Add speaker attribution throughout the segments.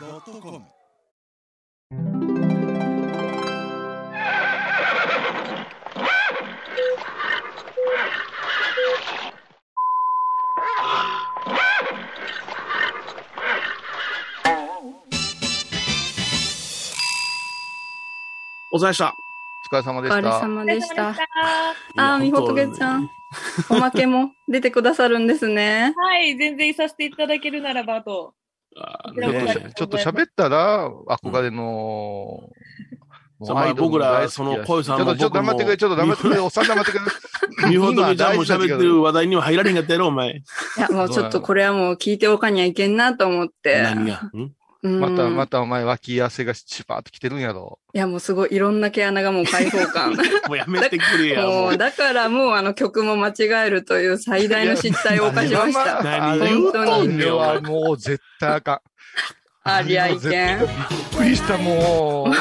Speaker 1: yosmir
Speaker 2: お疲れでした。
Speaker 3: お疲れ様
Speaker 4: お
Speaker 3: で
Speaker 4: 疲
Speaker 3: し
Speaker 4: れ
Speaker 3: た。
Speaker 4: 様でした。
Speaker 2: いや
Speaker 4: あー、みほとけちゃ。ん。おまけも出てくださるんです ね。
Speaker 5: はい、全然いさせていただけるならばと。
Speaker 2: 本
Speaker 5: ち
Speaker 2: 当
Speaker 3: ち
Speaker 2: あの
Speaker 3: ょっと
Speaker 2: ね
Speaker 5: ね
Speaker 3: しゃ、ちょっと喋ったら、憧れの、もう
Speaker 2: そうまあ
Speaker 3: アイドル
Speaker 2: 僕ら
Speaker 3: 大好き
Speaker 2: その小遊さん
Speaker 3: ちょ
Speaker 2: も
Speaker 3: っと、ちょっと
Speaker 2: 僕も
Speaker 3: 黙ってくれ、ちょっと黙ってくれ、おっさん黙ってく れ。
Speaker 2: みほとけちゃんも喋ってる話題には入られへんかったやろ、お前。
Speaker 4: いや、もうちょっとこれはもう聞いておかにゃいけんなと思って。
Speaker 2: 何が。ん
Speaker 4: うん
Speaker 3: また、ま
Speaker 4: い
Speaker 3: たお前、脇汗がしばーっと来てるんやろ。
Speaker 4: や、もうすごいいろんな毛穴がもう開放感。
Speaker 2: もうやめてくれや、
Speaker 4: も
Speaker 2: も
Speaker 4: う、
Speaker 2: う。
Speaker 4: だからもうあの曲も間違えるという最大の失態を犯しまし
Speaker 3: いや
Speaker 4: た。
Speaker 2: 何
Speaker 3: あれ
Speaker 2: 言うとんね
Speaker 3: 俺
Speaker 2: んお前
Speaker 3: はもう絶対あか
Speaker 4: ありゃいけん。
Speaker 3: ん。びっくりした、もう。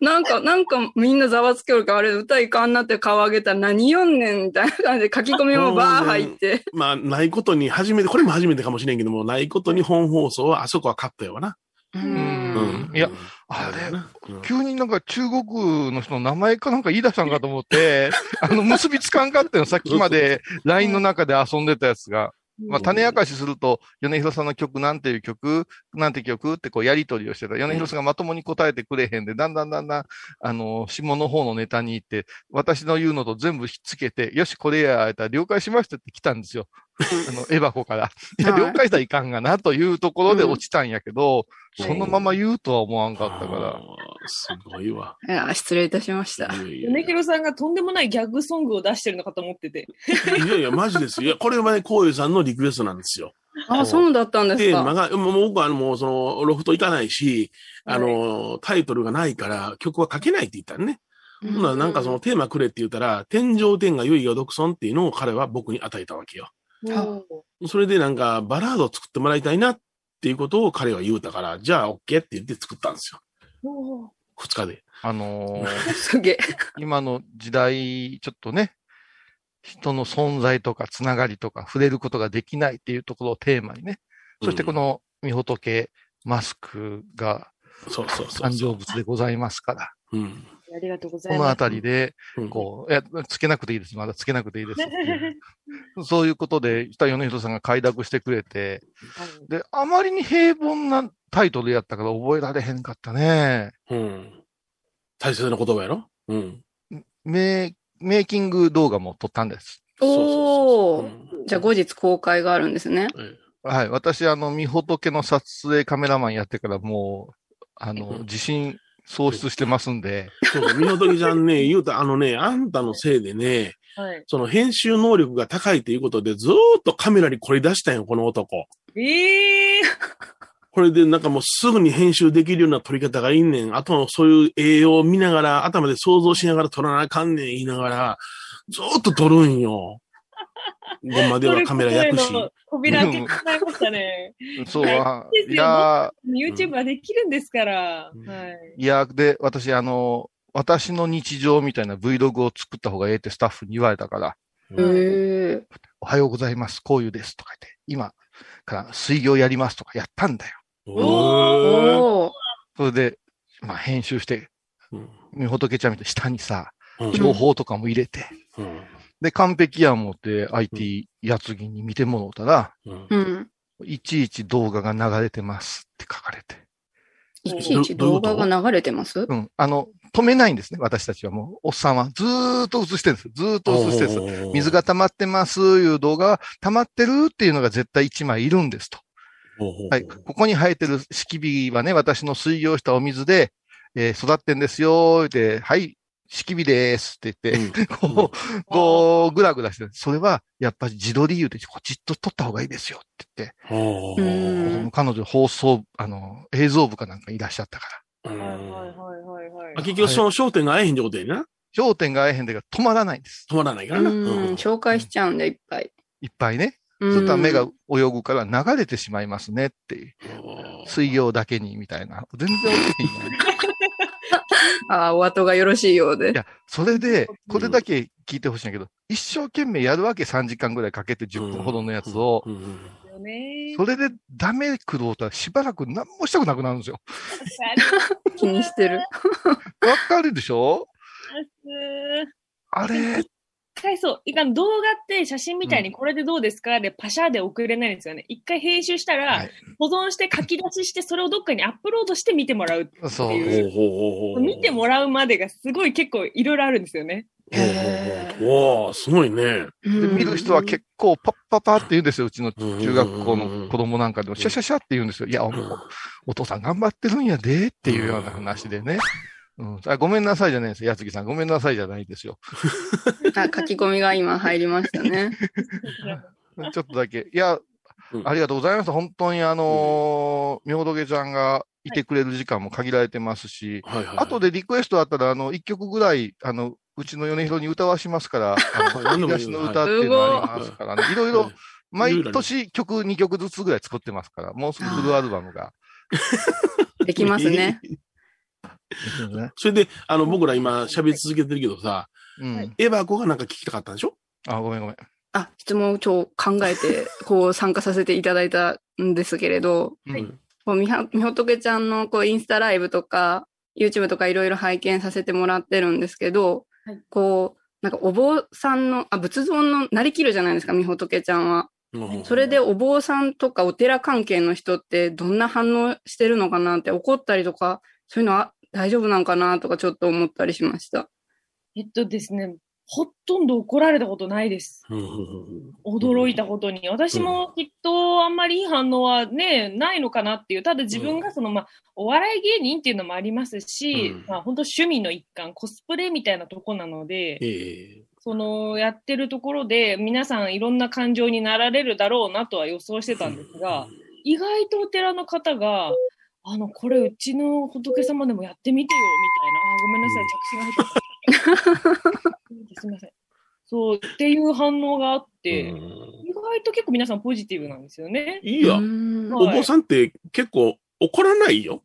Speaker 4: なんか、なんかみんなざわつけるから、あれ歌いかんなって顔上げたら何読んねんみたいな感じで書き込みもバー入って。
Speaker 2: まあ、ないことに、初めて、これも初めてかもしれんけども、ないことに本放送は、あそこはカットやわな。
Speaker 4: う
Speaker 2: うんん。
Speaker 3: いや
Speaker 2: うん、
Speaker 3: あれ
Speaker 2: うん
Speaker 3: 急になんか中国の人の名前かなんか言い出したんかと 思って、あの、結びつかんかったの、さっきまで LINE の中で遊んでたやつが。まあ、種明かしすると、米広さんの曲なんていう曲、なんて曲ってこうやりとりをしてた。米広さんがまともに答えてくれへんで、だんだんだんだん、あの、下の方のネタに行って、私の言うのと全部ひっつけて、よし、これや、えたら了解しましたって来たんですよ。 あの、エバコから。いや、
Speaker 4: はい
Speaker 3: 了解したらいかんがなというところで落ちたんやけど、
Speaker 2: うん
Speaker 3: そのまま言うとは思わんかったか
Speaker 2: あ
Speaker 3: ら。
Speaker 2: ーすごいわ。
Speaker 4: いや、失礼いたしました。
Speaker 2: いやいや
Speaker 5: 米広さんがとんでもないギャグソングを出してるのかと思ってて。
Speaker 2: いやいや、マジですよ。いや、これはね、こういうさんのリクエストなんですよ。
Speaker 4: あ、そうだったんです
Speaker 2: テー
Speaker 4: か
Speaker 2: マ。が、もうもう僕はあのもうその、ロフト行かないし、あの、タイトルがないから曲は書けないって言ったのね。
Speaker 4: う
Speaker 2: ほんならなんかそのテーマくれって言ったら、天上天下唯我独尊っていうのを彼は僕に与えたわけよ。
Speaker 4: あ
Speaker 2: それでなんかバラードを作ってもらいたいなっていうことを彼は言うたから、じゃあ OK って言って作ったんですよ。
Speaker 5: お
Speaker 2: 二日で。
Speaker 3: あのー、
Speaker 4: すげえ。
Speaker 3: 今の時代、ちょっとね、人の存在とかつながりとか触れることができないっていうところをテーマにね、そしてこのみほとけマスクが
Speaker 2: うん、そうそうそう。
Speaker 3: 誕生物でございますから、
Speaker 2: うん。
Speaker 5: ーありがとうござ
Speaker 3: こ
Speaker 5: い
Speaker 3: の
Speaker 5: ま
Speaker 3: あ
Speaker 5: す。
Speaker 3: たりで、
Speaker 2: うん
Speaker 3: こう、いや、つけなくていいです。まだつけなくていいですっていう。そういうことで、北米広さんが快諾してくれて、で、あまりに平凡なタイトルやったから覚えられへんかったね。
Speaker 2: うん。大切な言葉やろうん。
Speaker 3: メイメイキング動画も撮ったんです。
Speaker 2: そ
Speaker 4: お
Speaker 2: う
Speaker 4: ー
Speaker 2: そうそうそう。うん
Speaker 4: じゃあ後日公開があるんですね。
Speaker 2: え
Speaker 3: はい。私、あの、みほとけの撮影カメラマンやってからもう、あの、自信喪失してますんで、
Speaker 2: えそうそう、みのときちゃんね、 言うた、あのね、あんたのせいでね、
Speaker 5: はい。
Speaker 2: その編集能力が高いということで、ずーっとカメラに凝り出したんよ、この男。
Speaker 5: ええ
Speaker 2: これでなんかもうすぐに編集できるような撮り方がいいねん。あとはそういう栄養を見ながら、頭で想像しながら撮らなあかんねん言いながら、ずーっと撮るんよ。ゴマ ではカメラ焼くし。
Speaker 5: 扉開けてしまいまし たね。
Speaker 3: そうは、
Speaker 5: ですよ
Speaker 3: いや
Speaker 5: YouTube はできるんですから。
Speaker 2: うん
Speaker 5: はい。
Speaker 3: ー、いやー、で、私、あの、私の日常みたいな Vlog を作った方がええってスタッフに言われたから、
Speaker 4: へ
Speaker 2: うん
Speaker 4: え。
Speaker 3: おはようございます、こういうですとか言って、今から水魚やりますとかやったんだよ。
Speaker 2: おー
Speaker 4: おー。
Speaker 3: それで、まあ、編集して、
Speaker 2: うん
Speaker 3: みほとけちゃんみたいに下にさ、
Speaker 2: うん
Speaker 3: 情報とかも入れて、
Speaker 2: うん
Speaker 3: で、完璧やん思って IT やつぎに見てもろうたら、
Speaker 2: うん
Speaker 4: うん。
Speaker 3: いちいち動画が流れてますって書かれて。
Speaker 4: いちいち動画が流れてます
Speaker 3: うん。あの、止めないんですね、私たちはもう。おっさんは。ずーっと映してるんです。ずーっと映してるんです。水が溜まってます、いう動画は溜まってるっていうのが絶対1枚いるんですと。はい。ここに生えてる敷火はね、私の水溶したお水で、えー育ってんですよ、って、はい、敷火ですって言って、こう、こう、ぐらぐらしてる。それは、やっぱり自撮り言うて、こうじっと撮った方がいいですよって言って、
Speaker 2: うん
Speaker 4: うん
Speaker 3: その彼女放送、あの、映像部かなんかいらっしゃったから。
Speaker 2: うん
Speaker 5: はいはいはいはい
Speaker 2: まあ
Speaker 5: はい。
Speaker 2: 結局その焦点が合えへんってことやな。
Speaker 3: 焦点が合えへんでが止まらないんです。
Speaker 2: 止まらないか
Speaker 4: う
Speaker 2: らな。
Speaker 4: ん。紹介しちゃうんだ、いっぱい。
Speaker 3: いっぱいね。
Speaker 4: う
Speaker 3: そ
Speaker 4: ん
Speaker 3: したら目が。泳ぐから流れてしまいますねっていう。
Speaker 2: うん
Speaker 3: 水曜だけにみたいな。全然起きていない。
Speaker 4: ああ、お後がよろしいようで
Speaker 3: い。や、それで、これだけ聞いてほしいんだけど、一生懸命やるわけ3時間ぐらいかけて10分ほどのやつを、
Speaker 2: うんうん
Speaker 5: よね
Speaker 3: それでダメくろうとしばらく何もしたくなくなるんですよ。
Speaker 4: 気に してる。
Speaker 3: わかるでしょあれ、
Speaker 5: 一回そう、いかん、動画って写真みたいにこれでどうですかで、パシャで送れないんですよね。一回編集した
Speaker 3: は
Speaker 5: ら
Speaker 3: い、
Speaker 5: 保存して書き出しして、それをどっかにアップロードして見てもらう。
Speaker 3: そ
Speaker 5: っ
Speaker 3: う
Speaker 5: てい
Speaker 2: ほ
Speaker 5: う。
Speaker 2: うほうほうほう
Speaker 5: 見てもらうまでがすごい結構いろいろあるんですよね。
Speaker 2: ほうほうほうわあ、すごいね。
Speaker 3: で
Speaker 4: 見
Speaker 3: 見る人は結構パッパッパって言うんですよ。うちの中学校
Speaker 2: うんうんうん
Speaker 3: の子供なんかでも、シャシャシャって言うんですよ。いや、おお父さん頑張ってるんやで、っていうような話でね。うん、あごめんなさいじゃないんですよ。やつぎさん、ごめんなさいじゃないんですよ。
Speaker 4: あ書き込みが今入りましたね。
Speaker 3: ちょっとだけ。いや
Speaker 2: う、ん
Speaker 3: ありがとうございました。本当にあのー、みほどげちゃんがいてくれる時間も限られてますし、
Speaker 2: はいはい。
Speaker 3: あと
Speaker 2: で、
Speaker 3: でリクエストあったら、あの、一曲ぐらい、あの、うちの米広に歌わしますから、あ
Speaker 2: 何で
Speaker 3: の、
Speaker 2: もいい
Speaker 3: 東
Speaker 2: よ
Speaker 3: の歌っていうのありますからね。いろいろ、毎
Speaker 2: いろいろ
Speaker 3: 年曲2曲ずつぐらい作ってますから、もうすぐフルアルバムが。
Speaker 4: できますね。。
Speaker 2: それで、あの、僕ら今喋り続けてるけどさ、
Speaker 3: うん。
Speaker 2: エヴァ子がなんか聞きたかったんでしょ
Speaker 3: あ、ごめんごめん。
Speaker 4: あ、質問をちょ考えて、こう参加させていただいたんですけれど、
Speaker 3: うん
Speaker 4: こうみはみほとけちゃんのこうインスタライブとか、YouTube とかいろいろ拝見させてもらってるんですけど、
Speaker 5: はい
Speaker 4: こう、なんかお坊さんの、あ、仏像のなりきるじゃないですか、みほとけちゃんは。
Speaker 2: うん
Speaker 4: それでお坊さんとかお寺関係の人ってどんな反応してるのかなって怒ったりとか、そういうのは大丈夫なんかなとかちょっと思ったりしました。
Speaker 5: えっとですね、ほとんど怒られたことないです。
Speaker 2: うんうんうん
Speaker 5: 驚いたことに。私もきっとあんまりいい反応はね、ないのかなっていう。ただ自分がその、まあ、お笑い芸人っていうのもありますし、
Speaker 2: うん
Speaker 5: まあ、本当趣味の一環、コスプレみたいなとこなので、
Speaker 2: ええ
Speaker 5: その、やってるところで皆さんいろんな感情になられるだろうなとは予想してたんですが、意外とお寺の方が、あの、これうちの仏様でもやってみてよ、みたいな。あーごめんなさい、着信が入ってきた。すみません。そう、っていう反応があって、
Speaker 2: うん
Speaker 5: 意外と結構皆さんポジティブなんですよね。
Speaker 2: いいや
Speaker 4: う、ん
Speaker 5: は
Speaker 2: お坊さんって結構怒らないよ。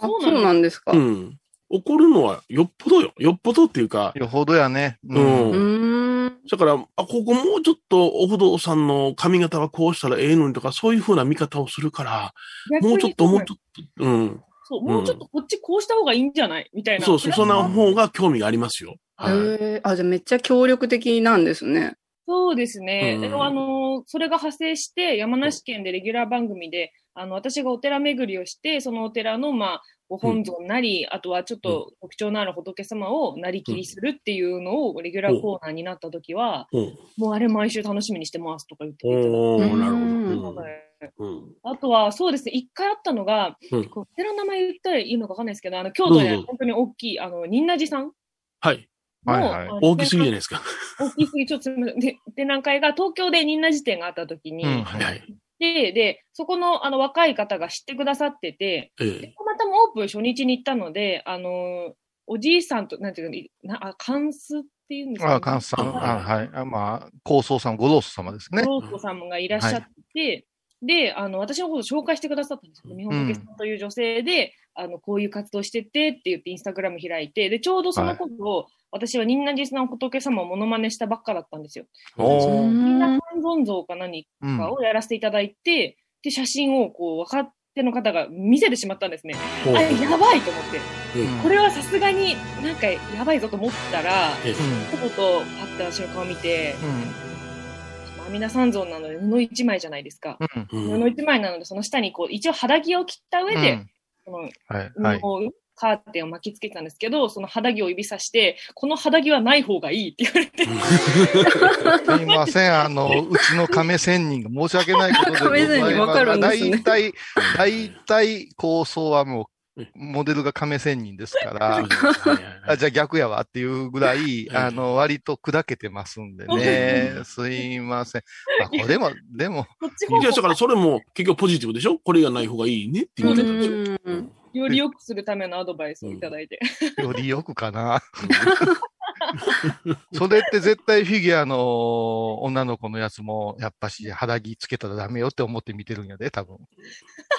Speaker 4: あ
Speaker 5: そう
Speaker 4: そう
Speaker 5: な
Speaker 4: なんですか。
Speaker 2: う。
Speaker 4: うん
Speaker 2: 怒るのはよっぽどよ。よっぽどっていうか、
Speaker 3: よほどやね。
Speaker 2: うん
Speaker 4: ーん。
Speaker 2: だから、あ、ここもうちょっとお不動産の髪型はこうしたらええのにとか、そういうふうな見方をするから、もうちょっと、もうちょっと、うん。
Speaker 5: そう、もうちょっとこっちこうした方がいいんじゃないみたいな。
Speaker 2: そうそう、そんな
Speaker 5: う。
Speaker 2: 方が興味がありますよ。はい。
Speaker 4: へーあ、じゃあめっちゃ協力的なんですね。
Speaker 5: そうですね。
Speaker 2: うん
Speaker 5: でもあの、それが派生して、山梨県でレギュラー番組で、あの、私がお寺巡りをして、そのお寺の、まあ、ご本尊なり、あとはちょっと特徴のある仏様をなりきりするっていうのをレギュラーコーナーになった時は、
Speaker 2: うん
Speaker 5: もうあれ毎週楽しみにしてますとか言ってくれてた
Speaker 2: おー、なる
Speaker 5: そ
Speaker 2: ほ
Speaker 5: うだよ
Speaker 2: ど。うん。
Speaker 5: あとは、そうですね、一回あったのが、
Speaker 2: うん
Speaker 5: こうお寺の名前言ったらいいのかわかんないですけど、あの、京都
Speaker 2: どう
Speaker 5: で
Speaker 2: ぞ
Speaker 5: 本当に大きい、あの、仁和寺さん
Speaker 2: はい。
Speaker 5: の、
Speaker 3: はいはい
Speaker 5: あの
Speaker 2: 大きすぎじゃないですか。
Speaker 5: 大きすぎ、ちょっとすみません。で、展覧会が東京で仁和寺展があった時に、
Speaker 3: うん
Speaker 2: はいはい。
Speaker 5: で、で、そこの、あの、若い方が知ってくださってて、
Speaker 2: え
Speaker 5: で
Speaker 2: え。
Speaker 5: たまたまオープン初日に行ったので、あの、おじいさんと、なんていうのい、なあ、関数っていうんですか、
Speaker 3: あ、関さん、あはい。あまあ、高僧さん、ご老祖様ですね。
Speaker 5: ローコさんがいらっしゃって、で、あの、私のことを紹介してくださったんですよ。日本のさんという女性で、あの、こういう活動しててって言ってインスタグラム開いて、で、ちょうどそのことを、私は仁和寺の仏様をモノマネしたばっかだったんですよ。
Speaker 3: お
Speaker 4: う
Speaker 3: ー
Speaker 5: みんなん観音像か何
Speaker 3: うん。
Speaker 5: かをやらせていただいて、で、写真をこう、若手の方が見せてしまったんですね。
Speaker 2: ほう
Speaker 5: あれ、やばいと思って。
Speaker 3: うん
Speaker 5: これはさすがになんかやばいぞと思ったら、
Speaker 2: ええ
Speaker 3: う
Speaker 5: ほぼとパッと私の顔を見て、
Speaker 3: ん。うん
Speaker 5: まあ阿弥陀三尊なので布一枚じゃないですか。
Speaker 3: うん。
Speaker 2: うん
Speaker 5: 布一枚なので、その下にこう、一応肌着を切った上で、この
Speaker 3: はい、
Speaker 5: 布
Speaker 3: はい。
Speaker 5: をカーテンを巻きつけてたんですけど、その肌着を指さして、この肌着はない方がいいって言われて、
Speaker 3: すいませ ん、あの、うちの亀仙人が申し訳ないことでございます。
Speaker 4: 亀仙人わかるんです
Speaker 3: 大
Speaker 4: ね
Speaker 3: 体、大体構想はもう、モデルが亀仙人ですから、あじゃあ逆やわっていうぐらい、
Speaker 2: うん
Speaker 3: あの、割と砕けてますんでね。すいません。あ、これも、でも、
Speaker 5: こっち
Speaker 2: いや、だ
Speaker 5: 方
Speaker 2: か
Speaker 5: 向
Speaker 2: らそれも結局ポジティブでしょこれがない方がいいねって言われたんでしょ
Speaker 4: うん
Speaker 5: より良くするためのアドバイスをいただいて。
Speaker 3: よりよくかな。それって絶対フィギュアの女の子のやつも、やっぱし肌着つけたらダメよって思って見てるんやで、多分。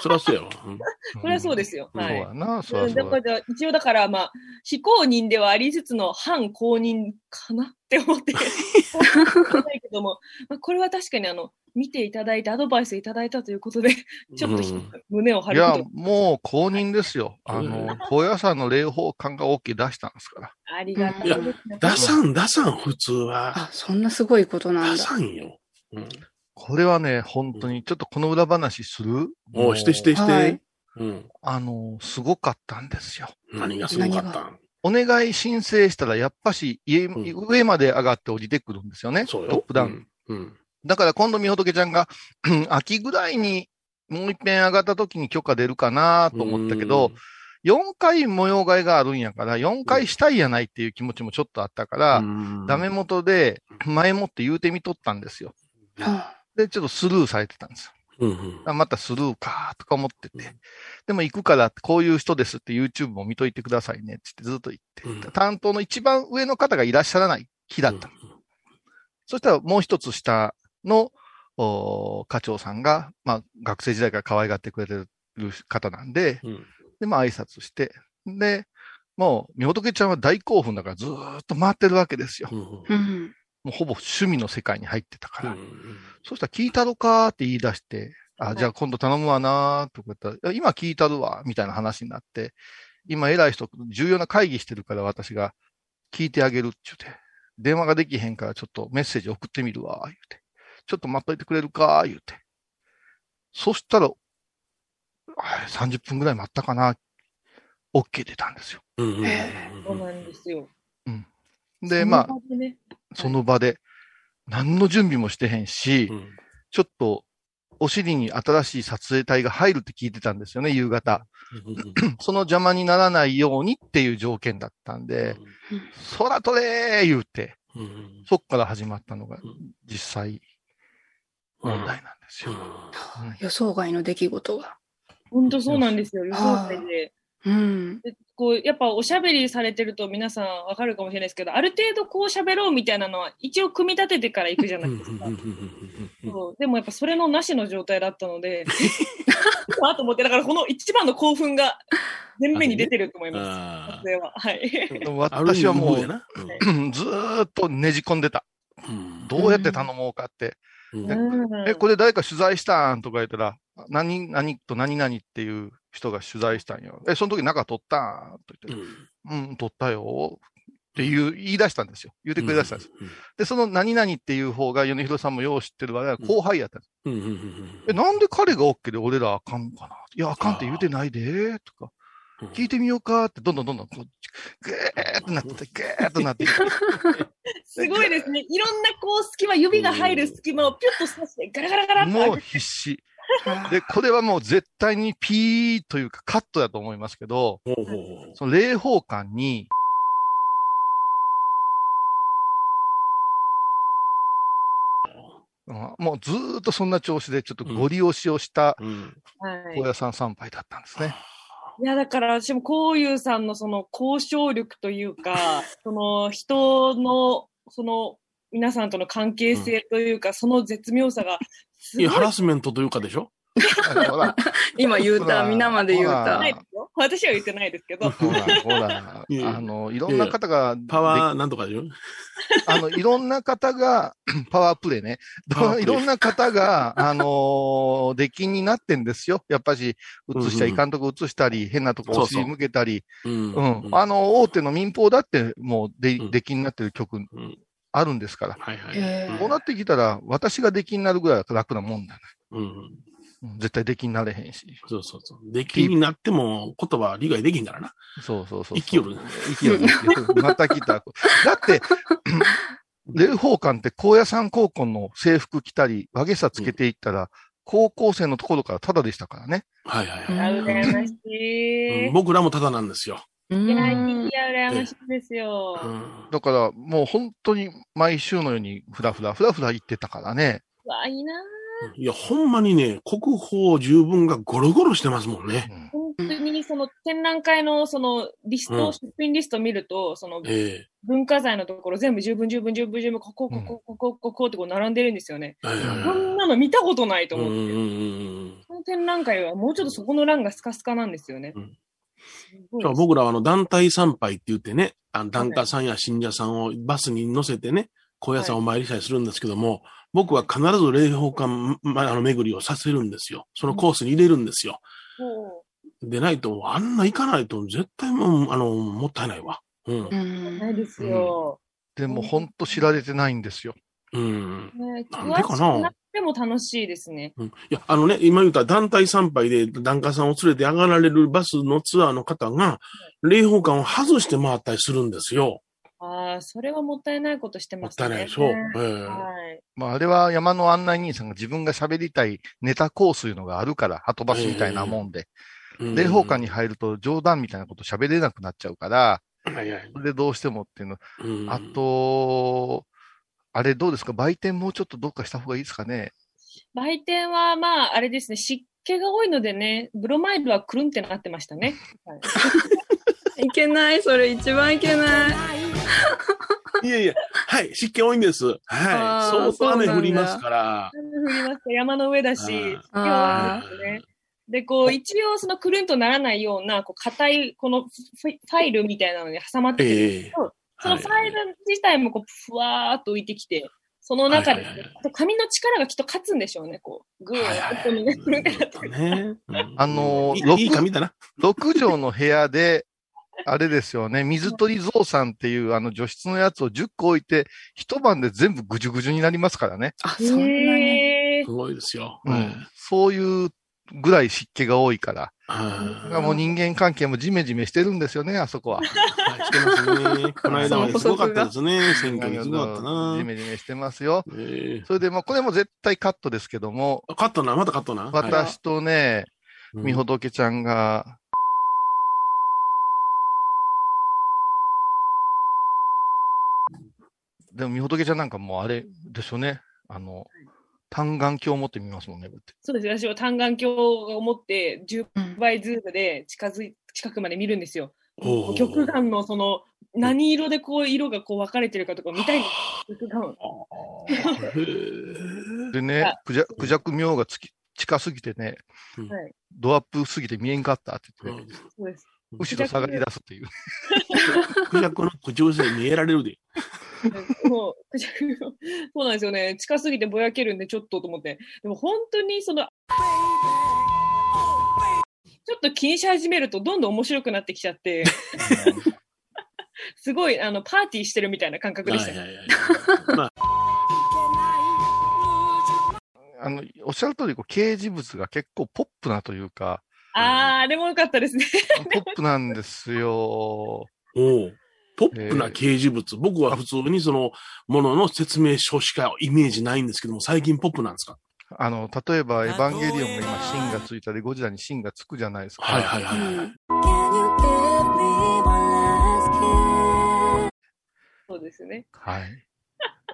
Speaker 2: そりゃそうやわ。うん
Speaker 5: これはそうですよ。
Speaker 3: うん
Speaker 5: は
Speaker 3: そ
Speaker 5: い
Speaker 3: うやな、そうや
Speaker 5: だ
Speaker 3: そう
Speaker 5: か
Speaker 3: や。
Speaker 5: ら一応だからまあ非公認ではありつつの反公認かなって思ってないけども、 まあ、これは確かにあの見ていただいてアドバイスいただいたということでちょっとひ
Speaker 2: うん
Speaker 5: 胸を張
Speaker 3: い
Speaker 5: ること
Speaker 3: や、もう公認ですよ。
Speaker 2: はい
Speaker 3: あ
Speaker 2: う
Speaker 3: の、高野山の霊宝館が OK 出したんですから。
Speaker 5: ありがたいですね。
Speaker 2: 出さん、出さん、普通は。
Speaker 4: あ、そんなすごいことな
Speaker 2: 出
Speaker 4: んだ。
Speaker 2: さんよ。うん。
Speaker 3: これはね、本当に、ちょっとこの裏話する
Speaker 2: おうしてしてし
Speaker 4: は
Speaker 2: て
Speaker 4: い。
Speaker 2: うん。
Speaker 3: あの、すごかったんですよ。
Speaker 2: 何がすごかったん
Speaker 3: お願い申請したら、やっぱし家、
Speaker 2: ん
Speaker 3: 上まで上がって降りてくるんですよね。
Speaker 2: そうよ。
Speaker 3: トップダウン。
Speaker 2: うん。うん。
Speaker 3: だから今度、みほとけちゃんが、うん秋ぐらいにもう一遍上がった時に許可出るかなと思ったけど、4回模様替えがあるんやから、4回したいやないっていう気持ちもちょっとあったか
Speaker 2: う
Speaker 3: ら、
Speaker 2: ん、
Speaker 3: ダメ元で前もって言うてみとったんですよ。
Speaker 4: あ
Speaker 3: で、ちょっとスルーされてたんですよ。
Speaker 2: うんうん。
Speaker 3: あまたスルーかとか思って
Speaker 2: う
Speaker 3: て。でも行くから、こういう人ですって YouTube も見といてくださいねってってずっと言って、
Speaker 2: うん
Speaker 3: 担当の一番上の方がいらっしゃらない日だった。そしたらもう一つ下のお課長さんが、まあ、学生時代から可愛がってくれてる方なんで、
Speaker 2: うん。
Speaker 3: で、まあ挨拶して、で、もう、みほとけちゃんは大興奮だからずーっと回ってるわけですよ。
Speaker 2: う
Speaker 3: も
Speaker 2: んうん
Speaker 4: うん。
Speaker 3: うほぼ趣味の世界に入ってたから。
Speaker 2: うん
Speaker 3: そしたら聞いたろかーって言い出して、あ、
Speaker 5: い
Speaker 3: じゃあ今度頼むわなーとか言ったら、いや今聞いたるわ、みたいな話になって、今偉い人、重要な会議してるから私が聞いてあげるって言って、電話ができへんからちょっとメッセージ送ってみるわ、言うて。ちょっと待っといてくれるかー、言うて。そしたら、あ30分ぐらい待ったかな、OK 出たんですよ。
Speaker 2: うんうん
Speaker 5: そうなんですよ。
Speaker 3: で、まあ、
Speaker 5: その場でね
Speaker 3: その場で、何の準備もしてへんし、
Speaker 2: うんうん
Speaker 3: ちょっと、お尻に新しい撮影隊が入るって聞いてたんですよね、夕方。その邪魔にならないようにっていう条件だったんで、空撮れー言うて、
Speaker 2: うんうん
Speaker 3: そっから始まったのが
Speaker 2: ん
Speaker 3: 実際問題なんですよ。
Speaker 4: 予想外の出来事が。
Speaker 5: 本当そうなんですよ。予想外で。
Speaker 4: うん。
Speaker 5: でこうやっぱおしゃべりされてると皆さんわかるかもしれないですけどある程度こう喋ろうみたいなのは一応組み立ててから行くじゃな
Speaker 2: う
Speaker 5: い
Speaker 2: ん
Speaker 5: ですか
Speaker 2: う。んうんうん
Speaker 5: そうでもやっぱそれのなしの状態だったのであと思ってだからこの一番の興奮が前面に出てると思いま
Speaker 2: あー
Speaker 5: す。撮影ははい。
Speaker 3: 私はも
Speaker 2: ある意味無理や
Speaker 3: う、
Speaker 2: なうん
Speaker 3: ずーっとねじ込んでた。
Speaker 2: うん
Speaker 3: どうやって頼もうかって。
Speaker 2: うん
Speaker 5: うん
Speaker 3: え、これ誰か取材したんとか言ったら、何、何と何々っていう人が取材したんよ。え、その時中撮ったんと言って。うん、取ったよ。っていう、言い出したんですよ。言ってくれ出したんです。で、その何々っていう方が、米広さんもよう知ってる我々は後輩やったんです。
Speaker 2: うんうんうんうん
Speaker 3: え、なんで彼が OK で俺らあかんのかないや、あかんって言うてないで、と
Speaker 2: う
Speaker 3: か。
Speaker 2: ん
Speaker 3: 聞いてみようかって、どんどんどんどん、こう、ぐーっとなってて、ぐーっとな ってて。
Speaker 5: すごいですね。いろんなこう隙間指が入る隙間をピュッと刺してガラガラガラっと開
Speaker 3: もう
Speaker 5: け
Speaker 3: 必死。
Speaker 4: あ
Speaker 3: で、これはもう絶対にピーというかカットだと思いますけど、
Speaker 2: ほうほうほう
Speaker 3: その霊宝館に、うんもうずーっとそんな調子で、ちょっとご利用しをした
Speaker 2: うん
Speaker 5: はい
Speaker 3: 高野山参拝だったんですね。
Speaker 5: いや、だから私も、こういうさんのその交渉力というか、 その人の、その、皆さんとの関係性というか、その絶妙さが、す
Speaker 2: いや、
Speaker 5: ご
Speaker 2: ハ
Speaker 5: い
Speaker 2: ラスメントというかでしょ
Speaker 3: ほら、
Speaker 4: 今言う
Speaker 3: ほら
Speaker 4: た。皆まで言う
Speaker 3: ほ
Speaker 4: た
Speaker 5: な
Speaker 3: ら。
Speaker 5: いですよ。私は言ってないですけど、
Speaker 3: ほら、ほら、あ
Speaker 2: いやいや
Speaker 3: の、いろんな方が、
Speaker 2: パワーなんとかでしょ
Speaker 3: であの、いろんな方が、 パワープレイね
Speaker 2: パワープ。レイ
Speaker 3: いろんな方が、あのー、出禁になってんですよ。やっぱし、映しちゃいかんとこ映したり、変なとこお尻向けたり、
Speaker 2: うん
Speaker 3: うん。
Speaker 2: は
Speaker 3: あの、大手の民放だって、もうで、
Speaker 2: うん
Speaker 3: 出禁になってる曲
Speaker 2: ん、
Speaker 3: あるんですから。
Speaker 2: いはい。
Speaker 4: へー
Speaker 3: こうなってきたら、私が出禁になるぐらい楽なもんだ、ね
Speaker 2: うん。
Speaker 3: うん絶対出禁になれへんし。
Speaker 2: そうそうそう。出来になっても言葉は理解できんからな。
Speaker 3: そうそうそうそう。
Speaker 2: 生きよるね。
Speaker 3: 生きよる。また来た。だって、霊宝館って高野山高校の制服着たり、和げさつけていったら、高校生のところからタダでしたからね。
Speaker 2: はいはいはい。
Speaker 5: 羨ましい。
Speaker 2: うん僕らもただなんですよ。
Speaker 4: うん
Speaker 5: いや、いや、羨ましいですよ。
Speaker 2: うん
Speaker 3: だから、もう本当に毎週のようにふらふら、ふらふら行ってたからね。
Speaker 5: わあ、いいなぁ。
Speaker 2: いや、ほんまにね、国宝十分がゴロゴロしてますもんね。
Speaker 3: うん
Speaker 5: 本当にさ、その展覧会のそのリスト、
Speaker 2: うん
Speaker 5: 出品リスト見ると、その
Speaker 2: え
Speaker 5: 文化財のところ全部十分十分十分十分、ここ、ここ、ここ、ここってこう並んでるんですよね。
Speaker 2: えはいはい
Speaker 5: こ
Speaker 2: はい
Speaker 5: んなの見たことないと
Speaker 2: うんう
Speaker 5: 思っ
Speaker 2: ん
Speaker 5: て。
Speaker 2: うん
Speaker 5: この展覧会はもうちょっとそこの欄がスカスカなんですよね。
Speaker 2: うん
Speaker 5: す
Speaker 2: う
Speaker 5: ご
Speaker 2: ん
Speaker 5: い
Speaker 2: だから僕らはあの団体参拝って言ってね、あの檀家さんや信者さんをバスに乗せてね、高野山をお参りしたりするんですけども、僕は必ず霊宝館、ま、あの巡りをさせるんですよ。そのコースに入れるんですよ。
Speaker 5: も
Speaker 2: でないと、あんな行かないと絶対もう、あの、もったいないわ。うん
Speaker 4: う。
Speaker 5: うんないですよ。
Speaker 3: でも本当知られてないんですよ。
Speaker 2: うん。
Speaker 5: ね、
Speaker 2: なんでかな
Speaker 5: 詳しくなくても楽しいですね。
Speaker 2: うんいや、あのね、今言った団体参拝で檀家さんを連れて上がられるバスのツアーの方が、霊宝館を外して回ったりするんですよ。
Speaker 5: ああ、それはもったいないことして
Speaker 2: もっ
Speaker 5: ます
Speaker 2: た
Speaker 5: ね。
Speaker 2: いないでしょ。ええ
Speaker 5: はい。
Speaker 3: まあ、あれは山の案内人さんが自分が喋りたいネタコースいうのがあるから、はとバスみたいなもんで、
Speaker 2: うん
Speaker 3: 霊宝館に入ると冗談みたいなこと喋れなくなっちゃうから、
Speaker 2: はいはい
Speaker 3: それでどうしてもっていうの。
Speaker 2: うん
Speaker 3: あと、あれどうですか売店もうちょっとどうかした方がいいですかね
Speaker 5: 売店は、まあ、あれですね、湿気が多いのでね、ブロマイドはくるんってなってましたね。はい
Speaker 4: いけない、それ一番いけない。
Speaker 2: いやいや、はい、湿気多いんです。はい。相
Speaker 4: あー
Speaker 2: 当雨
Speaker 4: そうなんだ
Speaker 2: 降りますから。
Speaker 5: 雨降りますか山の上だし、湿気は
Speaker 4: あ
Speaker 5: 多いですね。で、こう、一応、そのくるんとならないような、こう、硬い、このフィファイルみたいなのに挟まってて、
Speaker 2: ええ
Speaker 5: そうそのファイル自体も、こう、ふわーっと浮いてきて、その中
Speaker 2: は
Speaker 5: で、
Speaker 2: いはいはい
Speaker 5: あと紙の力がきっと勝つんでしょうね、こう、グー
Speaker 2: はいはい
Speaker 5: ッとみんなくるんってなって。
Speaker 2: ね。うん
Speaker 3: あのー
Speaker 2: い
Speaker 3: ロック
Speaker 2: いい紙だな。
Speaker 3: ?6 畳の部屋 で、あれですよね、水鳥蔵さんっていうあの除湿のやつを10個置いて、一晩で全部ぐじゅぐじゅになりますからね。
Speaker 4: あ、そんなに。
Speaker 5: へ
Speaker 2: すごいですよ。
Speaker 3: う
Speaker 2: はい
Speaker 3: ん。そういうぐらい湿気が多いから。
Speaker 2: はい
Speaker 3: もう人間関係もジメジメしてるんですよね、あそこは。
Speaker 2: はいしてますね。この間まですごかったですね。選挙にすごかった
Speaker 3: ジ
Speaker 2: な。
Speaker 3: メジメしてますよ。
Speaker 2: ええ
Speaker 3: それで、まあ、これも絶対カットですけども、
Speaker 2: あ、勝ったな、また勝ったな。はい
Speaker 3: 私とね、みほどけちゃんが、でも、みほどけちゃんなんかもうあれですよね。あの、単眼鏡を持ってみますもんね、こうやって
Speaker 5: そうです。私は単眼鏡を持って、10倍ズームで近づい、近くまで見るんですよ。
Speaker 2: ほう
Speaker 5: 玉眼のその何色でこう色がこう分かれてるかとか見たいんです玉眼
Speaker 2: へえ
Speaker 3: でね、クジャクジャク妙がつき近すぎてね、
Speaker 5: はい
Speaker 3: ドアップすぎて見えんかったって言ってね、
Speaker 5: そうです。
Speaker 3: 後ろ下がり出すっていう。
Speaker 2: クジャクの口を見えられるで。
Speaker 5: もう、そうなんですよね。近すぎてぼやけるんでちょっとと思って。でも本当にその、ちょっと気にし始めるとどんどん面白くなってきちゃって、すごいあのパーティーしてるみたいな感覚でした。
Speaker 2: はいはいはい
Speaker 3: あの、おっしゃる通り、こう、掲示物が結構ポップなというか、
Speaker 5: あー、あれも良かったですね。
Speaker 3: ポップなんですよ。
Speaker 2: おうポップな掲示物。僕は普通にそのものの説明書しかイメージないんですけども、最近ポップなんですか
Speaker 3: あの、例えば、エヴァンゲリオンが今、芯がついたで、ゴジラに芯がつくじゃないですか。
Speaker 2: はいはいは
Speaker 4: う
Speaker 2: いはい。
Speaker 4: ん
Speaker 5: そうですね。
Speaker 3: はい。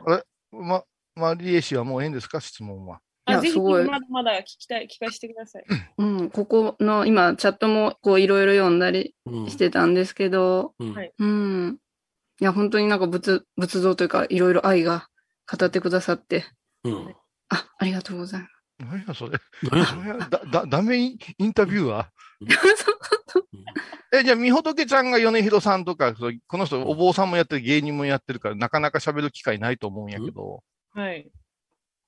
Speaker 3: あれ ま、まあ、リエ氏はもうええんですか質問は。
Speaker 4: い
Speaker 5: あ
Speaker 4: や
Speaker 5: ぜひ
Speaker 4: すごい
Speaker 5: まだまだ聞きたい、聞かせてく ださい。
Speaker 4: うん、ここの今チャットもこういろいろ読んだり
Speaker 2: うん
Speaker 4: してたんですけど、
Speaker 2: うん
Speaker 5: はい
Speaker 4: うん。いや、本当になんか仏、仏像というかいろいろ愛が語ってくださって、
Speaker 2: うん
Speaker 4: あ、ありがとうございま
Speaker 3: 何やそれ。
Speaker 2: 何やそれ
Speaker 3: 何やだ、だ、ダメインインタビューは
Speaker 4: す。
Speaker 3: え、じゃあ、みほとけちゃんが米広さんとか、そうこの人、お坊さんもやってる、芸人もやってるから、なかなか喋る機会ないと思うんやけど、
Speaker 5: はい。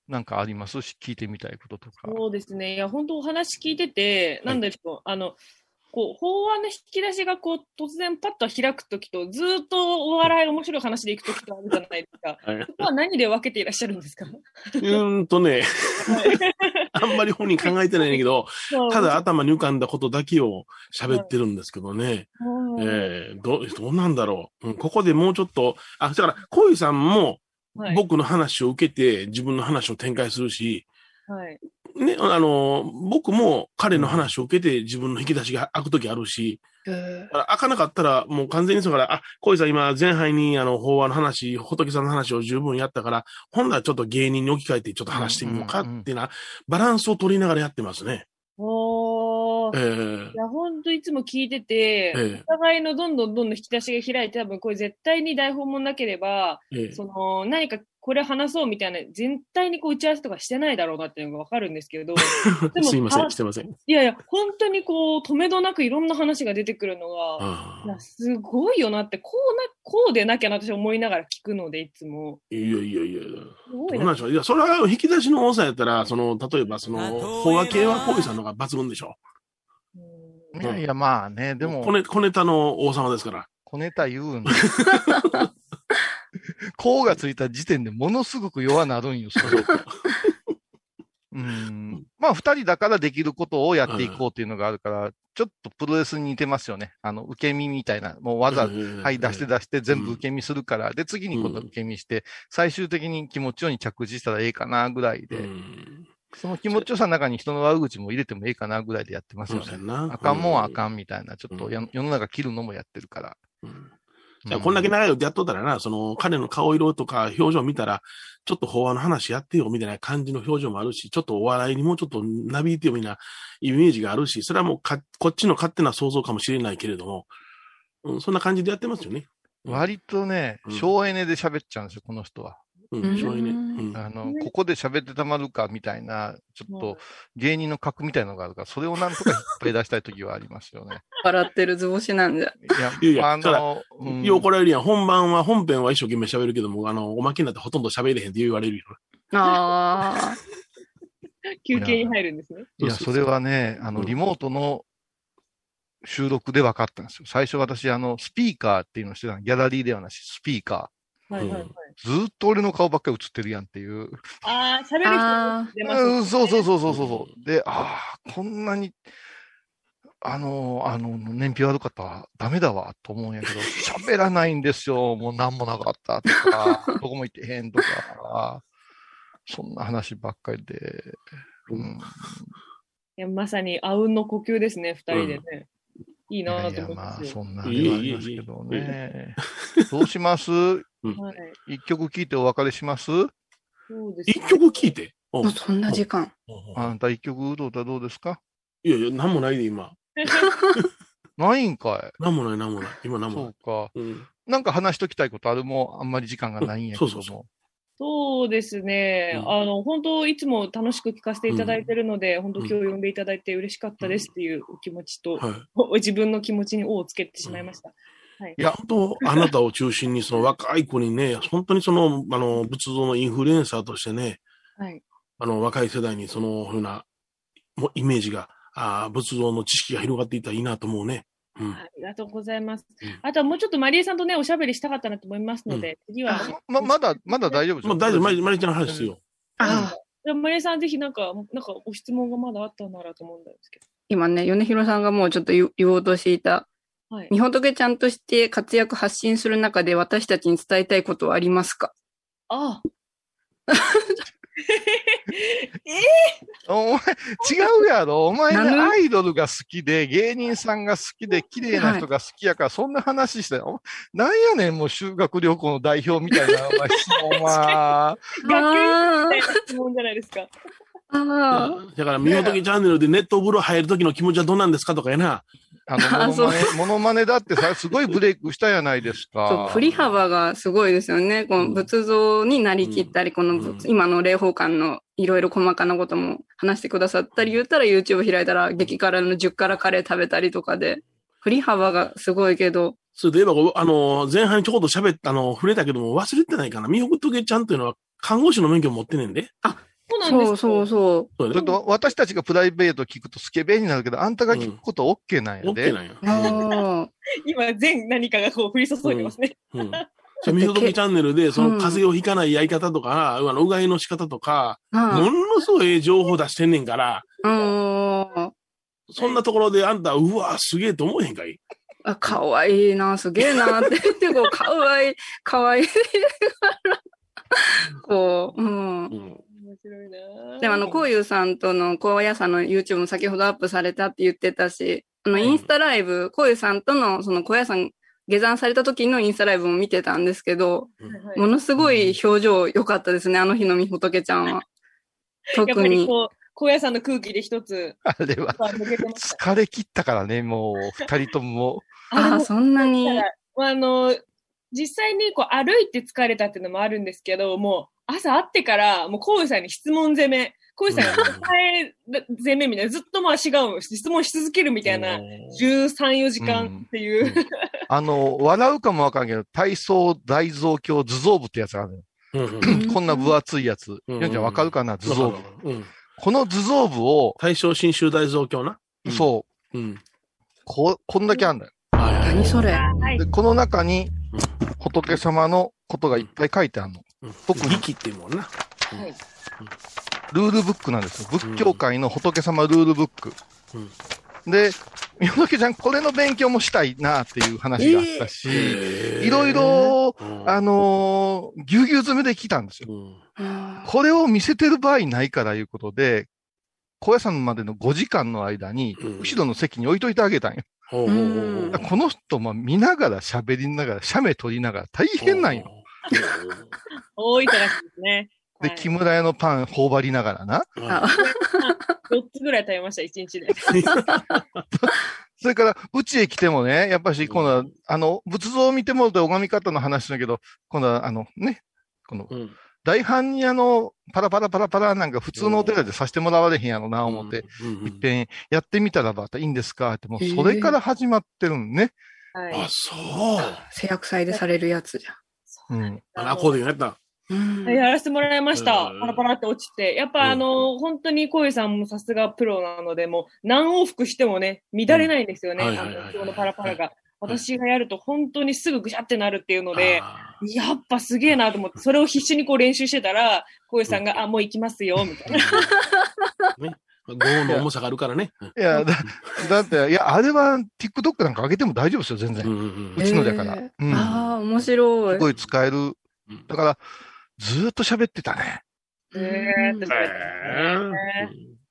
Speaker 3: なんかありますし、聞いてみたいこととか。
Speaker 5: そうですね。いや、本当お話聞いてて、なんでしょう、あの、こう、法案の引き出しがこう、突然パッと開くときと、ずーっとお笑い面白い話でいくときとあるじゃないですか。
Speaker 2: はい
Speaker 5: そこは何で分けていらっしゃるんですか
Speaker 2: うーんとね、あんまり本人考えてないんだけど、ただ、頭に浮かんだことだけを喋ってるんですけどね。
Speaker 5: うん
Speaker 2: ええど、どうなんだろう、うんここでもうちょっと、あ、だから、恋さんも
Speaker 5: はい、
Speaker 2: 僕の話を受けて自分の話を展開するし、
Speaker 5: はい。
Speaker 2: ね、あの、僕も彼の話を受けて自分の引き出しが開くときあるし、
Speaker 4: え
Speaker 2: だから開かなかったら、もう完全にそうだから、あ、小井さん今、前半に、あの、法話の話、仏さんの話を十分やったから、本来ちょっと芸人に置き換えてちょっと話してみようかっていうな、バランスを取りながらやってますね。
Speaker 5: おど、
Speaker 2: え
Speaker 5: いや、ほんといつも聞いてて、
Speaker 2: え
Speaker 5: お互いのどんどんどんどん引き出しが開いて、多分これ絶対に台本もなければ、
Speaker 2: ええ
Speaker 5: その、何かこれ話そうみたいな、絶対にこう打ち合わせとかしてないだろうなっていうのがわかるんで すけど、
Speaker 2: え。
Speaker 5: でも
Speaker 2: すいません、
Speaker 5: あ
Speaker 2: してません。
Speaker 5: いやいや、本当にこう、止めどなくいろんな話が出てくるのが、
Speaker 2: あ
Speaker 5: い
Speaker 2: あ
Speaker 5: やすごいよなって、こうな、こうでなきゃな私思いながら聞くので、いつも。
Speaker 2: いやいやいや。
Speaker 5: すご
Speaker 2: ど
Speaker 5: い
Speaker 2: な
Speaker 5: う
Speaker 2: ん
Speaker 5: な。
Speaker 2: でしょう。いや、それは引き出しの多さやったら、その、例えば、その、法話系は小西さんの方が抜群でしょ。
Speaker 5: うん
Speaker 3: いやいや、まあね、でも
Speaker 2: 小、ネ小ネタの王様ですから。
Speaker 3: 小ネタ言うんで。こうがついた時点でものすごく弱なるんよ、それ。うん。まあ、二人だからできることをやっていこうっていうのがあるから、ちょっとプロレスに似てますよね。あの、受け身みたいな、もうわざは、
Speaker 2: はい
Speaker 3: 出して。出して、全部受け身するから、で、次に今度受け身して、最終的に気持ちように着地したらええかな、ぐらいで、
Speaker 2: うん。
Speaker 3: その気持ちよさの中に人の悪口も入れてもええかな、ぐらいでやってます
Speaker 2: そう
Speaker 3: よ
Speaker 2: です
Speaker 3: ね。
Speaker 2: な。
Speaker 3: あかんもんはあ
Speaker 2: ん。
Speaker 3: かんみたいな、ちょっとや世の中切るのもやってるから。
Speaker 2: うんじゃあこんだけ
Speaker 3: な。
Speaker 2: 長いことやっとったらな、その、彼の顔色とか表情見たら、ちょっと法話の話やってよ、みたいな感じの表情もあるし、ちょっとお笑いにもうちょっとなびいてよ、みたいなイメージがあるし、それはもうか、こっちの勝手な想像かもしれないけれども、うん、そんな感じでやってますよね。
Speaker 3: 割とね
Speaker 2: う、ん
Speaker 3: 省エネで喋っちゃうんですよ、この人は。
Speaker 2: う
Speaker 4: うん
Speaker 2: ん、そういうね。うん。
Speaker 3: あ
Speaker 5: う
Speaker 3: の
Speaker 5: ん、
Speaker 3: ここで喋ってたまるか、みたいな、ちょっ
Speaker 5: もう
Speaker 3: と芸人の格みたいなのがあるから、それをなんとか引っ張り出したい時はありますよね。
Speaker 4: 笑ってる図星なんじゃ。
Speaker 3: いや、
Speaker 2: いやいや
Speaker 3: あ
Speaker 2: ただ
Speaker 3: の、うん
Speaker 2: よう怒られるやん。本番は、本編は一生懸命喋るけども、あの、おまけになってほとんど喋れへんって言われるよ。
Speaker 4: ああ。
Speaker 5: 休憩に入るんですね。
Speaker 3: いや、それはね、あの、
Speaker 2: うん
Speaker 3: リモートの収録で分かったんですよ。最初私、あの、スピーカーっていうのをしてたの。ギャラリーではなし、スピーカ
Speaker 5: はいはいはい。
Speaker 3: ー。ずーっと俺の顔ばっかり映ってるやんっていう。
Speaker 5: ああ、喋る人
Speaker 4: あ
Speaker 5: 出ます
Speaker 3: うん、そうそうそうそうそうそう。で、ああ、こんなに、あの、あの、燃費悪かったわ。ダメだわ、と思うんやけど、喋らないんですよ。もう何もなかったとか、どこも行ってへんとか、そんな話ばっかりで。うん、
Speaker 5: いや、まさに、あうんの呼吸ですね、二人でね。いい
Speaker 3: いや
Speaker 5: ないと
Speaker 3: や、
Speaker 5: 思い
Speaker 3: ま
Speaker 5: ま
Speaker 3: あ、
Speaker 5: すよ。
Speaker 3: そんなあれはありますけどね。どうします
Speaker 5: はい。
Speaker 3: 一曲聴いてお別れします
Speaker 5: そうです
Speaker 2: 一
Speaker 5: ね
Speaker 2: 曲聴いて。 うん
Speaker 4: もうそんな時間。
Speaker 2: あ
Speaker 3: あなた一曲どうだどうですか
Speaker 2: いやいや、なんもないで、今。
Speaker 3: ないんか
Speaker 2: なんもない、なんもない。今、ないんも
Speaker 3: そ。
Speaker 2: ないう
Speaker 3: か。
Speaker 2: うん
Speaker 3: なんか話しときたいことあるもうあんまり時間がないんやけども。
Speaker 2: うんそうそうそ
Speaker 5: そうですね。
Speaker 2: うん
Speaker 5: あの、本当、いつも楽しく聞かせていただいてるので、本当、今日呼んでいただいて嬉しかったですっていうお気持ちと、
Speaker 2: はい。
Speaker 5: 自分の気持ちに「お」をつけてしまいました。
Speaker 2: いや、本当、あなたを中心に、その若い子にね、 本当にその、あの、仏像のインフルエンサーとしてね、
Speaker 5: はい。
Speaker 2: あの、若い世代にそのふうな、もうイメージが、ああ、仏像の知識が広がっていったらいいなと思うね。うん。
Speaker 5: ありがとうございます
Speaker 2: うん。
Speaker 5: あとはもうちょっとマリエさんとね、おしゃべりしたかったなと思いますので、次は。
Speaker 3: ま、まだ、まだ大丈夫です
Speaker 2: まあ、大丈夫、マリマリちゃんの話ですよ。
Speaker 4: ああ。
Speaker 5: でもマリエさん、ぜひなんか、なんか、お質問がまだあったならと思うんですけ
Speaker 4: 今ね、米広さんがもうちょっと言言おうとしていた、
Speaker 5: ど。はい。
Speaker 4: 日本時計ちゃんとして活躍発信する中で私たちに伝えたいことはありますか
Speaker 5: ああ。
Speaker 3: お前、違うやろ。お前ね、
Speaker 4: なぬ
Speaker 3: アイドルが好きで、芸人さんが好きで、綺麗な人が好きやから、そんな話して、お前なんやねん、もう修学旅行の代表みた いな、お前、質問は。
Speaker 4: あ
Speaker 5: ね質問じゃないですか。
Speaker 4: あああ。
Speaker 2: だから、みのときチャンネルでネット風呂入るときの気持ちはどうなんですかとかやな。
Speaker 3: あ
Speaker 4: あ
Speaker 3: の、
Speaker 4: そ
Speaker 3: モノマ
Speaker 4: う
Speaker 3: ネ、モノマネだってさ、すごいブレイクしたやないです
Speaker 4: そう
Speaker 3: か。
Speaker 4: 振り幅がすごいですよね。こ
Speaker 2: う
Speaker 4: の
Speaker 2: ん
Speaker 4: 仏像になりきったり、この仏、
Speaker 2: うん
Speaker 4: 今の霊宝館のいろいろ細かなことも話してくださったり、言ったら YouTube 開いたら激辛の10辛カレー食べたりとかで、振り幅がすごいけど、
Speaker 2: それで言えば、あの、前半にちょこっと喋った、あの、触れたけども、忘れてないかな。みほとけちゃんというのは、看護師の免許持ってねんで。
Speaker 5: そうなんです
Speaker 4: そうそう
Speaker 5: う。
Speaker 4: そ
Speaker 2: そう
Speaker 3: ち
Speaker 2: だ
Speaker 3: ょ
Speaker 2: ね。
Speaker 3: っと私たちがプライベート聞くとスケベになるけど、あんたが聞くことは OK なん
Speaker 2: 持
Speaker 3: や
Speaker 2: っ
Speaker 3: で。
Speaker 2: てないよ。
Speaker 4: う。ああ。
Speaker 5: 今、全何かがこう、降り注いでますね。
Speaker 2: うん。じゃあ、みほとけチャンネルで、その風邪をひかないやり方とか、あの、うがいの仕方とか、
Speaker 4: あ
Speaker 2: ものすごいええ情報出してんねんから、
Speaker 4: あ。うん
Speaker 2: そんなところであんた、うわ、すげえと思えへんかい
Speaker 4: あ、かわいいな、すげえなって 言って、こう、かわいい、かわいい から。こう、うん。
Speaker 2: うん。
Speaker 5: 面白いな
Speaker 4: でもあの、こうゆうさんとの、こうやさんの YouTube も先ほどアップされたって言ってたし、あの、
Speaker 2: うん
Speaker 4: インスタライブ、こうゆうさんとの、その、こうやさん、下山された時のインスタライブも見てたんですけど、
Speaker 5: はい
Speaker 4: ものすごい表情良かったですね、あの日のみほとけちゃんは。
Speaker 5: やっ
Speaker 4: 特
Speaker 5: ぱり
Speaker 4: に。
Speaker 5: こう、高野山の空気で一つ、
Speaker 3: あれは、
Speaker 5: 抜けてました。
Speaker 3: 疲れ切ったからね、もう、二人とも。
Speaker 5: あで
Speaker 4: あ
Speaker 5: も
Speaker 4: あ、そんなに。
Speaker 5: まあ、あの、実際にこう歩いて疲れたっていうのもあるんですけど、もう朝会ってから、もうコウさんに質問攻め、コウさんが答え攻めみたいな、ずっとまあ違う、質問し続けるみたいな、13、4時間っていう。
Speaker 3: うんあの、笑うかもわかんないけど、体操大蔵鏡図像部ってやつがあるのよ
Speaker 2: うんうん
Speaker 4: うん
Speaker 3: こんな分厚いやつ。
Speaker 2: うん
Speaker 3: ヨンちゃんわかるかな図像部。
Speaker 2: うん。
Speaker 3: この図像部を、
Speaker 2: 大正新州大増強な。うん
Speaker 3: そう、
Speaker 2: うん。
Speaker 3: こ、こんだけあるんだよ。
Speaker 2: はいはい
Speaker 4: 何それ。
Speaker 5: はい
Speaker 3: で、この中に、仏様のことがいっぱい書いてあるの。
Speaker 2: うん
Speaker 3: 特に
Speaker 2: 力っていうもんな。
Speaker 5: はい
Speaker 3: ルールブックなんですよ。仏教界の仏様ルールブック。で、みほけちゃん、これの勉強もしたいなっていう話があったし、
Speaker 2: い
Speaker 3: いろい、ろ、
Speaker 2: うん
Speaker 3: あ、のーぎゅうぎゅう詰めで来たんですよ。
Speaker 2: うん
Speaker 4: あー
Speaker 3: これを見せてる場合ないからいうことで、高野山までの5時間の間に、
Speaker 2: うん
Speaker 3: 後ろの席に置いといてあげたんよ。
Speaker 2: ほうほうほうほう
Speaker 4: うん
Speaker 3: この人も見ながら喋りながら、写メ撮りながら大変なんよ。。
Speaker 5: 多いからですね。
Speaker 3: で、
Speaker 5: はい
Speaker 3: 木村屋のパン頬張りながらな。
Speaker 2: うん
Speaker 4: あ
Speaker 5: 4つぐらい食べました、1日で。
Speaker 3: それから、うちへ来てもね、やっぱし、今度は、あの、仏像を見てもらうと拝み方の話だけど、今度は、あの、ね、この、
Speaker 2: うん
Speaker 3: 大般若のパラパラパラパラなんか普通のお寺でさせてもらわれへんやろな、思って、。
Speaker 2: うんうん
Speaker 3: いっぺんやってみたらば、いいんですかって、もう
Speaker 4: へえ
Speaker 3: それから始まってるんね。
Speaker 5: はい
Speaker 2: あ、そう。
Speaker 4: 制約祭でされるやつじ
Speaker 3: うん。
Speaker 2: あら、こうでやった。
Speaker 4: ゃん。うん
Speaker 5: はいやらせてもらいました
Speaker 2: う。ん
Speaker 5: パラパラって落ちて。やっぱあの、本当に小井さんもさすがプロなので、もう何往復してもね、乱れないんですよ
Speaker 2: う
Speaker 5: ね。
Speaker 2: んはい
Speaker 5: あ
Speaker 2: はいはいは
Speaker 5: の、
Speaker 2: い
Speaker 5: 今日のパラパラが。
Speaker 2: はい
Speaker 5: 私がやると本当にすぐぐしゃってなるっていうので、
Speaker 2: あ
Speaker 5: やっぱすげえなと思って、それを必死にこう練習してたら、小井さんが、あ、もう行きますよ、みたいな。
Speaker 2: ーね。ゴーの重さがあるからね。
Speaker 3: いや、だ、だって、いや、あれは TikTok なんか上げても大丈夫ですよ、全然。
Speaker 2: う
Speaker 3: うん
Speaker 2: うん
Speaker 4: え
Speaker 3: ちのだから。
Speaker 4: へえ
Speaker 3: うん。す
Speaker 4: ああ、面白い。
Speaker 3: ごい使える。
Speaker 2: うん
Speaker 3: だから、ずーっと喋ってたね。
Speaker 5: ずーっと
Speaker 4: うん
Speaker 5: 喋っ
Speaker 2: へ
Speaker 5: て
Speaker 2: ー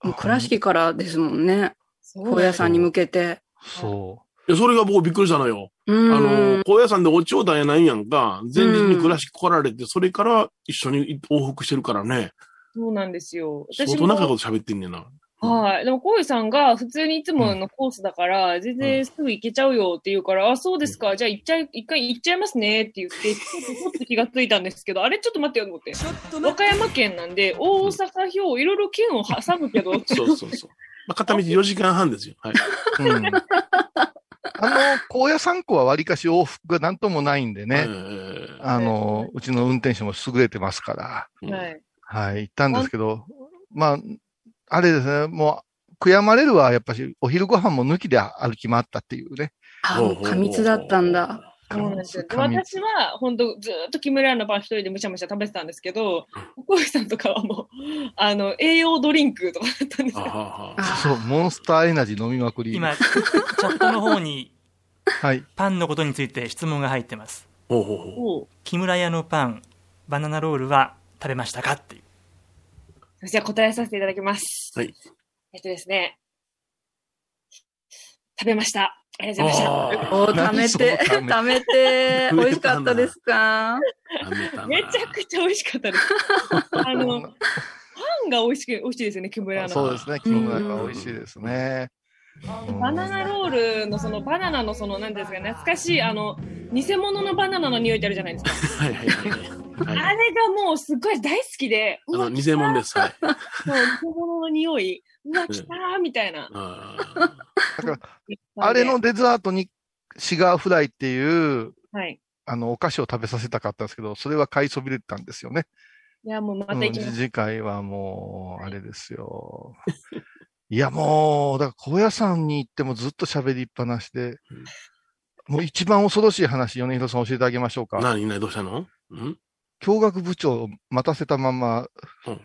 Speaker 4: もう倉敷からですもんね。
Speaker 5: そう
Speaker 4: 高野山に向けて。
Speaker 3: そ
Speaker 2: いやそれが僕びっくりしたのよ。
Speaker 4: うん。
Speaker 2: あの、高野山で落ちようたんやないんやんか。前日に倉敷来られて、それから一緒に往復してるからね。
Speaker 5: そうなんですよ。
Speaker 2: 相当仲良いこと喋ってんねんな。
Speaker 5: はい。でも、こういうさんが普通にいつものコースだから、全然すぐ行けちゃうよって言うから、あ、そうですか。じゃあ行っちゃい、一回行っちゃいますねって言って、ちょっとちょっと気がついたんですけど、あれちょっと待ってよと思って。和歌山県なんで、大阪、兵庫、いろいろ県を挟むけど、
Speaker 2: そうそうそう。 まあ、片道4時間半ですよ。はい。
Speaker 3: う。うん。あの、高野山湖は割かし往復がなんともないんでね。
Speaker 2: えー
Speaker 3: あの、うちの運転手も優れてますから。
Speaker 5: はい。
Speaker 3: はい、行ったんですけど、まあ、あれですね、もう、悔やまれるは、やっぱし、お昼ご飯も抜きで歩き回ったっていうね。
Speaker 4: あ、もう過密だったんだ。。
Speaker 5: そうなんですよ。で
Speaker 3: 神
Speaker 5: 私は、本当ずーっと木村屋のパン一人でむしゃむしゃ食べてたんですけど、こういうさんとかはもう、あの、栄養ドリンクとかだったんです
Speaker 2: あは
Speaker 5: よ。
Speaker 2: は
Speaker 4: あ
Speaker 3: そう、モンスターエナジー飲みまくり。
Speaker 1: 今、チャットの方に
Speaker 3: はい。
Speaker 1: パンのことについて質問が入ってます。
Speaker 2: ほうほうほう。
Speaker 5: おう
Speaker 1: 木村屋のパン、バナナロールは食べましたかっていう。
Speaker 5: じゃあ答えさせていただきます。
Speaker 2: はい。
Speaker 5: えっとですね。食べました。ありがとうございまし
Speaker 2: あ
Speaker 4: おー、貯
Speaker 3: 何
Speaker 4: め
Speaker 3: その
Speaker 4: て、
Speaker 3: ため
Speaker 4: 貯めて、美味しかったですか
Speaker 2: ーダメだ
Speaker 5: た。
Speaker 2: な
Speaker 5: めちゃくちゃ美味し かったです。あの、パンが美味しく、美味しいですよね、木村屋の。
Speaker 3: そうですね、木村が美味しいですね。うん
Speaker 5: バナナロールのそのバナナのその、なんていうんですか、懐かしい、あの、偽物のバナナの匂いってあるじゃないですか。
Speaker 2: はいはいはい
Speaker 5: あ
Speaker 2: はい。
Speaker 5: れがもうすっごい大好きで、
Speaker 2: あ
Speaker 5: う
Speaker 2: の、
Speaker 5: わ、
Speaker 2: 偽物です。はい。
Speaker 5: そう偽物の匂い、うわ、来たーみたいな。
Speaker 2: あ
Speaker 3: あれのデザートに、シガーフライっていう、
Speaker 5: はい。
Speaker 3: あの、お菓子を食べさせたかったんですけど、それは買いそびれてたんですよね。
Speaker 5: いや、もうまた
Speaker 3: うん
Speaker 5: 行きます。
Speaker 3: 次回はもう、あれですよ。いや、もう、だから、高野山に行ってもずっと喋りっぱなしで、もう一番恐ろしい話、米広さん教えてあげましょう
Speaker 2: ー
Speaker 3: か。
Speaker 2: 何何どうしたのん
Speaker 3: 教学部長を待たせたまま
Speaker 2: うん、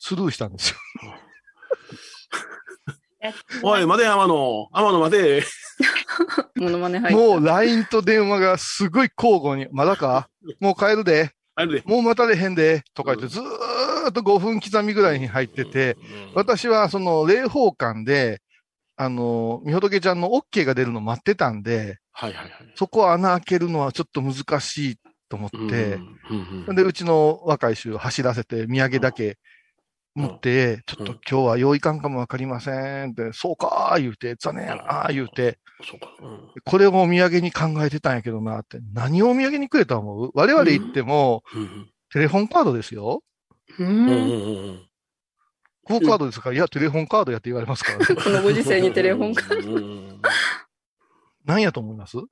Speaker 3: スルーしたんですよ。
Speaker 2: おい、待て、天野。天野待て。
Speaker 4: モノマネ入った。
Speaker 3: もう LINE と電話がすごい交互に、まだ かもう帰るで、
Speaker 2: あれで。
Speaker 3: もう待たれへんで、とか言ってずーっと5分刻みぐらいに入ってて、私はその霊宝館で、あの、みほとけちゃんの OK が出るの待ってたんで、
Speaker 2: はいはいはい。
Speaker 3: そこ穴開けるのはちょっと難しいと思って、
Speaker 2: うんうんうん
Speaker 3: で、うちの若い衆を走らせて、土産だけ持って、ちょっと今日は用意感かもわかりませんって、そうかー言うて、残念やなー言うて、
Speaker 2: そうか。うん。
Speaker 3: これをお土産に考えてたんやけどなって、何をお土産にくれたと思う我々行っても、
Speaker 2: うん
Speaker 3: テレフォンカードですよ。
Speaker 2: う
Speaker 4: う
Speaker 2: んうんう
Speaker 4: ん。
Speaker 2: んうん。
Speaker 3: クオカードですかいや、テレフォンカードやって言われますか らね。
Speaker 4: このご時世にテレフォンカー
Speaker 2: ード。
Speaker 3: 何やと思います
Speaker 2: はい。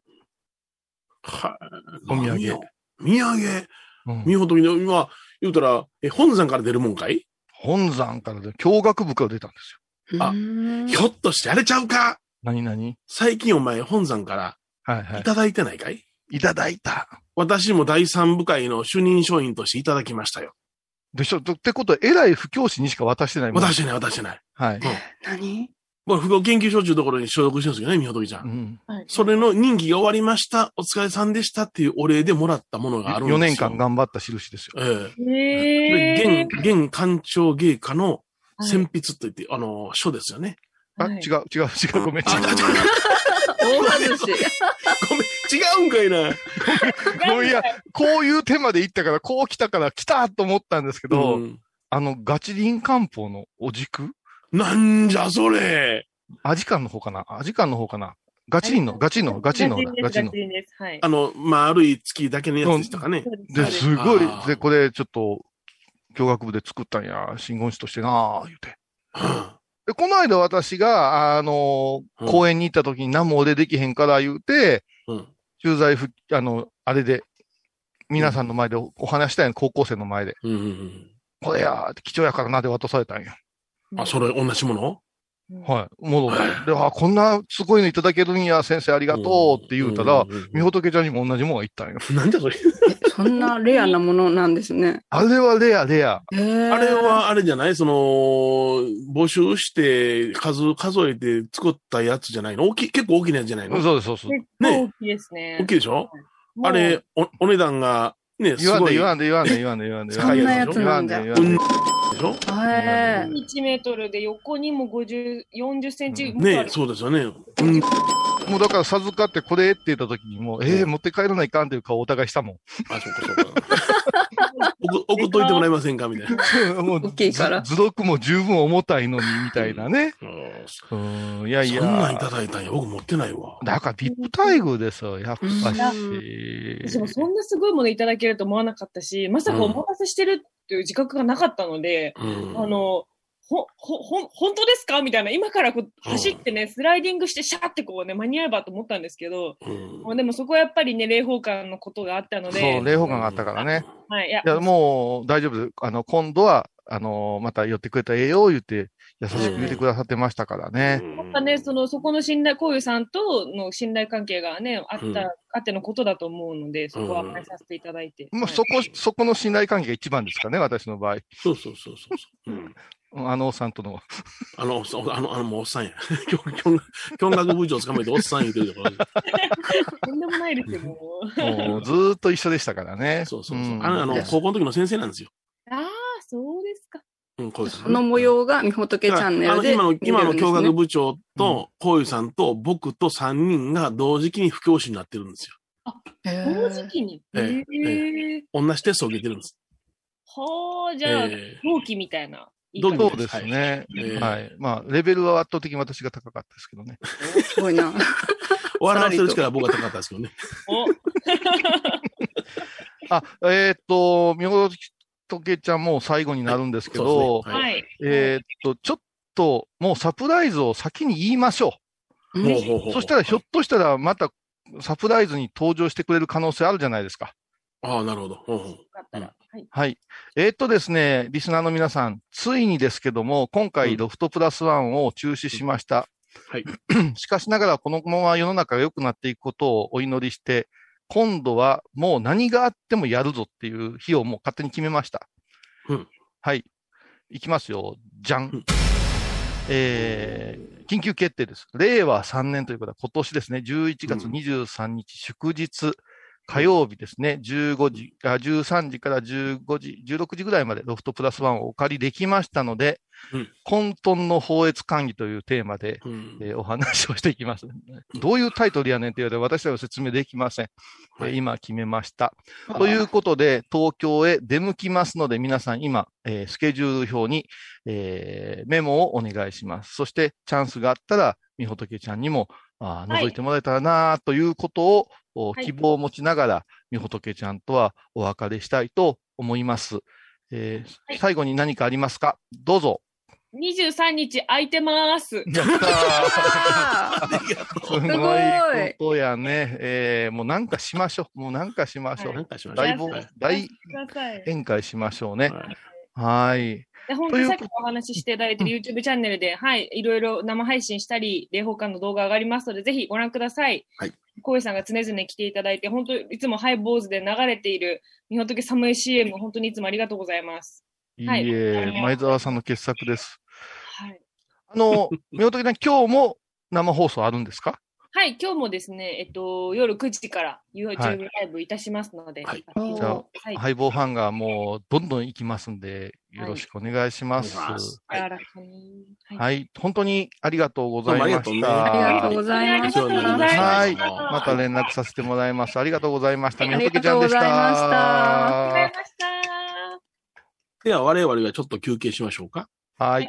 Speaker 3: お土産
Speaker 2: 何よ。土産。
Speaker 3: うん
Speaker 2: 見事に、今、言うたら、え、本山から出るもんかい、
Speaker 3: 本山からで教学部から出たんです よ。
Speaker 2: あ
Speaker 4: うん
Speaker 2: ひょっとしてあれちゃうか
Speaker 3: 何々
Speaker 2: 最近お前本山から
Speaker 3: はいはい
Speaker 2: ただいてないかい、
Speaker 3: い。いただいた。
Speaker 2: 私も第三部会の主任書員としていただきましたよ。
Speaker 3: でしょとってことは、偉い布教師にしか渡してないもん。
Speaker 2: 渡してない、渡してない。
Speaker 3: はい。
Speaker 4: 何
Speaker 2: これ、不合研究所中ところに所属してるんですよね、みほときちゃ。
Speaker 3: うんん。
Speaker 2: それの任期が終わりました、お疲れさんでしたっていうお礼でもらったものがあるんですよ。
Speaker 3: 4年間。頑張った印ですよ。
Speaker 2: ええ
Speaker 5: へ
Speaker 2: で現、現官庁芸家の
Speaker 5: ー
Speaker 2: 選筆といって、あの、書ですよね。
Speaker 3: あ、
Speaker 5: はい
Speaker 3: 違う、違う、違う、ごめん、違
Speaker 2: あ、違う違う
Speaker 3: う。
Speaker 2: 違う。
Speaker 4: 大外し。
Speaker 2: ごめん、違うんかいな。
Speaker 3: ごめん、いや、こういう手まで行ったから、こう来たから、来たと思ったんですけど、
Speaker 2: うん
Speaker 3: あの、ガチリン漢方のお軸
Speaker 2: なんじゃそれ。
Speaker 3: アジカンの方かなアジカンの方かなガチリンの、ガチの、ガチの、ガ
Speaker 5: ガ
Speaker 3: チ
Speaker 5: チ
Speaker 3: の
Speaker 5: ン。です。はい
Speaker 2: あ。の、丸い月だけのやつでしたかね
Speaker 5: そ。うです
Speaker 3: で、
Speaker 5: そう
Speaker 3: すご
Speaker 2: あ、
Speaker 3: い
Speaker 2: ー
Speaker 3: で、これ、ちょっと、教学部で作ったんや、真言師としてなあ言うて。
Speaker 2: は
Speaker 3: で、この間私が、あの
Speaker 2: う
Speaker 3: ー、
Speaker 2: ん
Speaker 3: 公園に行った時に何も俺できへんから言うて、
Speaker 2: あうん。
Speaker 3: 駐在復帰、あの、あれで、皆さんの前でおお話したんや、高校生の前で。
Speaker 2: うんうん
Speaker 3: これやー、貴重やからな、で渡されたんや。
Speaker 2: うん。あ、それ同じもの
Speaker 5: です
Speaker 3: はい。戻って。で、あ、こんなすごいのいただけるんや、先生ありがとうって言うたら、、みほ
Speaker 2: ほ
Speaker 3: とけちゃんにも同じもんが言ったんよ。
Speaker 2: なんじゃそれ。
Speaker 4: そんなレアなものなんですね。
Speaker 3: あれはレア、レア。
Speaker 4: えー
Speaker 2: あれ、はあれじゃないその、募集して数、数えて作ったやつじゃないの大きい、結構大きなやつじゃないの
Speaker 3: そうです、そうです。
Speaker 5: 結構大きいですね。
Speaker 2: 大きいでしょ
Speaker 5: もう
Speaker 2: あれ、お、お値段が、ね、す
Speaker 3: 言わん
Speaker 2: ご
Speaker 3: で
Speaker 2: い。
Speaker 3: 言わんで言わんで言わんで言わんで。
Speaker 2: 高いやつでしょ
Speaker 3: 言わんで言わんで。
Speaker 2: でしょ
Speaker 4: へー
Speaker 5: 1メートルで横にも50、40センチ
Speaker 3: う
Speaker 5: もあ
Speaker 2: ね
Speaker 5: る。
Speaker 2: そうですよね。うん。
Speaker 3: もうだから授かってこれって言った時にもう、ええ持って帰らないかんっていう顔お互いしたもん。
Speaker 2: あ、そうかそうか。送送っといてもらえませんかみたいな。
Speaker 3: もう
Speaker 4: 大きいから
Speaker 3: ず図録も十分重たいのに、みたいなね。
Speaker 2: うん
Speaker 3: うん、いやい
Speaker 2: そんなんい
Speaker 3: や
Speaker 2: た。だいたんや。僕持ってないわ。
Speaker 3: だから、ビップ待遇ですよ、やっぱ
Speaker 5: 私も
Speaker 3: し。
Speaker 5: そんなすごいものいただけると思わなかったし、まさかお待たせしてるっていう自覚がなかったので、
Speaker 2: うん
Speaker 5: あ、の、ほ、ほ、ほん、本当ですかみたいな、今からこう走ってね、スライディングしてシャーってこうね、間に合えばと思ったんですけど、
Speaker 2: うん
Speaker 5: もうでもそこはやっぱりね、霊宝館のことがあったの
Speaker 3: そ
Speaker 5: で
Speaker 3: う、、霊峰感があったからね。
Speaker 5: はい、いや
Speaker 3: い、や、もう大丈夫です。あの、今度は、あの、また寄ってくれたらええよ、言って、優しく言ってくださってましたからね。
Speaker 5: やっぱね、その、そこの信頼、こういうさんとの信頼関係がね、あった、
Speaker 2: うん
Speaker 5: あってのことだと思うので、そこは
Speaker 2: うん
Speaker 5: 話させていただいて。
Speaker 3: もうそこ、 そこの信頼関係が一番ですかね、私の場合。
Speaker 2: そうそうそうそうそう。うん
Speaker 3: うんあのおっさんとの。
Speaker 2: あの、おっさんあの、あの、もうおっさんや。きょん、きょん、きょんがく部長捕まえておっさん言うてるとこ
Speaker 5: と んでもないですよ、もう。
Speaker 3: もうずーっと一緒でしたからね。
Speaker 2: そうそうそう。
Speaker 3: ん
Speaker 2: あの、あの、高校の時の先生なんですよ。
Speaker 5: ああ、そうですか。
Speaker 2: うん、こういうさん
Speaker 4: その模様がみほとけチャンネル
Speaker 2: あの、
Speaker 4: で
Speaker 2: 今の、今の
Speaker 4: 見
Speaker 2: 教
Speaker 4: れるんですね
Speaker 2: 学部長と、こういうさんと、僕と3人が同時期に不教師になってるんですよ。
Speaker 4: へー
Speaker 5: 同時期に。
Speaker 2: ええ
Speaker 5: へえ。
Speaker 2: 同じテストを受けてるんです。
Speaker 5: はあ、じゃあ、
Speaker 2: え
Speaker 5: 同期みたいな。
Speaker 2: ど
Speaker 3: そ
Speaker 2: ど
Speaker 3: うですね。
Speaker 2: え
Speaker 3: は
Speaker 2: はい。
Speaker 3: い。まあ、レベルは圧倒的に私が高かったですけどね。
Speaker 4: すごいな。
Speaker 2: 笑わせる力は僕は高かったですけどね。
Speaker 5: お
Speaker 3: あ、えーっと、みほとけちゃんもう最後になるんですけ
Speaker 2: そ
Speaker 3: ど、
Speaker 2: うですねは。
Speaker 5: はいい。
Speaker 3: えーっと、ちょっと、もうサプライズを先に言いましょ
Speaker 4: うん
Speaker 2: ほうほうほ
Speaker 3: う。
Speaker 2: う
Speaker 3: そしたら、ひょっとしたら、また、サプライズに登場してくれる可能性あるじゃないですか。
Speaker 2: ああ、なるほど。ほうほう
Speaker 5: よかったら。はい。
Speaker 3: はい。えーっとですね、リスナーの皆さん、ついにですけども、今
Speaker 2: う
Speaker 3: 回、
Speaker 2: ん
Speaker 3: ロフトプラスワンを中止しました。
Speaker 2: はい。
Speaker 3: しかしながら、このまま世の中が良くなっていくことをお祈りして、今度はもう何があってもやるぞっていう日をもう勝手に決めました。
Speaker 2: うん
Speaker 3: はい。いきますよ。じゃん。
Speaker 2: うん
Speaker 3: えー、緊急決定です。令和3年ということは今年ですね、11月23日祝日、火曜日ですね、15時、あ、13時から15時、16時ぐらいまでロフトプラスワンをお借りできましたので、
Speaker 2: うん
Speaker 3: 混沌の法越管理というテーマで、
Speaker 2: うん
Speaker 3: えーお話をしていきます。どういうタイトルやねんって言われて私は説明できません。えー
Speaker 2: はい
Speaker 3: 今決めました。ということで、東京へ出向きますので、皆さん今、えースケジュール表に、えーメモをお願いします。そして、チャンスがあったら、みほとけちゃんにも、あー
Speaker 5: はい
Speaker 3: 覗いてもらえたらなということを、お
Speaker 5: はい
Speaker 3: 希望を持ちながら、みほとけちゃんとはお別れしたいと思います。えー
Speaker 5: はい
Speaker 3: 最後に何かありますかどうぞ。
Speaker 5: 23日空い てます。
Speaker 3: やったー
Speaker 4: あー
Speaker 3: すごいことやね。えーもうなんかしましょう。もうなんかしましょう。
Speaker 5: は
Speaker 2: なんかしましょう
Speaker 3: 大暴
Speaker 2: は
Speaker 5: はい
Speaker 3: 大
Speaker 5: いください。
Speaker 3: 宴会しましょうね。
Speaker 2: はい
Speaker 3: はい。
Speaker 5: で本当にさっきお話ししていただいてる YouTube チャンネルで、はい、いろいろ生配信したり、霊宝館の動画上がりますので、ぜひご覧ください。
Speaker 2: はい。
Speaker 5: 小井さんが常々来ていただいて、本当いつもハイボーズで流れている、みほとけ寒い CM、本当にいつもありがとうございます。
Speaker 3: いい
Speaker 5: はい
Speaker 3: え、前澤さんの傑作です。
Speaker 5: はい。
Speaker 3: あの、みほとけさん、今日も生放送あるんですか
Speaker 5: はい、今日もですね、えっと、夜9時から YouTube
Speaker 3: は
Speaker 5: ラ
Speaker 3: い
Speaker 5: イブいたしますので、
Speaker 2: はい
Speaker 5: ご覧ください。
Speaker 3: 相棒ファンがもうどんどん行きますんで、よろしくお願いします。
Speaker 2: はいお願いします
Speaker 5: 柔らかにはい
Speaker 3: はい。本当にありがとうござ
Speaker 2: ど
Speaker 3: い
Speaker 2: うもあり
Speaker 3: ま
Speaker 2: がとう
Speaker 3: し
Speaker 2: ね
Speaker 3: た。
Speaker 4: ありがとうございまし
Speaker 5: ありがとうござい
Speaker 4: た。
Speaker 5: ま
Speaker 3: はい。
Speaker 5: した
Speaker 3: また連絡させてもらいます。ありがとうございました。
Speaker 4: は
Speaker 3: み
Speaker 4: い
Speaker 3: ほとけちゃんでした。
Speaker 4: ありがとうござい
Speaker 5: ありがとうございました。
Speaker 2: では、我々はちょっと休憩しましょうか。
Speaker 3: はい。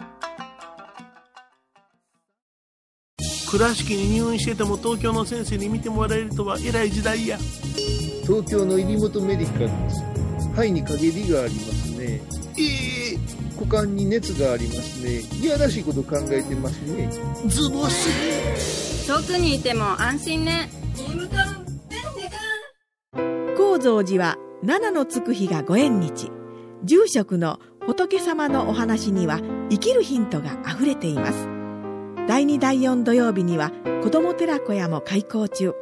Speaker 2: 倉敷に入院してても東京の先生に見てもらえるとは偉い時代や。
Speaker 6: 東京の入本メディカルです肺に陰りがありますね
Speaker 2: ええ
Speaker 6: 股間に熱がありますねいやらしいこと考えてますね
Speaker 2: ズボス。
Speaker 4: 遠くにいても安心ね。
Speaker 7: 高蔵寺は七のつく日がご縁日住職の仏様のお話には生きるヒントがあふれています第2第4土曜日には子ども寺小屋も開校中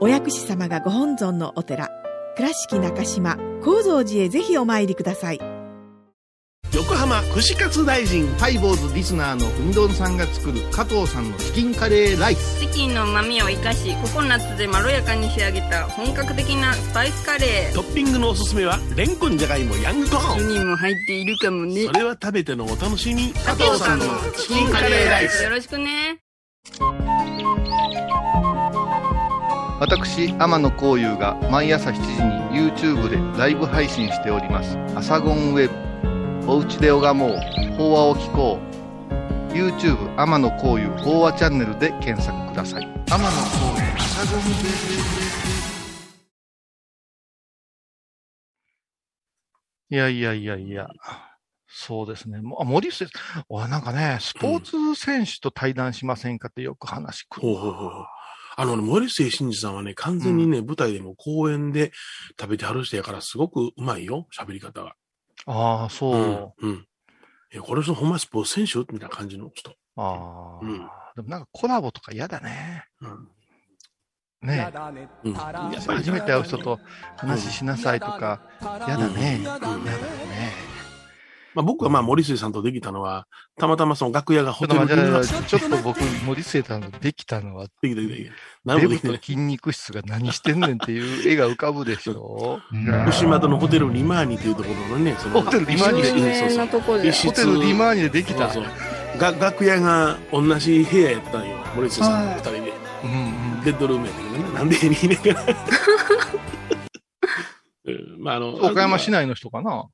Speaker 7: お薬師様がご本尊のお寺倉敷中島・高蔵寺へぜひお参りください
Speaker 2: 横浜串カツ大臣。
Speaker 3: ハイボーズリスナーのうみどんさんが作る加藤さんのチキンカレーライス。
Speaker 4: チキンの旨味を生かし、ココナッツでまろやかに仕上げた本格的なスパイスカレー。
Speaker 2: トッピングのおすすめは、レンコンじゃがいもヤングコーン。
Speaker 4: 人も入っているかもね
Speaker 2: それは食べてのお楽しみ。加
Speaker 4: 藤さんの
Speaker 2: チ
Speaker 4: キンカレーライス。よろしくね。
Speaker 3: 私、天野幸雄が毎朝7時に YouTube でライブ配信しております。アサゴンウェブ。おうちで拝もう。法話を聞こう。YouTube 天野幸雄法話チャンネルで検索ください。天野幸雄アサゴンウェブ。いやいやいやいや。そうですね。もうあ森内先生、わなんかね、スポーツ選手と対談しませんかってよく話くる
Speaker 2: ほうほうほうほう。あのね、森末慎二さんはね、完全にね、舞台でも公演で食べてはる人やから、すごくうまいよ、喋り方が。
Speaker 3: ああ、そう。
Speaker 2: うん。うん。いや、これ、ほんまスポーツ選手みたいな感じの人。
Speaker 3: ああ、
Speaker 2: うん
Speaker 3: でもなんかコラボとか嫌だね。
Speaker 2: うん。
Speaker 3: ねえ
Speaker 2: うん。
Speaker 3: やっぱり初めて会う人と話しなさいとか、嫌だね。嫌だね。
Speaker 2: まあ、僕はまあ、森末さんとできたのは、たまたまその楽屋が
Speaker 3: ちょ
Speaker 2: ホ
Speaker 3: っと
Speaker 2: テル
Speaker 3: 待
Speaker 2: で
Speaker 3: って
Speaker 2: で
Speaker 3: 待って、ちょっと僕、森末さんのできたのは、
Speaker 2: きたできた。な
Speaker 3: デ
Speaker 2: るほどで
Speaker 3: ブ
Speaker 2: き
Speaker 3: と
Speaker 2: たね。
Speaker 3: 筋肉質が何してんねんっていう絵が浮かぶでしょ。
Speaker 2: 牛窓のホテルリマーニというところのね、その、
Speaker 3: ホテルリマーニ
Speaker 2: 一室
Speaker 3: 有
Speaker 2: ねそうそう
Speaker 4: のとこで
Speaker 2: 一。室
Speaker 3: ホテルリマーニでできた。
Speaker 2: そう
Speaker 3: う
Speaker 2: そうが楽屋が同じ部屋やったんよ、森下さんの二人で。
Speaker 3: んうん。
Speaker 2: ベッドルームやったけどね。なんでにねから。 うんまあ、あの、
Speaker 3: 岡山市
Speaker 2: 内。
Speaker 3: 内の人かな。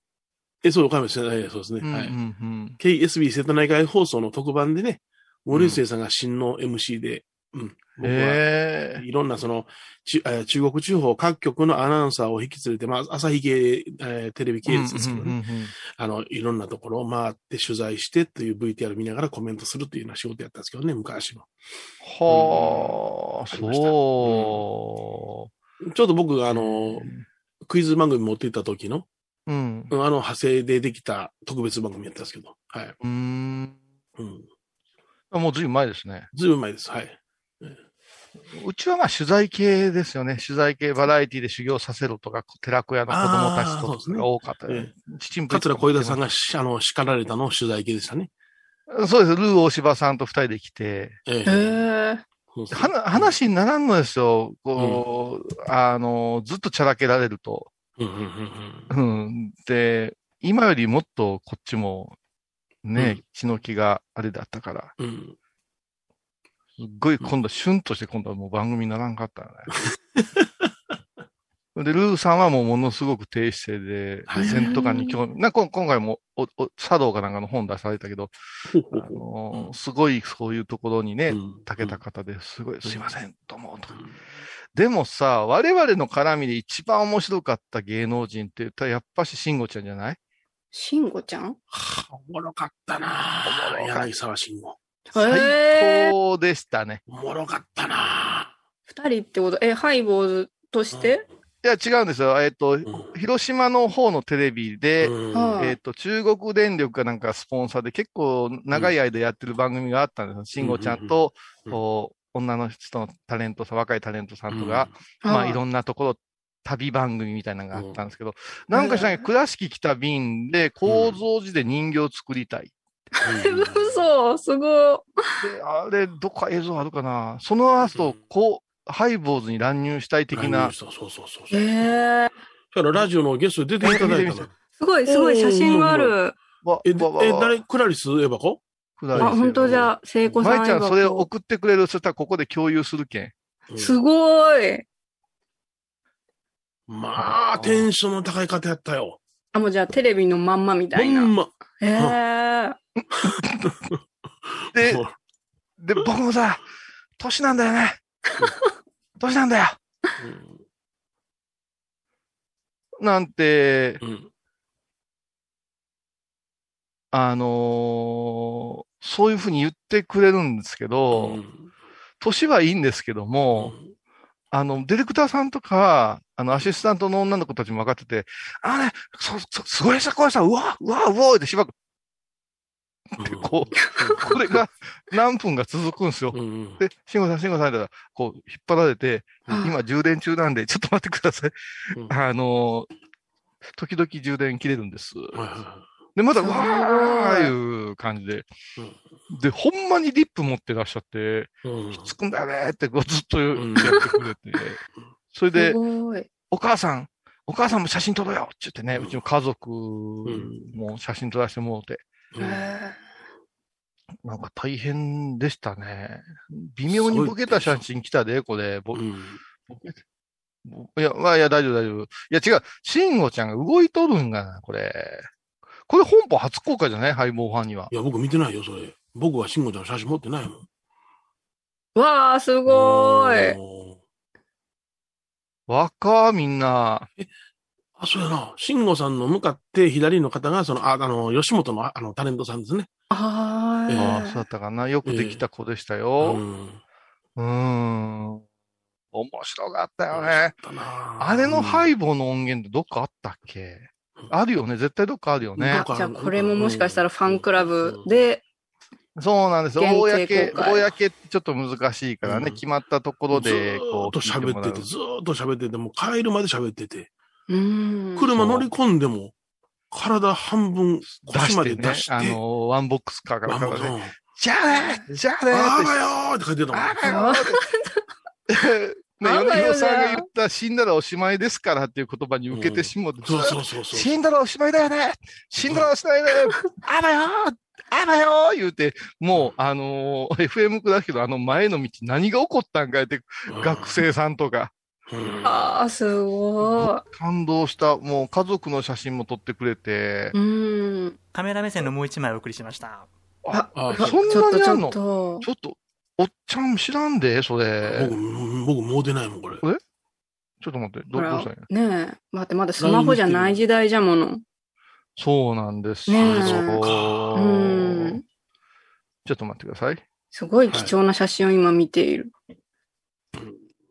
Speaker 2: え、そう、岡山市内、そうですね。
Speaker 3: うんうん
Speaker 2: は
Speaker 3: う
Speaker 2: い。
Speaker 3: ん。
Speaker 2: KSB 瀬戸内海放送の特番でね、森末さんが新の MC で、うん。僕は、
Speaker 3: ええ
Speaker 2: いろんなその、ちえー中国地方各局のアナウンサーを引き連れて、まあ、朝日系、えーテレビ系列ですけどね、
Speaker 3: うんうんうんうん
Speaker 2: あの、いろんなところを回って取材してという VTR 見ながらコメントするというような仕事やったんですけどね、昔の。
Speaker 3: はあ、
Speaker 2: ありました
Speaker 3: そう。
Speaker 2: ちょっと僕があの、クイズ番組持っていった時の、
Speaker 3: うん。
Speaker 2: あの派生でできた特別番組やったんですけど、はい。
Speaker 3: うーん。
Speaker 2: うん。
Speaker 3: あもうずいぶん前ですね。
Speaker 2: ずいぶん前です。はい。
Speaker 3: うちはまあ取材系ですよね。取材系、バラエティで修行させろとか、寺子屋の子供たち
Speaker 2: あーそう
Speaker 3: と
Speaker 2: ですね
Speaker 3: かが多かった
Speaker 2: え
Speaker 3: ね。父も
Speaker 2: 桂小枝さんがしあの叱られたのを取材系でしたね。
Speaker 3: そうです。ルー大柴さんと二人で来て、
Speaker 2: ええ
Speaker 4: へえ。
Speaker 2: そうそう
Speaker 3: はな話にならんのですよ。こう、あの、ずっとちゃらけられると。
Speaker 2: うんうんうんうん
Speaker 3: うん。で、今よりもっとこっちも、ね、
Speaker 2: うん
Speaker 3: 血の気があれだったから、
Speaker 2: うん
Speaker 3: すっごい今度、シュンとして今度はもう番組にならんかったよね。 で、ルーさんはもうものすごく低姿勢で、
Speaker 2: はい
Speaker 3: 戦とかに興味、なんかこ今回もお、お、茶道かなんかの本出されたけど、
Speaker 2: ほう
Speaker 3: あ
Speaker 2: ほうほう
Speaker 3: のーすごいそういうところにね、
Speaker 2: うん
Speaker 3: たけた方ですごい、すいません、と思うとか。でもさ、我々の絡みで一番面白かった芸能人って言ったら、やっぱし慎吾ちゃんじゃない
Speaker 4: しんごちゃん
Speaker 2: おもろかったなぁ柳沢慎吾。
Speaker 4: へ
Speaker 3: 最
Speaker 4: え。
Speaker 3: 高でしたね。
Speaker 2: おもろかったな
Speaker 4: 二人ってことえ、ハイボーズとして
Speaker 3: いや、違うんですよ。えっ、と、
Speaker 2: ぁ。
Speaker 3: 広島の方のテレビで、
Speaker 2: うん
Speaker 4: はい
Speaker 3: えっ、と、中国電力かなんかスポンサーで結構長い間やってる番組があったんですよ。慎吾ちゃんと、
Speaker 2: うん
Speaker 3: こう女の人のタレントさん、若いタレントさんとか、まあいろ
Speaker 4: ん
Speaker 3: んなところ、旅番組みたいなのがあったんですけど、なんかしらない、倉敷来た便で、構造寺で人形作りたい。
Speaker 2: うん
Speaker 4: 嘘、すご
Speaker 3: で、あれ、どっか映像あるかなその後、こう、ハイボーズに乱入したい的な、
Speaker 2: そうそうそうそう。
Speaker 4: い。へえ。
Speaker 2: だからラジオのゲストで出ていただいたの。
Speaker 4: すごい、すごい、写真がある。
Speaker 3: わ
Speaker 2: え、で
Speaker 3: わわ
Speaker 2: え、
Speaker 3: わ
Speaker 2: 誰、クラリスエヴァ子
Speaker 3: くだ
Speaker 4: あ、
Speaker 3: りですよ
Speaker 4: 本当じゃあ、聖子さん。
Speaker 3: まいちゃん、それを送ってくれる、そしたらここで共有するけん。
Speaker 4: すごい。
Speaker 2: まあ、テンションの高い方やったよ。
Speaker 4: あ、もうじゃあテレビのまんまみた
Speaker 2: ほ
Speaker 4: いな。
Speaker 2: んま。
Speaker 4: へえ。
Speaker 3: で
Speaker 2: も、う
Speaker 3: で、僕もさ、年なんだよね。年なんだよ。なんて、
Speaker 2: うんうん
Speaker 3: あのーそういうふうに言ってくれるんですけど、
Speaker 2: うん
Speaker 3: 年はいいんですけども、あの、ディレクターさんとか、あの、アシスタントの女の子たちも分かってて、あれ、そ、そ、すごいした、こいした、うわ、うわ、うわ、ってしばらく、ここれが何分が続くんですよ。
Speaker 2: うんうん
Speaker 3: で、慎吾さん、慎吾さんだったら、こう、引っ張られて、今充電中なんで、ちょっと待ってください。
Speaker 2: うん
Speaker 3: あのー時々充電切れるんです。
Speaker 2: はいは
Speaker 3: で、また、わーいう感じで。で、ほんまにリップ持ってらっしゃって、
Speaker 2: い はい
Speaker 3: つくんだよねーって、こう、ずっとやっ
Speaker 2: うん
Speaker 3: てく れて。それ
Speaker 4: す
Speaker 3: で、
Speaker 4: ごい。
Speaker 3: お母さん、お母さんも写真撮ろうよって言ってね、
Speaker 2: うん
Speaker 3: うちの家族も写真撮らせてもらって、
Speaker 2: うん
Speaker 4: へえ
Speaker 3: なんか大変でしたね。微妙にボケた写真来たで、これ。ぼ
Speaker 2: うん
Speaker 3: いや、まあ、いや、大丈夫、大丈夫。いや、違う。慎吾ちゃんが動いとるんがな、これ。これ本邦初公開じゃないハイボーファンには。
Speaker 2: いや、僕見てないよ、それ。僕は慎吾ちゃんの写真持ってないもん。
Speaker 4: わあ、すごい。
Speaker 2: おー
Speaker 3: 若みんな。
Speaker 2: あ、そうやな。慎吾さんの向かって左の方が、その、ああの、吉本の、ああの、タレントさんですね。
Speaker 4: は
Speaker 2: ええ
Speaker 3: ああ、
Speaker 4: ー
Speaker 3: そうだったかな。よくできた子でした
Speaker 2: う
Speaker 3: よ。
Speaker 2: ん。
Speaker 3: うーん。面白かったよね。
Speaker 2: だな
Speaker 3: あれのハイボーの音源ってどっかあったっけあるよね。絶対どっかあるよね
Speaker 2: ど。こ
Speaker 4: い。じゃあ、これももしかしたらファンクラブで、
Speaker 3: そうなんですよ。公、
Speaker 4: 限定公開
Speaker 3: 公ってちょっと難しいからね。
Speaker 2: うん
Speaker 3: 決まったところで、こう。
Speaker 2: ずーっと喋ってて、ずーっと喋ってて、もう帰るまで喋ってて、
Speaker 4: うーん。
Speaker 2: 車乗り込んでも、体半分腰まで出して、
Speaker 3: あの、ワンボックスカーから
Speaker 2: あもう
Speaker 3: ね
Speaker 2: そ。う
Speaker 3: じゃあねじゃあね
Speaker 2: あ
Speaker 3: って
Speaker 2: ばよーって書いてたもん。
Speaker 3: あばよってね、
Speaker 4: あばよ
Speaker 3: 米
Speaker 4: だ
Speaker 3: 広さんが言った死んだらおしまいですからっていう言葉に受けてしもうて、
Speaker 2: そうそうそうそう。
Speaker 3: 死んだらおしまいだよね死んだらおしまいだよねあばよあばよ言うて、もう、あのー FM 区だけど、あの前の道何が起こったんかいって、
Speaker 2: うん
Speaker 3: 学。生さんとか、
Speaker 2: うん
Speaker 4: ああ、すご
Speaker 3: 感動した、もう家族の写真も撮ってくれて
Speaker 4: い。、うーん。
Speaker 1: カメラ目線のもう一枚お送りしました。
Speaker 4: あ
Speaker 2: あ
Speaker 4: ちょ
Speaker 3: そんなにあんの
Speaker 4: っと、ちょっと。
Speaker 3: ちょっと、おっちゃん知らんで、それ
Speaker 2: 僕、。僕、もう出ないもん、これ。
Speaker 3: ちょっと待って、ど
Speaker 4: ほ
Speaker 3: どう
Speaker 4: ら
Speaker 3: したんや。
Speaker 4: ねえ。待って、まだスマホじゃない時代じゃもの。
Speaker 3: そうなんです
Speaker 4: ねえう
Speaker 3: よ
Speaker 4: ーん。
Speaker 3: ちょっと待ってください。
Speaker 4: すごい貴重な写真を今見ている。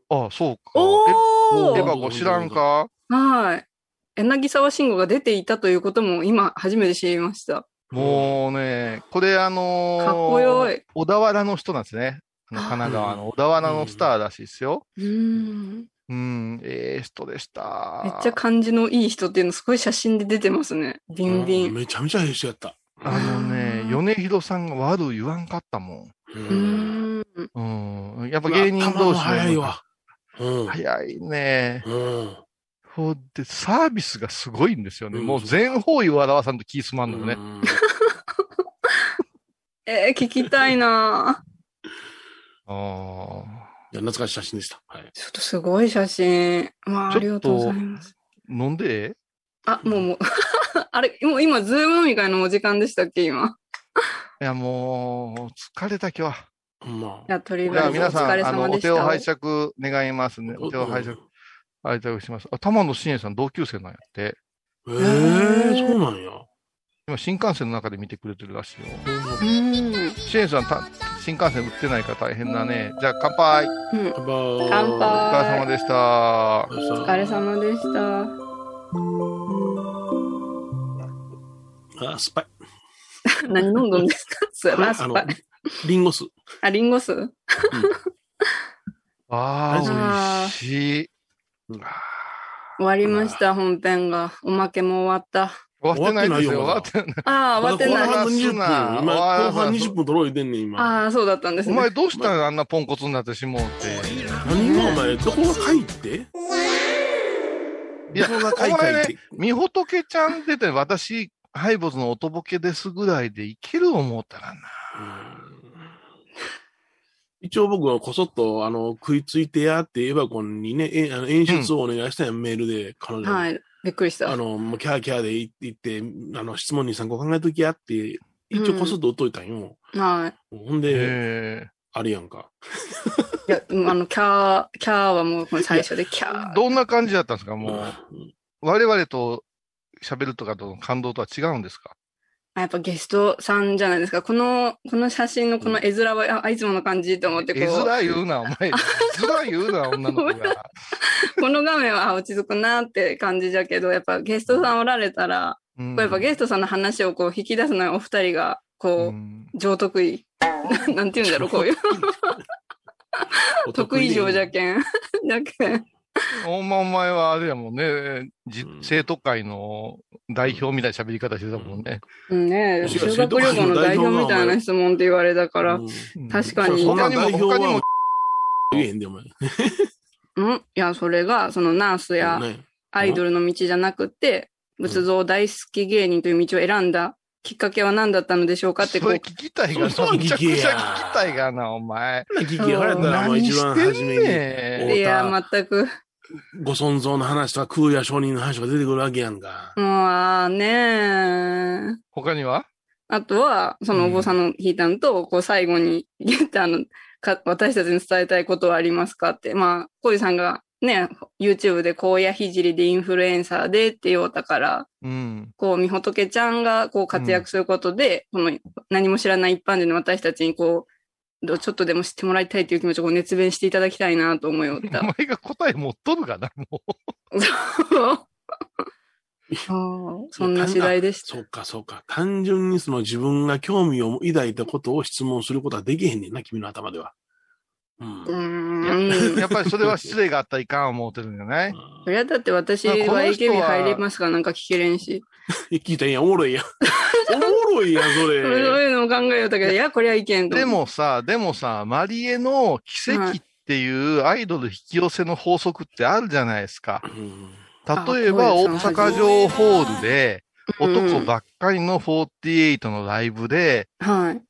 Speaker 3: ああ、そうか。
Speaker 4: お
Speaker 3: え、エ
Speaker 2: ー
Speaker 3: ヴァ子知らんか
Speaker 4: はい。柳沢慎吾が出ていたということも今初めて知りました。
Speaker 3: もうね、これあのー
Speaker 4: かっこよい
Speaker 3: 小田原の人なんですね。あの神奈川の小田原のスターらしいですよ。
Speaker 4: うん。
Speaker 3: うん、ええ人でした。
Speaker 4: めっちゃ感じのいい人っていうのすごい写真で出てますね。ビンビン。
Speaker 2: めちゃめちゃ編集やった。
Speaker 3: あのね、米広さんが悪い言わんかったも
Speaker 4: うん。
Speaker 3: ん。うん。やっぱ芸人同
Speaker 2: 頭も
Speaker 3: 士の
Speaker 2: 早いわ。うん。
Speaker 3: 早いね。
Speaker 2: うん。
Speaker 3: そうで、サービスがすごいんですよね。もう全方位を表さんとキースマンのね。
Speaker 4: えー、聞きたいな ぁ
Speaker 3: あ
Speaker 2: いや懐かしい写真でした。はい。
Speaker 4: ちょっとすごい写真。まあ、あり
Speaker 3: ちょ
Speaker 4: が
Speaker 3: っ
Speaker 4: とうご
Speaker 3: と
Speaker 4: ざいます。
Speaker 3: あ、飲んでええ
Speaker 4: あ、もうもう。 あれ、もう今、ズーム飲み会のお時間でしたっけ、今。
Speaker 3: いや、もう、疲れた今日は。
Speaker 2: ほんま
Speaker 4: い。や、とり
Speaker 3: じ
Speaker 4: あ
Speaker 3: ゃあ
Speaker 4: えずお
Speaker 3: 皆さ
Speaker 4: 疲れ
Speaker 3: ん、あの、
Speaker 4: 様
Speaker 3: お
Speaker 4: でし
Speaker 3: 手
Speaker 4: た。
Speaker 3: を拝借願いますね。お手を拝
Speaker 2: う
Speaker 3: 借、拝借します。あ、玉野真也さん同級生なんやって。
Speaker 2: えー、そうなんや。
Speaker 3: 今、新幹線の中で見てくれてるらしいよ。
Speaker 4: うん。
Speaker 3: シェンさんた、新幹線売ってないから大変だね。じゃあ乾杯。
Speaker 4: うん
Speaker 2: 乾杯。
Speaker 4: 乾杯
Speaker 3: お疲れ様でした。
Speaker 2: お
Speaker 4: お
Speaker 2: 疲
Speaker 4: 疲
Speaker 2: れ
Speaker 4: れ様でした。
Speaker 2: 様。あ、酸っぱい。
Speaker 4: 何飲んどんですかそれは酸っぱい。
Speaker 2: リンゴ酢。
Speaker 4: あ、リンゴ酢
Speaker 3: ああ、
Speaker 4: あ
Speaker 3: 美
Speaker 4: ー
Speaker 3: 味しい。
Speaker 4: 終わりました、本編が。おまけも終わった。
Speaker 3: 終わってないです
Speaker 2: 終
Speaker 3: よ。終わ
Speaker 2: わ
Speaker 3: っ
Speaker 2: って
Speaker 3: ない。
Speaker 4: ああ、終わって
Speaker 2: まだ後。
Speaker 4: ない
Speaker 2: 半の20分。
Speaker 3: な
Speaker 2: 今、
Speaker 3: あー
Speaker 2: 後半20分取ろう言うてんねん、今。
Speaker 4: ああ、そうだったんです
Speaker 3: お
Speaker 4: ね。
Speaker 3: 前どう したんあんなポンコツになってしもうて。
Speaker 2: 何がお前、どこが書いて
Speaker 3: いや、
Speaker 2: どこが書い
Speaker 3: お前
Speaker 2: て
Speaker 3: ね、みほとけちゃん出て私、ハイボーズのおとぼけですぐらいでいける思ったらな。
Speaker 2: 一応僕はこそっと、あの、食いついてやってエヴァコンにね、えあの演出をお願いしたやん、メールで、彼女に。
Speaker 4: はい。びっくりした。
Speaker 2: あ
Speaker 4: う
Speaker 2: の、もうキャーキャーで言って、あの、質問に参考考えときやって、一応こそっと打っといたんよ。
Speaker 4: はい。
Speaker 2: ほんで、
Speaker 3: え
Speaker 2: あるやんか。
Speaker 4: いや、うんあの、キャー、キャーはもうこの最初でキャー
Speaker 3: ー。どんな感じだったんですかもう、我々と喋るとかとの感動とは違うんですか
Speaker 4: あやっぱゲストさんじゃないですか。この、この写真のこの絵面は、ああ、いつもの感じと思って、こ
Speaker 3: 絵
Speaker 4: う、
Speaker 3: 面 言うな、お前。絵面言うな、女の子 が。
Speaker 4: この画面はあ落ち着くなって感じじゃけど、やっぱゲストさんおられたら、
Speaker 3: うん
Speaker 4: こうやっぱゲストさんの話をこう引き出すのはお二人が、
Speaker 3: う
Speaker 4: こ
Speaker 3: ん
Speaker 4: う、上得意。 ななんて言うんだろう、こういう。
Speaker 2: お
Speaker 4: 得意上じゃ
Speaker 2: け。
Speaker 4: けん。じゃけん。
Speaker 3: ほんまお前はあれやもんね、じ
Speaker 2: うん
Speaker 3: 生徒会の代表みたいな喋り方してたもんね。
Speaker 4: うんねえ
Speaker 2: むしろ
Speaker 4: 修学旅行の代表みたいな質問って言われたから、
Speaker 2: うん
Speaker 3: うん
Speaker 4: 確かに
Speaker 3: そんなにも、
Speaker 2: 代表は
Speaker 3: 他にも、
Speaker 2: 言えへんで、お前。
Speaker 4: うんいや、それが、そのナースや
Speaker 2: ね
Speaker 4: アイドルの道じゃなくて、仏像大好き芸人という道を選んだきっかけは何だったのでしょうかって、
Speaker 3: そ
Speaker 4: こ
Speaker 3: れ
Speaker 4: う
Speaker 3: 聞、きたいが
Speaker 2: そ
Speaker 3: な、
Speaker 2: う
Speaker 3: めちゃくちゃ
Speaker 2: 聞けや
Speaker 3: 聞きたいがな、お前。
Speaker 2: そんな聞きやられたら、もう一番初め
Speaker 3: 何し
Speaker 2: に
Speaker 3: てんねん
Speaker 2: 太田、
Speaker 4: いや、全く、
Speaker 2: ご存存の話とか、空や商人の話が出てくるわけやんか。
Speaker 4: もう、あーねえ。
Speaker 3: 他には
Speaker 4: あとは、そのお坊さんの聞いたのと、こう最後に、言ってあの、か私たちに伝えたいことはありますかって。まあ、小路さんがね、YouTube で高野聖でインフルエンサーでって言おうたから、
Speaker 3: うん。
Speaker 4: こう、みほとけちゃんがこう活躍することで、この何も知らない一般人の私たちにこう、どちょっとでも知ってもらいたいという気持ちをこう熱弁していただきたいなと思いよっ
Speaker 3: お
Speaker 4: た。
Speaker 3: 前が答え持っとるがな、もう。
Speaker 4: そうそんな次第でし
Speaker 2: そうか、そうか。単純にその自分が興味を抱いたことを質問することはできへんねんな、君の頭では。うん
Speaker 4: た。う。ーん。
Speaker 3: やっぱりそれは失礼があったらいかん思うてるんじゃない
Speaker 4: そりゃだって私は
Speaker 3: まあこの人
Speaker 4: AKB
Speaker 3: は
Speaker 4: 入りますがなんか聞けれんし。
Speaker 2: 聞いたんや、おもろい やん。おもろいやん、そ
Speaker 4: それそう
Speaker 2: れ。
Speaker 4: いうのも考えようだけど、いや、これは意見と。
Speaker 3: で、もさ、でもさ、マリエの奇跡っていうアイドル引き寄せの法則ってあるじゃないですか。
Speaker 2: うん
Speaker 3: 例えば
Speaker 4: あ
Speaker 3: 大
Speaker 4: そうです
Speaker 3: 阪城ホールで
Speaker 4: うん
Speaker 3: 男ばっかりの48のライブで、
Speaker 4: はい。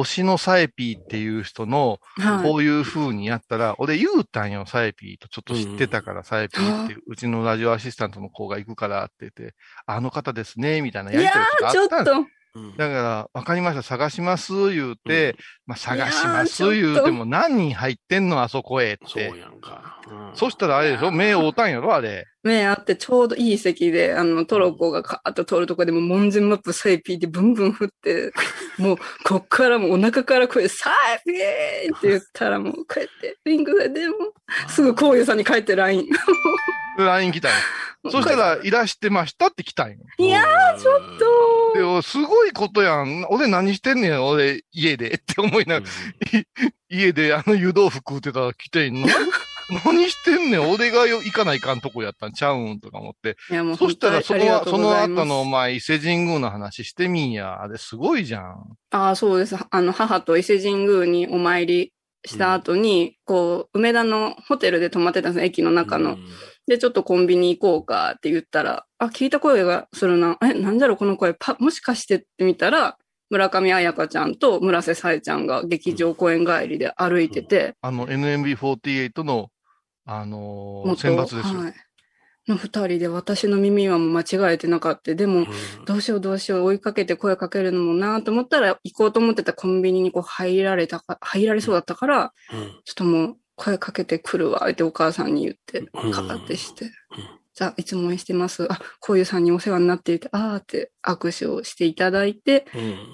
Speaker 3: 推しのサエピーっていう人の
Speaker 4: はい。
Speaker 3: こういう風にやったら、俺言うたんよ、サエピーとちょっと知ってたから、サエピーってうちのラジオアシスタントの子が行くからって言って、あの方ですね、みたいないやり
Speaker 4: や
Speaker 3: とりとか
Speaker 4: ー、ちょ
Speaker 3: あ
Speaker 4: っ
Speaker 3: ったん
Speaker 4: と。
Speaker 2: うん
Speaker 3: だから、わかりました、探します、言うて、まあ、探します、
Speaker 4: いやーちょっと
Speaker 3: 言うても、何人入ってんの、あそこへっ
Speaker 2: そう
Speaker 3: て。
Speaker 2: やんか。
Speaker 3: そしたらあれでしょ目合うたんやろあれ。
Speaker 4: 目あってちょうどいい席で、あの、トロッコがカーッと通るとこでも門前マップサイピーでブンブン振 って、もう、こっからもうお腹から声、サイピーって言ったらもう、帰って、リンクで、でも、すぐこういうさんに帰って LINE。
Speaker 3: LINE 来たんよ。そしたら、いらしてましたって来たんよ。
Speaker 4: いやー、ちょっと。
Speaker 3: でも、すごいことやん。俺何してんねん、俺、家で。って思いながら、い家であの湯豆腐食うてたら来て んの何してんねん、俺がよ行かないかんとこやったんちゃうんとか思って。
Speaker 4: いや、もう
Speaker 3: そ
Speaker 4: 本
Speaker 3: し
Speaker 4: 当
Speaker 3: た
Speaker 4: に
Speaker 3: ら、
Speaker 4: あ
Speaker 3: そ
Speaker 4: り
Speaker 3: の、
Speaker 4: がと
Speaker 3: そう
Speaker 4: ございます、
Speaker 3: の後の、お前、伊勢神宮の話してみんや。あれ、すごいじゃん。
Speaker 4: ああ、そうです。あの、母と伊勢神宮にお参りした後に、こう、梅田のホテルで泊まってたんです駅の中の。で、ちょっとコンビニ行こうかって言ったら、あ、聞いた声がするな。え、なんじゃろこの声、パ、もしかしてって見たら、村上彩香ちゃんと村瀬沙絵ちゃんが劇場公演帰りで歩いてて、
Speaker 3: あの、NMB48 の、あのー
Speaker 4: 元
Speaker 3: 選抜ですよ。
Speaker 4: はい。の二人で私の耳はもう間違えてなかった。でも、どうしようどうしよう追いかけて声かけるのもなと思ったら、行こうと思ってたコンビニにこう入られたか、入られそうだったから、ちょっともう声かけてくるわってお母さんに言って、
Speaker 2: うん
Speaker 4: かかってして。じゃあ、いつも応援してます。あ、こういうさんにお世話になっていて、あーって握手をしていただいて、こ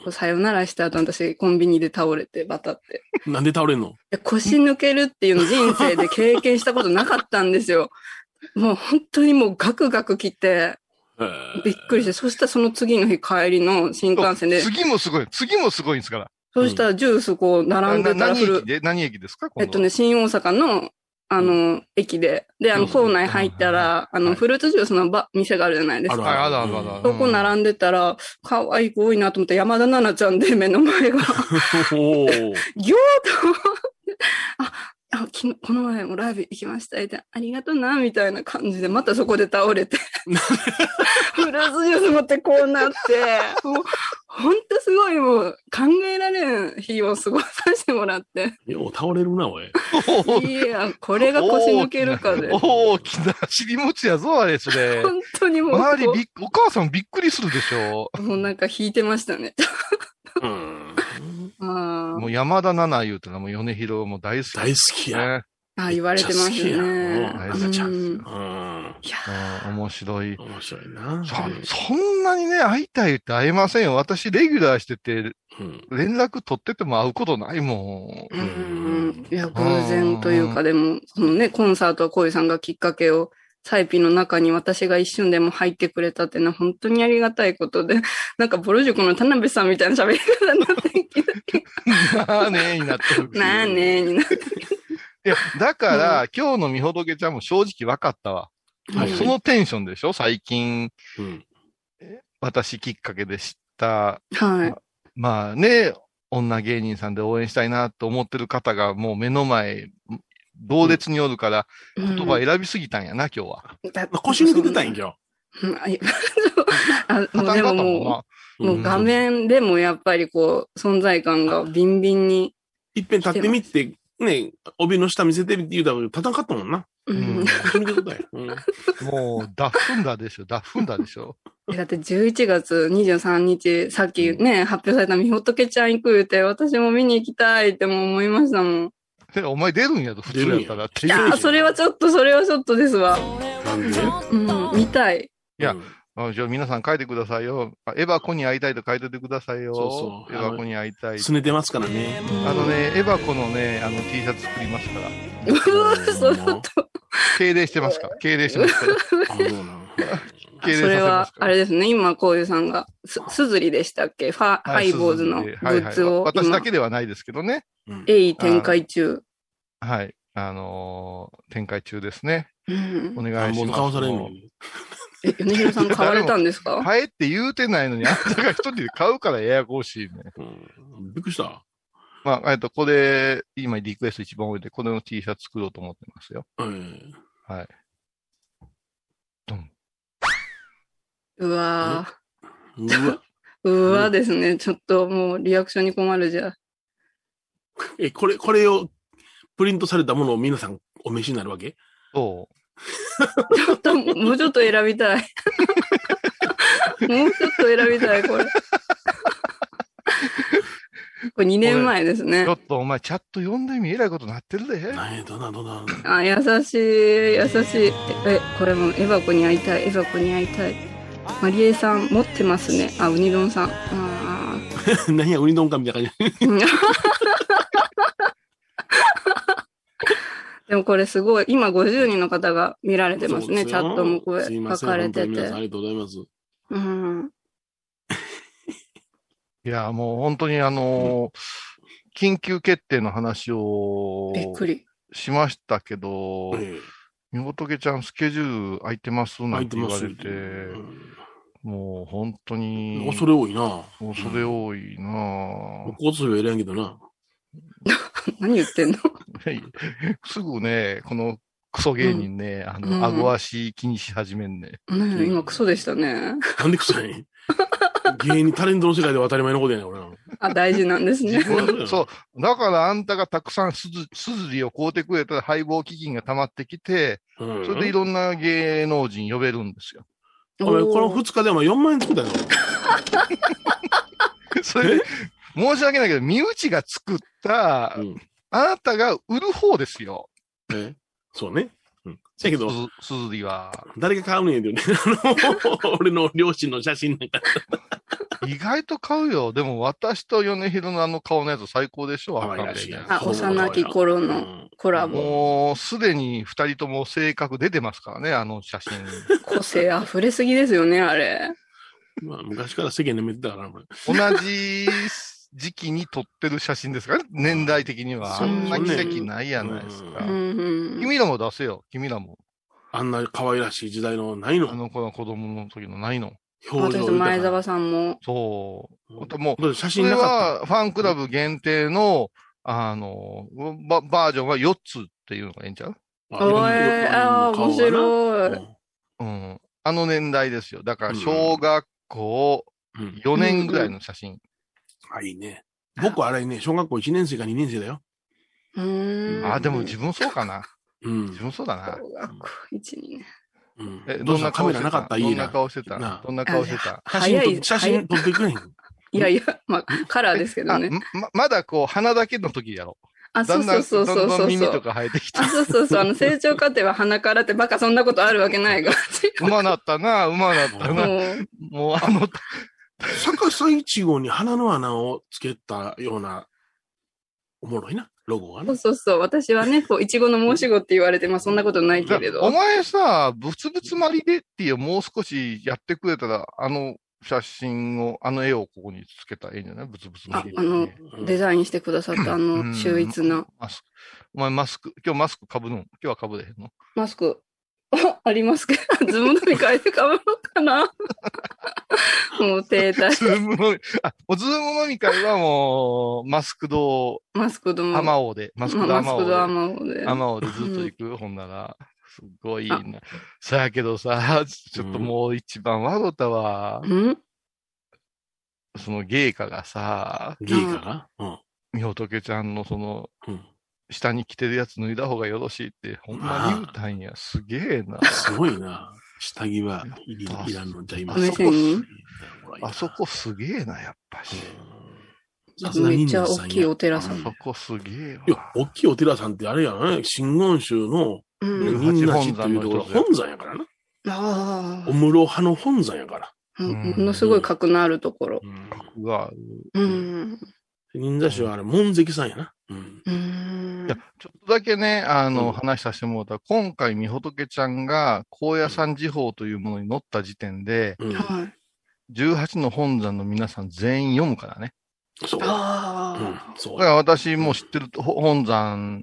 Speaker 4: うさよならした後、私コンビニで倒れて、バタって。
Speaker 2: なんで倒れんの
Speaker 4: で腰抜けるっていうの人生で経験したことなかったんですよ。 もう本当にもうガクガク来て、びっくりして、そしたらその次の日帰りの新幹線で、
Speaker 3: 次もすごい、次もすごいんですから。
Speaker 4: そしたらジュースこう並んでた
Speaker 3: な
Speaker 4: ら
Speaker 3: 何
Speaker 4: フル
Speaker 3: 駅で何駅ですか
Speaker 4: えっとね、新大阪の、あの、駅で、で、あの、構内入ったら、あの、フルーツジュースのば店があるじゃないです
Speaker 3: ある
Speaker 4: か。
Speaker 3: あるあるあるある。
Speaker 4: そこ並んでたら、可愛い子多いなと思って、山田奈々ちゃんで目の 前が、
Speaker 2: おー
Speaker 4: ぎょーと思ってあ、あ、昨日、この前もライブ行きました。でありがとうな、みたいな感じで、またそこで倒 れて、フルーツジュース持ってこうなって、もう、ほんとすごい、もう、考えられん日を過ごさせてもらって。
Speaker 2: よう倒れるな、おい。
Speaker 4: いや、これが腰抜けるかで。本
Speaker 3: 大きな尻餅やぞ、あれ、それ。
Speaker 4: 当にもう、
Speaker 3: 周りびっ、お母さんびっくりするでしょ。
Speaker 4: もうなんか引いてま したね。あ
Speaker 3: もう山田奈々言うたらもう米広も大好き、
Speaker 2: 大好きや。
Speaker 3: ね。
Speaker 4: ああ、言われてますね。
Speaker 3: 大好きや。
Speaker 4: うん
Speaker 2: うん。
Speaker 3: うん面白い。
Speaker 2: 面白いな。
Speaker 3: そそんなにね、会いたいって会えませんよ。私、レギュラーしてて、
Speaker 2: うん。
Speaker 3: 連絡取ってても会うことないもん。
Speaker 4: うんいや、偶然というか、でも、そのね、コンサートは小井さんがきっかけを、サイピの中に私が一瞬でも入ってくれたっていうのは本当にありがたいことで、 なんかボル塾の田辺さんみたいな喋り方になってきて、
Speaker 3: なあねえになってる。
Speaker 4: なあねえになって。
Speaker 3: いや、だから、今日のみほどけちゃんも正直分かったわ。
Speaker 2: はい
Speaker 3: そのテンションでしょ最近、
Speaker 2: うん。
Speaker 3: 私きっかけで知った、
Speaker 4: はい。
Speaker 3: まあね、女芸人さんで応援したいなと思ってる方がもう目の前、同列におるから、
Speaker 4: うん
Speaker 3: 言葉選びすぎたんやな、今日は。
Speaker 4: だ
Speaker 2: まあ腰抜けてたんや、今日。
Speaker 4: うんあいやあもう
Speaker 3: 硬
Speaker 4: で
Speaker 3: いか
Speaker 4: も
Speaker 3: ったもん
Speaker 4: もう、
Speaker 3: な。
Speaker 4: もう画面でもやっぱりこう、存在感がビンビンに。
Speaker 2: いっぺん立ってみて、ね、帯の下見せてって言うたら立たんかったもんな。
Speaker 4: う
Speaker 3: うん
Speaker 4: ん、
Speaker 2: 腰抜けてたんや。うん。
Speaker 3: もう、ダッフンダでしょ、ダッフンダでしょ。
Speaker 4: だって11月23日、さっきね、発表されたみほとけちゃん行くって、私も見に行きたいってもう思いましたもん。
Speaker 3: でお前出るんやと、普通やったらって
Speaker 4: い
Speaker 3: いう
Speaker 4: やー、それはちょっと、それはちょっとですわ。
Speaker 2: なんで
Speaker 4: うん、見たい。
Speaker 3: いやあじゃあ皆さん書いてくださいよ。あエヴァ子に会いたいと書いててくださいよ。
Speaker 2: そうそう
Speaker 3: エヴァ子に会いたい。
Speaker 2: 拗ねてますからね。
Speaker 3: あのね、エヴァ子のね、あの T シャツ作りますから。
Speaker 4: うわ そのと、
Speaker 3: 敬礼してますから。敬礼してますから。
Speaker 2: あそうなん
Speaker 3: 敬礼さ
Speaker 4: それ
Speaker 3: せま
Speaker 4: は
Speaker 3: す、か
Speaker 4: あ
Speaker 3: ら。
Speaker 4: れですね、今、こういうさんが、す、すずりでしたっけファ、ハイボーズのグッズを
Speaker 3: はいはい、私
Speaker 4: 今
Speaker 3: だ、けではないですけどね。
Speaker 4: 鋭意展開中。
Speaker 3: はい。あのー展開中ですね。
Speaker 4: うん
Speaker 3: お。願
Speaker 2: あ
Speaker 3: い
Speaker 2: も
Speaker 3: し
Speaker 2: う
Speaker 3: ます。
Speaker 2: 顔されるの
Speaker 3: もう
Speaker 4: え、米広さん買われたんですか
Speaker 3: 買えって言うてないのに、あんたが一人で買うからややこしいね。
Speaker 2: うんびっくりした。
Speaker 3: まあ、えっと、これ、今リクエスト一番多いんで、これの T シャツ作ろうと思ってますよ。
Speaker 2: うん。
Speaker 3: はい。
Speaker 4: うわ
Speaker 2: うわ。
Speaker 4: ーうわーですね。ちょっともうリアクションに困るじゃん。
Speaker 2: え、これ、これを、プリントされたものを皆さんお召しになるわけ
Speaker 3: そう。
Speaker 4: ちょっと、もうちょっと選び たい。もうちょっと選びたい、これ。これ2年前ですね
Speaker 3: ちょ。っとお前、チャット読んでみえらいことなってるで。
Speaker 2: 何どんなどんな
Speaker 4: あ、優しい、優しい。え、えこれもエバコに会いたい、エバコに会いたい。マリエさん持ってますね。あ、ウニ丼さん。あ
Speaker 2: 何や、ウニ丼かみたいな感じ。
Speaker 4: ー でもこれすごい、今50人の方が見られてますね。チャットもこれ
Speaker 2: すいま
Speaker 4: 書
Speaker 2: せん
Speaker 4: かれて
Speaker 2: 本当に皆さんあ
Speaker 4: て。
Speaker 2: りがとうございます。
Speaker 4: うん。
Speaker 3: いや、もう本当にあのー緊急決定の話を
Speaker 4: びっくり。
Speaker 3: しましたけど、
Speaker 2: ええ
Speaker 3: みほとけちゃんスケジュール空いてますな
Speaker 2: 空
Speaker 3: ん
Speaker 2: いて
Speaker 3: て言
Speaker 2: ま
Speaker 3: わ
Speaker 2: す
Speaker 3: れて、もう本当
Speaker 2: うん
Speaker 3: に、
Speaker 2: 恐れ多いな。
Speaker 3: 恐れ多いなぁ
Speaker 2: 交通量えらんけどな。
Speaker 4: 何言ってんの
Speaker 3: はいすぐね、このクソ芸人ね、あ
Speaker 4: うん
Speaker 3: の、顎足気にし始めんね。
Speaker 4: ねえ今クソでしたね。
Speaker 2: なんで臭い芸人、タレントの世界では当たり前のことやねん、俺らの。
Speaker 4: あ、大事なんですね
Speaker 3: 自。
Speaker 2: そうだよ
Speaker 3: 分、そう。だからあんたがたくさんすず、すずりを買うてくれたら配合基金が溜まってきて、
Speaker 2: うん、
Speaker 3: それでいろんな芸能人呼べるんですよ。
Speaker 2: お前
Speaker 4: おー
Speaker 2: この2日でお前4万円作ったよ。
Speaker 3: それで、申し訳ないけど、身内が作った、
Speaker 2: うん
Speaker 3: あなたが売る方ですよ。
Speaker 2: えそうね。うん。せやけど、
Speaker 3: すずりは。
Speaker 2: 誰が買うねんってね。あの、 俺の両親の写真なんか。
Speaker 3: 意外と買うよ。でも私と米広のあの顔のやつ最高でしょ、
Speaker 2: 可愛らしい
Speaker 3: あん
Speaker 2: や
Speaker 3: た
Speaker 2: つ
Speaker 3: ね
Speaker 4: あ、幼き頃のコラボ。
Speaker 3: もうすでに二人とも性格出てますからね、あの 写真。
Speaker 4: 個性溢れすぎですよね、あれ。
Speaker 2: まあ、昔から世間で見てたからな、これ。
Speaker 3: 同じ時期に撮ってる写真ですからね、年代的には。あ
Speaker 4: そうん
Speaker 3: な奇跡ないやないですか
Speaker 4: う。んうん。
Speaker 3: 君らも出せよ、君らも。
Speaker 2: あんな可愛らしい時代のない
Speaker 3: あ
Speaker 2: の。
Speaker 3: の子の子供の時のないの。
Speaker 2: 表情
Speaker 4: 私と前澤さんも。
Speaker 3: そう。
Speaker 2: うん
Speaker 3: あともう、
Speaker 2: だって写
Speaker 3: そ
Speaker 2: 真
Speaker 3: れ
Speaker 2: なかっ
Speaker 3: はファンクラブ限定の、あの、ババージョンは4つっていうのがええんちゃう
Speaker 2: た。
Speaker 4: おえああ、面
Speaker 2: い
Speaker 4: 白い。
Speaker 3: うん。あの年代ですよ。だから
Speaker 2: うん
Speaker 3: 小学校
Speaker 2: うん。うん
Speaker 3: 4年ぐらいの写真。
Speaker 2: あ、いいね。僕、あれね、小学校1年生か2年生だよ。
Speaker 4: うーん。
Speaker 3: あ、でも自分そうかな。
Speaker 2: うん
Speaker 3: 自。分そうだな。
Speaker 4: 小学校一二年。
Speaker 2: うん
Speaker 3: え、
Speaker 2: ど
Speaker 3: ど
Speaker 2: うんした
Speaker 3: な
Speaker 2: カ
Speaker 3: 顔
Speaker 2: メ
Speaker 3: して
Speaker 2: ラ
Speaker 3: た
Speaker 2: なかったらい
Speaker 3: ど
Speaker 2: い
Speaker 3: んな
Speaker 2: な。
Speaker 3: 顔して
Speaker 2: な
Speaker 3: た
Speaker 2: あ
Speaker 3: どんな顔してた
Speaker 2: 写
Speaker 4: 早
Speaker 2: 真
Speaker 4: い
Speaker 2: と写真撮ってくれへん。
Speaker 4: いやいや、まあ、カラーですけど
Speaker 3: あ
Speaker 4: ね。
Speaker 3: ままだこう、鼻だけの時やろ。
Speaker 4: あ、
Speaker 3: だ
Speaker 4: そうんそ
Speaker 3: だ、
Speaker 4: うんそう
Speaker 3: だ
Speaker 4: そ
Speaker 3: ん
Speaker 4: う
Speaker 3: だ
Speaker 4: そ
Speaker 3: ん
Speaker 4: う
Speaker 3: 耳
Speaker 4: そ
Speaker 3: と
Speaker 4: う。
Speaker 3: か生えてきた。
Speaker 4: あ、そうそうそう。あの、成長過程は鼻からって、バカそんなことあるわけな いが。
Speaker 3: うまなったな、うまなった
Speaker 4: も
Speaker 3: な。
Speaker 4: う、
Speaker 3: もうあの、
Speaker 2: 坂井一号に鼻の穴をつけたような、おもろいな、ロゴが
Speaker 4: そう
Speaker 2: ね。
Speaker 4: そうそう。私はね、こう、いちごの申し子って言われて、まあ、そんなことないけれど。
Speaker 3: お前さ、ぶつぶつまりでっていうもう少しやってくれたら、あの写真を、あの絵をここにつけたらええんじゃないぶつぶつまりで。
Speaker 4: ああのデザインしてくださった、あ
Speaker 3: うん
Speaker 4: の、秀逸な。
Speaker 3: マスク。お前マスク、今日マスクかぶるの今日はかぶれへんの
Speaker 4: マスク。 あありますけど、ズームのに変えてかぶろうかな。 もう停滞。
Speaker 3: ズーム飲み、あ、もうズーム飲み会はもう、マスクド
Speaker 4: マスクドも。
Speaker 3: マオで、マスクド
Speaker 4: マ
Speaker 3: ア
Speaker 4: ス
Speaker 3: マ
Speaker 4: クドア
Speaker 3: オで、
Speaker 4: マオで
Speaker 3: ア。マオでずっと行く、ほんなら。すごいな。さやけどさ、ちょっともう一番ワドタは、
Speaker 4: うん
Speaker 3: そのゲイカがさ、
Speaker 2: リーかな
Speaker 3: みほとけちゃんのその、
Speaker 2: うん。うん。
Speaker 3: 下に着てるやつ脱いだ方がよろしいって、ほんまに言うたんや。すげえな。
Speaker 2: すごいな。下着はいりいらんのじゃ今。
Speaker 3: あそこあ
Speaker 2: あ
Speaker 3: そこすげえな、やっぱし。
Speaker 4: めっちゃ大きいお寺さ
Speaker 3: あ
Speaker 4: ん。
Speaker 3: そこすげえ
Speaker 2: い
Speaker 3: わ
Speaker 2: や、。大きいお寺さんってあれやね。真言宗の
Speaker 4: うん。
Speaker 2: 仁和寺っていうところ、本山やからな。
Speaker 4: あ
Speaker 2: お室派の本山やから。
Speaker 4: あ。ものすごい格のあるところ。
Speaker 3: うわ、
Speaker 4: うん。
Speaker 2: 忍座宗はあれ、門跡さんやな。うん。
Speaker 4: うん
Speaker 3: いや。、ちょっとだけね、あ
Speaker 2: う
Speaker 3: の、
Speaker 2: ん
Speaker 3: 話させてもらったら、今回、みほとけちゃんが、高野山時報というものに載った時点で、
Speaker 2: うん。
Speaker 4: はい。
Speaker 3: 18の本山の皆さん全員読むからね。
Speaker 2: そう。うん
Speaker 4: ああ。。
Speaker 2: そ
Speaker 3: だ
Speaker 2: う
Speaker 3: か。ら私も知ってるほ本山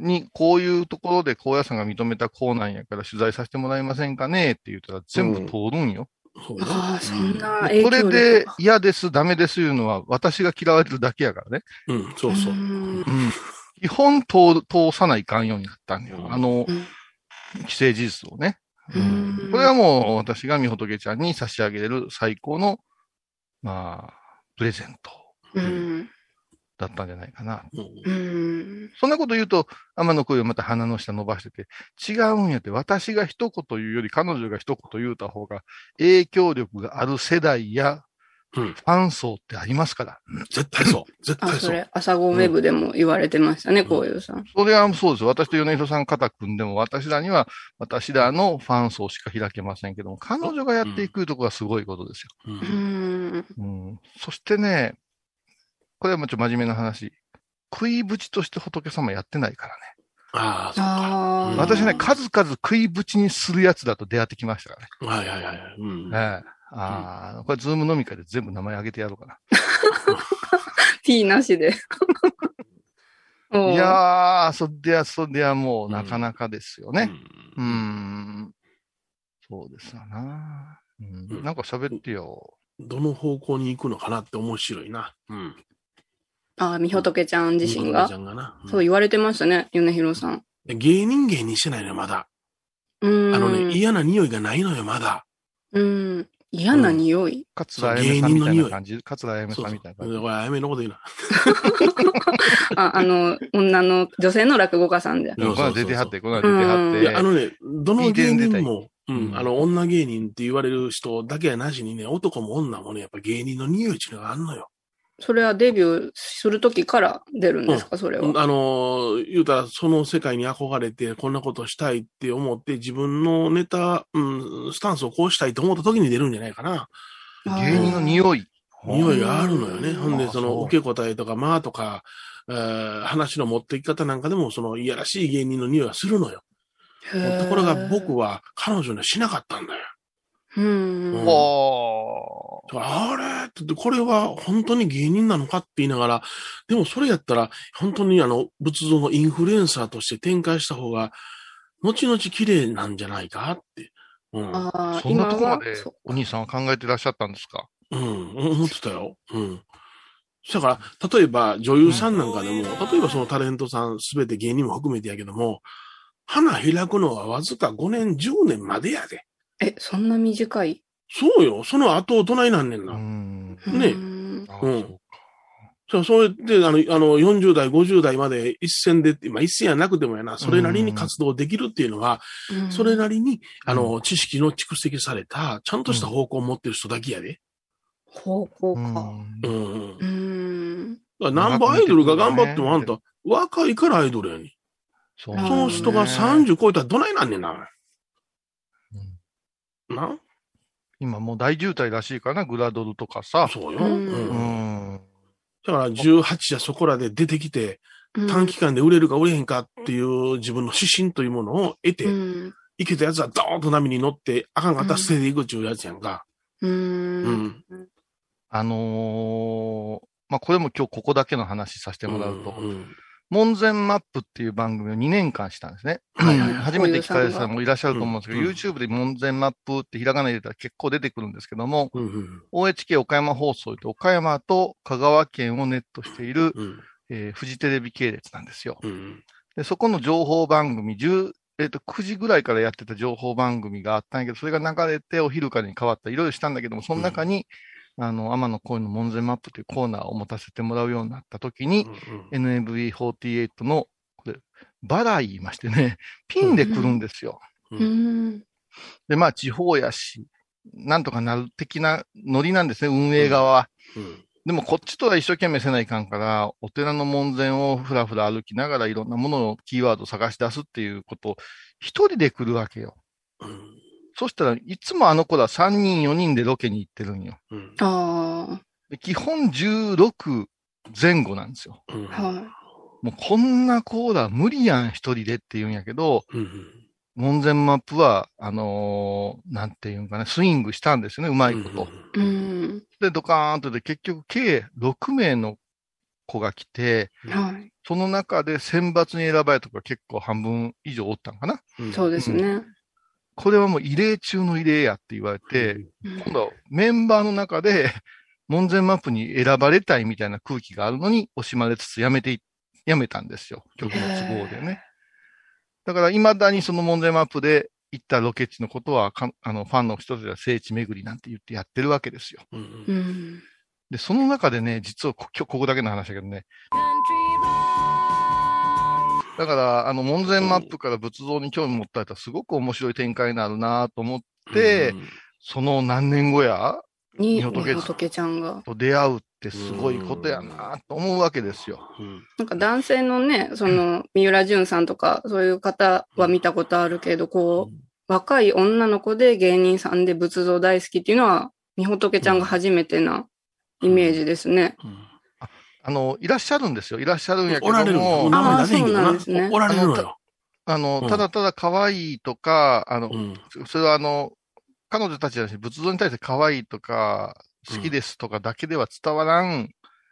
Speaker 3: に、こういうところで高野山が認めたこうなんやから取材させてもらえませんかねって言ったら全部通るんよ。
Speaker 2: そうね
Speaker 4: ああ、そんな影
Speaker 3: そ
Speaker 4: 響力
Speaker 3: れ
Speaker 4: が
Speaker 3: で、嫌です、ダメですいうのは私が嫌われてるだけやからね。
Speaker 2: うん、そうそう
Speaker 4: う。ん
Speaker 3: うん基本通通さないかんようになったんよ。
Speaker 2: うん
Speaker 3: あの
Speaker 4: うん、
Speaker 3: 既成事実をね。
Speaker 4: うん
Speaker 3: これはもう私がみほとけちゃんに差し上げる最高の、まあ、プレゼント
Speaker 4: うん。
Speaker 3: だったんじゃないかな。
Speaker 2: うん
Speaker 4: うん。
Speaker 3: そんなこと言うと、天の声をまた鼻の下伸ばしてて、違うんやって、私が一言言うより彼女が一言言うた方が影響力がある世代や
Speaker 2: うん
Speaker 3: ファン層ってありますから。
Speaker 2: 絶対そう。絶
Speaker 4: あ、
Speaker 2: 対
Speaker 4: そ
Speaker 2: そう。
Speaker 4: れ、朝ごウェブでも言われてましたね、こういうさん。
Speaker 3: それはそうです。私と米広さん肩組んでも、私らには、私らのファン層しか開けませんけども、彼女がやっていくとこがすごいことです
Speaker 2: う
Speaker 3: よ。
Speaker 2: ん
Speaker 4: うーん。
Speaker 3: うん。そしてね、これはもうちょっと真面目な話。食いぶちとして仏様やってないからね。
Speaker 2: ああ、
Speaker 4: ああ。
Speaker 3: 私ね、数々食いぶちにするやつだと出会ってきましたからね。
Speaker 2: はいはいはい。うん。
Speaker 3: ええああ、これズーム飲み会で全部名前挙げてやろうか
Speaker 4: P なしで。
Speaker 3: な。
Speaker 4: お
Speaker 3: い
Speaker 4: ー
Speaker 3: やー、そりゃ、そりゃもうなかなかですよね。うー
Speaker 2: うん。
Speaker 3: ん。そうですよな。う
Speaker 2: うん
Speaker 3: ん、なんか喋ってよ。
Speaker 2: どの方向に行くのかなって面白いな。うん。
Speaker 4: ああ、みほとけちゃん自身が
Speaker 2: ちゃ。んがな。うん
Speaker 4: そう言われてましたね、米広さん。
Speaker 2: 芸人芸にしてないのよ、まだ。
Speaker 4: うーん。
Speaker 2: あのね、嫌な匂いがないのよ、まだ。
Speaker 4: うん。嫌な匂い。
Speaker 3: 桂あやめさんみたいな感じ。桂あやめさ
Speaker 2: そうんそ
Speaker 3: み
Speaker 2: う。だ
Speaker 3: たいな
Speaker 2: か
Speaker 3: 感じ。
Speaker 2: ら、あやめのこと言うな。
Speaker 4: あ、あの、女の、女性の落語家さんじゃ。
Speaker 2: そうそうそう
Speaker 3: この間出てはって、この間
Speaker 2: い
Speaker 3: 出て
Speaker 2: や、あ
Speaker 3: はって。
Speaker 2: のね、どの芸人も、う
Speaker 3: い
Speaker 2: ん、あの、女芸人って言われる人だけやなしにね、男も女もね、やっぱ芸人の匂いっていうのがあんのよ。
Speaker 4: それはデビューするときから出るんですか、それ
Speaker 2: うん
Speaker 4: は。
Speaker 2: あのー、言うたら、その世界に憧れて、こんなことしたいって思って、自分のネタ、うん、スタンスをこうしたいと思った時に出るんじゃないかな。
Speaker 3: 芸人の匂い。
Speaker 2: 匂いがあるのよね。ほんで、
Speaker 3: あ
Speaker 2: その、
Speaker 3: そう
Speaker 2: 受け答えとか、まあとか、えー話の持っていき方なんかでも、その、いやらしい芸人の匂いがするのよ。ところが、僕
Speaker 4: は。
Speaker 2: は、彼女にはしなかったんだよ。
Speaker 4: うん。
Speaker 2: うん
Speaker 3: おー。
Speaker 2: あれって言って、これは本当に芸人なのかって言いながら、でもそれやったら、本当にあの、仏像のインフルエンサーとして展開した方が、後々綺麗なんじゃないかって。うん。
Speaker 4: ああ、
Speaker 3: そん
Speaker 4: 今
Speaker 3: なとこま
Speaker 4: は
Speaker 3: で、
Speaker 4: そ
Speaker 3: お兄さんは考えてらっしゃったんですか
Speaker 2: うん。思ってたよ。うん。だから、例えば女優さんなんかでも、例えばそのタレントさん、すべて芸人も含めてやけども、花開くのはわずか5年、10年までやで。
Speaker 4: え、そんな短い
Speaker 2: そうよ。その後大人になんねん
Speaker 3: う
Speaker 2: な。
Speaker 3: ん。
Speaker 2: ね
Speaker 4: うん
Speaker 3: あ
Speaker 2: うん
Speaker 3: そ
Speaker 2: そう、
Speaker 3: う
Speaker 2: そうやって、あの、あの、40代、50代まで一線で、まあ一線やなくてもやな、それなりに活動できるっていうのは、
Speaker 4: うん
Speaker 2: それなりに、あ
Speaker 3: う
Speaker 2: の、知識の蓄積された、ちゃんとした方向を持ってる人だけやで。
Speaker 4: 方向
Speaker 3: う
Speaker 4: か。
Speaker 3: ん
Speaker 2: うん。うん、だか
Speaker 4: うん。
Speaker 2: らナンバーアイドルが頑張ってもあんた、若いからアイドルやね
Speaker 3: そ
Speaker 4: うん
Speaker 2: その人が30超えたらどないなんねんな。な
Speaker 3: 今もう大渋滞らしいかな、グラドルとかさ。
Speaker 2: そうよ。
Speaker 4: う
Speaker 2: うんん。
Speaker 3: う
Speaker 2: だか
Speaker 3: ん。
Speaker 2: ら18やそこらで出てきて、短期間で売れるか売れへんかっていう自分の指針というものを得て、
Speaker 4: うん。
Speaker 2: 生けたやつはドーンと波に乗って、あかんかったら捨てていくっていうやつやんか。
Speaker 4: う
Speaker 2: うん。
Speaker 4: ん。
Speaker 3: あのー、まあ、これも今日ここだけの話させて
Speaker 2: で
Speaker 3: もらうと、
Speaker 2: ん、
Speaker 3: 門前マップっていう番組を2年間したんですね。
Speaker 2: はいはい
Speaker 3: 初めて聞かれた方もいらっしゃると思うんですけど、
Speaker 2: うんうん
Speaker 3: YouTube で門前マップってひらがな入れたら結構出てくるんですけども、
Speaker 2: うん。うん。
Speaker 3: OHK 岡山放送で岡山と香川県をネットしている、
Speaker 2: うん。
Speaker 3: えーフジテレビ系列なんですよ。
Speaker 2: うん。
Speaker 3: で、そこの情報番組、10、えっ、と、9時ぐらいからやってた情報番組があったんやけど、それが流れてお昼からに変わった、いろいろしたんだけども、その中に、あの、天野公園の門前マップというコーナーを持たせてもらうようになった時に、NMB48 の、これ、バラ言いましてね、 ピンで来るんですよ。
Speaker 4: うん。
Speaker 3: で、まあ、地方やし、なんとかなる的なノリなんですね、運営側は。
Speaker 2: うん。
Speaker 3: でもこっちとは一生懸命せないかんから、お寺の門前をふらふら歩きながらいろんなものをキーワードを探し出すっていうことを一人で来るわけよ。
Speaker 2: うん。
Speaker 3: そしたらいつもあの子ら3人4人でロケに行ってるんよ。
Speaker 2: うん。
Speaker 4: あ
Speaker 3: で基本16前後なんですよ。
Speaker 2: うん。
Speaker 4: あ、はい。
Speaker 3: もうこんな子ら無理やん一人でって言うんやけど、
Speaker 2: うん。
Speaker 3: 門前マップは、あのーなんていうんかね、スイングしたんですよね、うまいこと。
Speaker 4: うん。
Speaker 3: で、ドカーンとで結局計6名の子が来て、
Speaker 4: はい。
Speaker 3: その中で選抜に選ばれた子が結構半分以上おったんかな。
Speaker 2: うん。
Speaker 4: そうですね。
Speaker 3: これはもう異例中の異例やって言われて、
Speaker 4: うん
Speaker 3: 今度はメンバーの中で門前マップに選ばれたいみたいな空気があるのに惜しまれつつやめてい、やめたんですよ。曲の都合でね。だから未だにその門前マップで行ったロケ地のことはか、あの、ファンの人たちは聖地巡りなんて言ってやってるわけですよ。
Speaker 2: うん
Speaker 4: う。ん。
Speaker 3: で、その中でね、実はこ今日ここだけの話だけどね。だから、あの、門前マップから仏像に興味持ったらすごく面白い展開になるなと思って、その何年後や、
Speaker 4: に、
Speaker 3: みほとけ
Speaker 4: みほとけちゃんが。
Speaker 3: と出会うってすごいことやなと思うわけですよ。
Speaker 4: なんか男性のね、その、三浦淳さんとか、そういう方は見たことあるけど、こう、若い女の子で芸人さんで仏像大好きっていうのは、みほとけちゃんが初めてなイメージですね。
Speaker 3: あの、いらっしゃるんですよ。いらっしゃるんやけど
Speaker 2: おられるん
Speaker 3: も
Speaker 2: よ。。名前出せへんけど
Speaker 4: あーそうな
Speaker 2: なん
Speaker 4: ですね。
Speaker 2: おおられるの
Speaker 3: あの
Speaker 2: よ。
Speaker 3: あの
Speaker 2: う、ん
Speaker 3: ただただ可愛いとか、あの、
Speaker 2: うん
Speaker 3: それはあの、彼女たちじゃなくて仏像に対して可愛いとか、好きですとかだけでは伝わらん、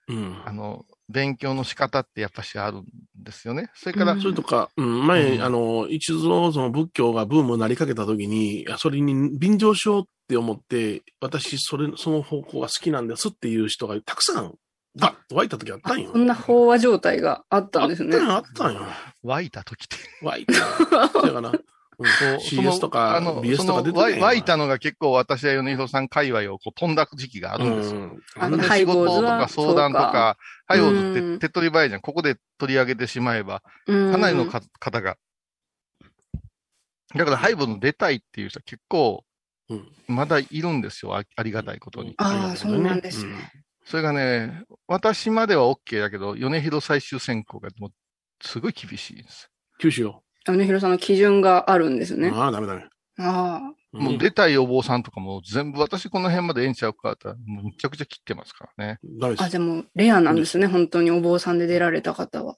Speaker 2: うん
Speaker 3: あの、勉強の仕方ってやっぱしあるんですよね。それから、
Speaker 4: うん
Speaker 2: それとか、うん、前、
Speaker 3: うん
Speaker 2: あの、一度、その仏教がブームになりかけた時に、あそれに便乗しようって思って、私、それ、その方向が好きなんですっていう人がたくさん、バッと湧いた時あったんよ。
Speaker 4: こんな飽和状態があったんですね。
Speaker 2: あったんよ。あっ
Speaker 3: 湧いた時って。
Speaker 2: たんよ湧いた。だ から、うん CS とか
Speaker 3: あの
Speaker 2: BS とか出て
Speaker 3: その湧い湧い
Speaker 2: ん
Speaker 3: たのが結構私や米広さん界隈をこう飛んだ時期があるんですよ。
Speaker 2: うん
Speaker 4: あ
Speaker 3: あ
Speaker 4: の
Speaker 3: の
Speaker 4: ハイ
Speaker 3: 仕
Speaker 4: ボー
Speaker 3: 事
Speaker 4: ズ
Speaker 3: と
Speaker 4: は
Speaker 3: か相談とか、ハイボーズっ
Speaker 4: うん
Speaker 3: て手っ取り早いじゃん。ここで取り上げてしまえば、
Speaker 4: うん
Speaker 3: かなりのか方が。だからハイボーズに出たいっていう人は結構
Speaker 2: うん、
Speaker 3: まだいるんですよ。あありがたいことに。
Speaker 4: ああ、そうなんですね。
Speaker 3: それがね、私までは OK だけど、米広最終選考がもうすごい厳しいんです。
Speaker 2: 九州よ。
Speaker 4: 米広さんの基準があるんですね。
Speaker 2: ああ、ダメダメ。
Speaker 4: ああ。
Speaker 2: うん
Speaker 3: もう出たいお坊さんとかも全部私この辺までええんちゃうかって言ったら、もうむちゃくちゃ切ってますからね。
Speaker 2: ダメで
Speaker 4: あ、
Speaker 2: す。
Speaker 4: じゃあもうレアなんですね、本当にお坊さんで出られた方は。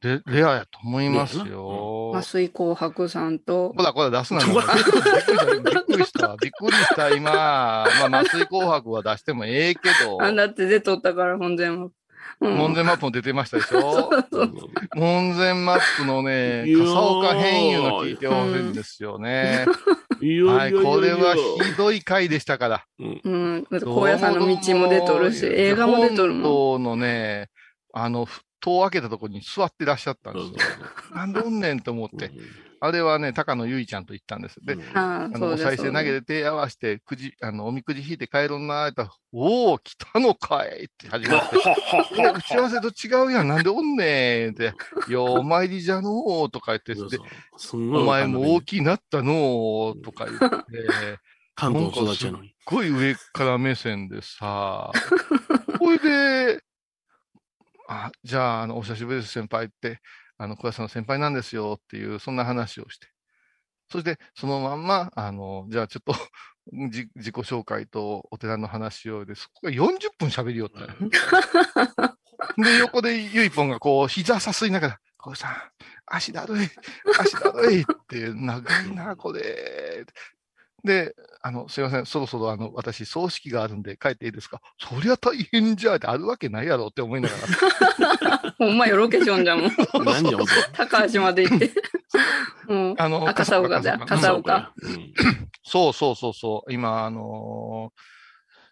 Speaker 3: で、レアやと思いますよ。
Speaker 4: 麻酔紅白さんと
Speaker 3: ほ、ら、これ出すなよ。びっ くりした。びっくりした。今、まあ、麻酔紅白は出してもええけど、
Speaker 4: あ、だって出とったから本前も。うん
Speaker 3: 門前マップも出てましたでし
Speaker 4: そ
Speaker 3: ょ
Speaker 4: うそう
Speaker 3: 門前マップのね、
Speaker 2: いやー
Speaker 3: 笠岡変優の聞いてほしいんですよね。
Speaker 2: いや
Speaker 3: はいい、
Speaker 2: ややや
Speaker 3: これはひどい回でしたから。
Speaker 4: うん。だって高野山の道も出とるし、
Speaker 3: どう
Speaker 4: 映画も出とるもん。
Speaker 3: 本当のね、あの、戸を開けたところに座ってらっしゃったんですよ。なんでおんねんと思って。あれはね、高野ゆいちゃんと行ったんです。で、
Speaker 4: ああ、
Speaker 3: あ
Speaker 4: そ
Speaker 3: の、
Speaker 4: う
Speaker 3: お
Speaker 4: です。
Speaker 3: 賽銭投げて手合わせて、くじ、あの、おみくじ引いて帰ろんなーって言ったら、おお、来たのかいって始まって。 いや打ち合わせと違うやん、なんでおんねんって。いや、お参りじゃのーとか言って
Speaker 2: そう
Speaker 3: で
Speaker 2: そうすんごい
Speaker 3: お前も大
Speaker 2: きい。
Speaker 3: きいなったのーとか言って、
Speaker 2: 関東の育ちやのに。
Speaker 3: すっごい上から目線でさ、ほいで、あ、じゃあ、あの、お久しぶりです、先輩って、あの、小屋さんの先輩なんですよっていう、そんな話をして。そして、そのまんま、あの、じゃあちょっと、 じ自己紹介とお寺の話をで、そこが40分喋りよったよ。で、横でゆいぽんがこう、膝さすいながら、小屋さん、足だるい、足だるいって、長いな、これ。で、あの、すいません、そろそろあの、私、葬式があるんで帰っていいですかそりゃ大変じゃあってあるわけないやろって思いながら。
Speaker 4: ほんまよ、ロケションじゃもん。
Speaker 2: 何じゃ、
Speaker 4: 高橋まで 行って。うん。
Speaker 3: あの、
Speaker 4: 赤坂だ
Speaker 3: 笠
Speaker 4: 笠岡。
Speaker 2: うん
Speaker 3: そうそうそうそう。今、あのー、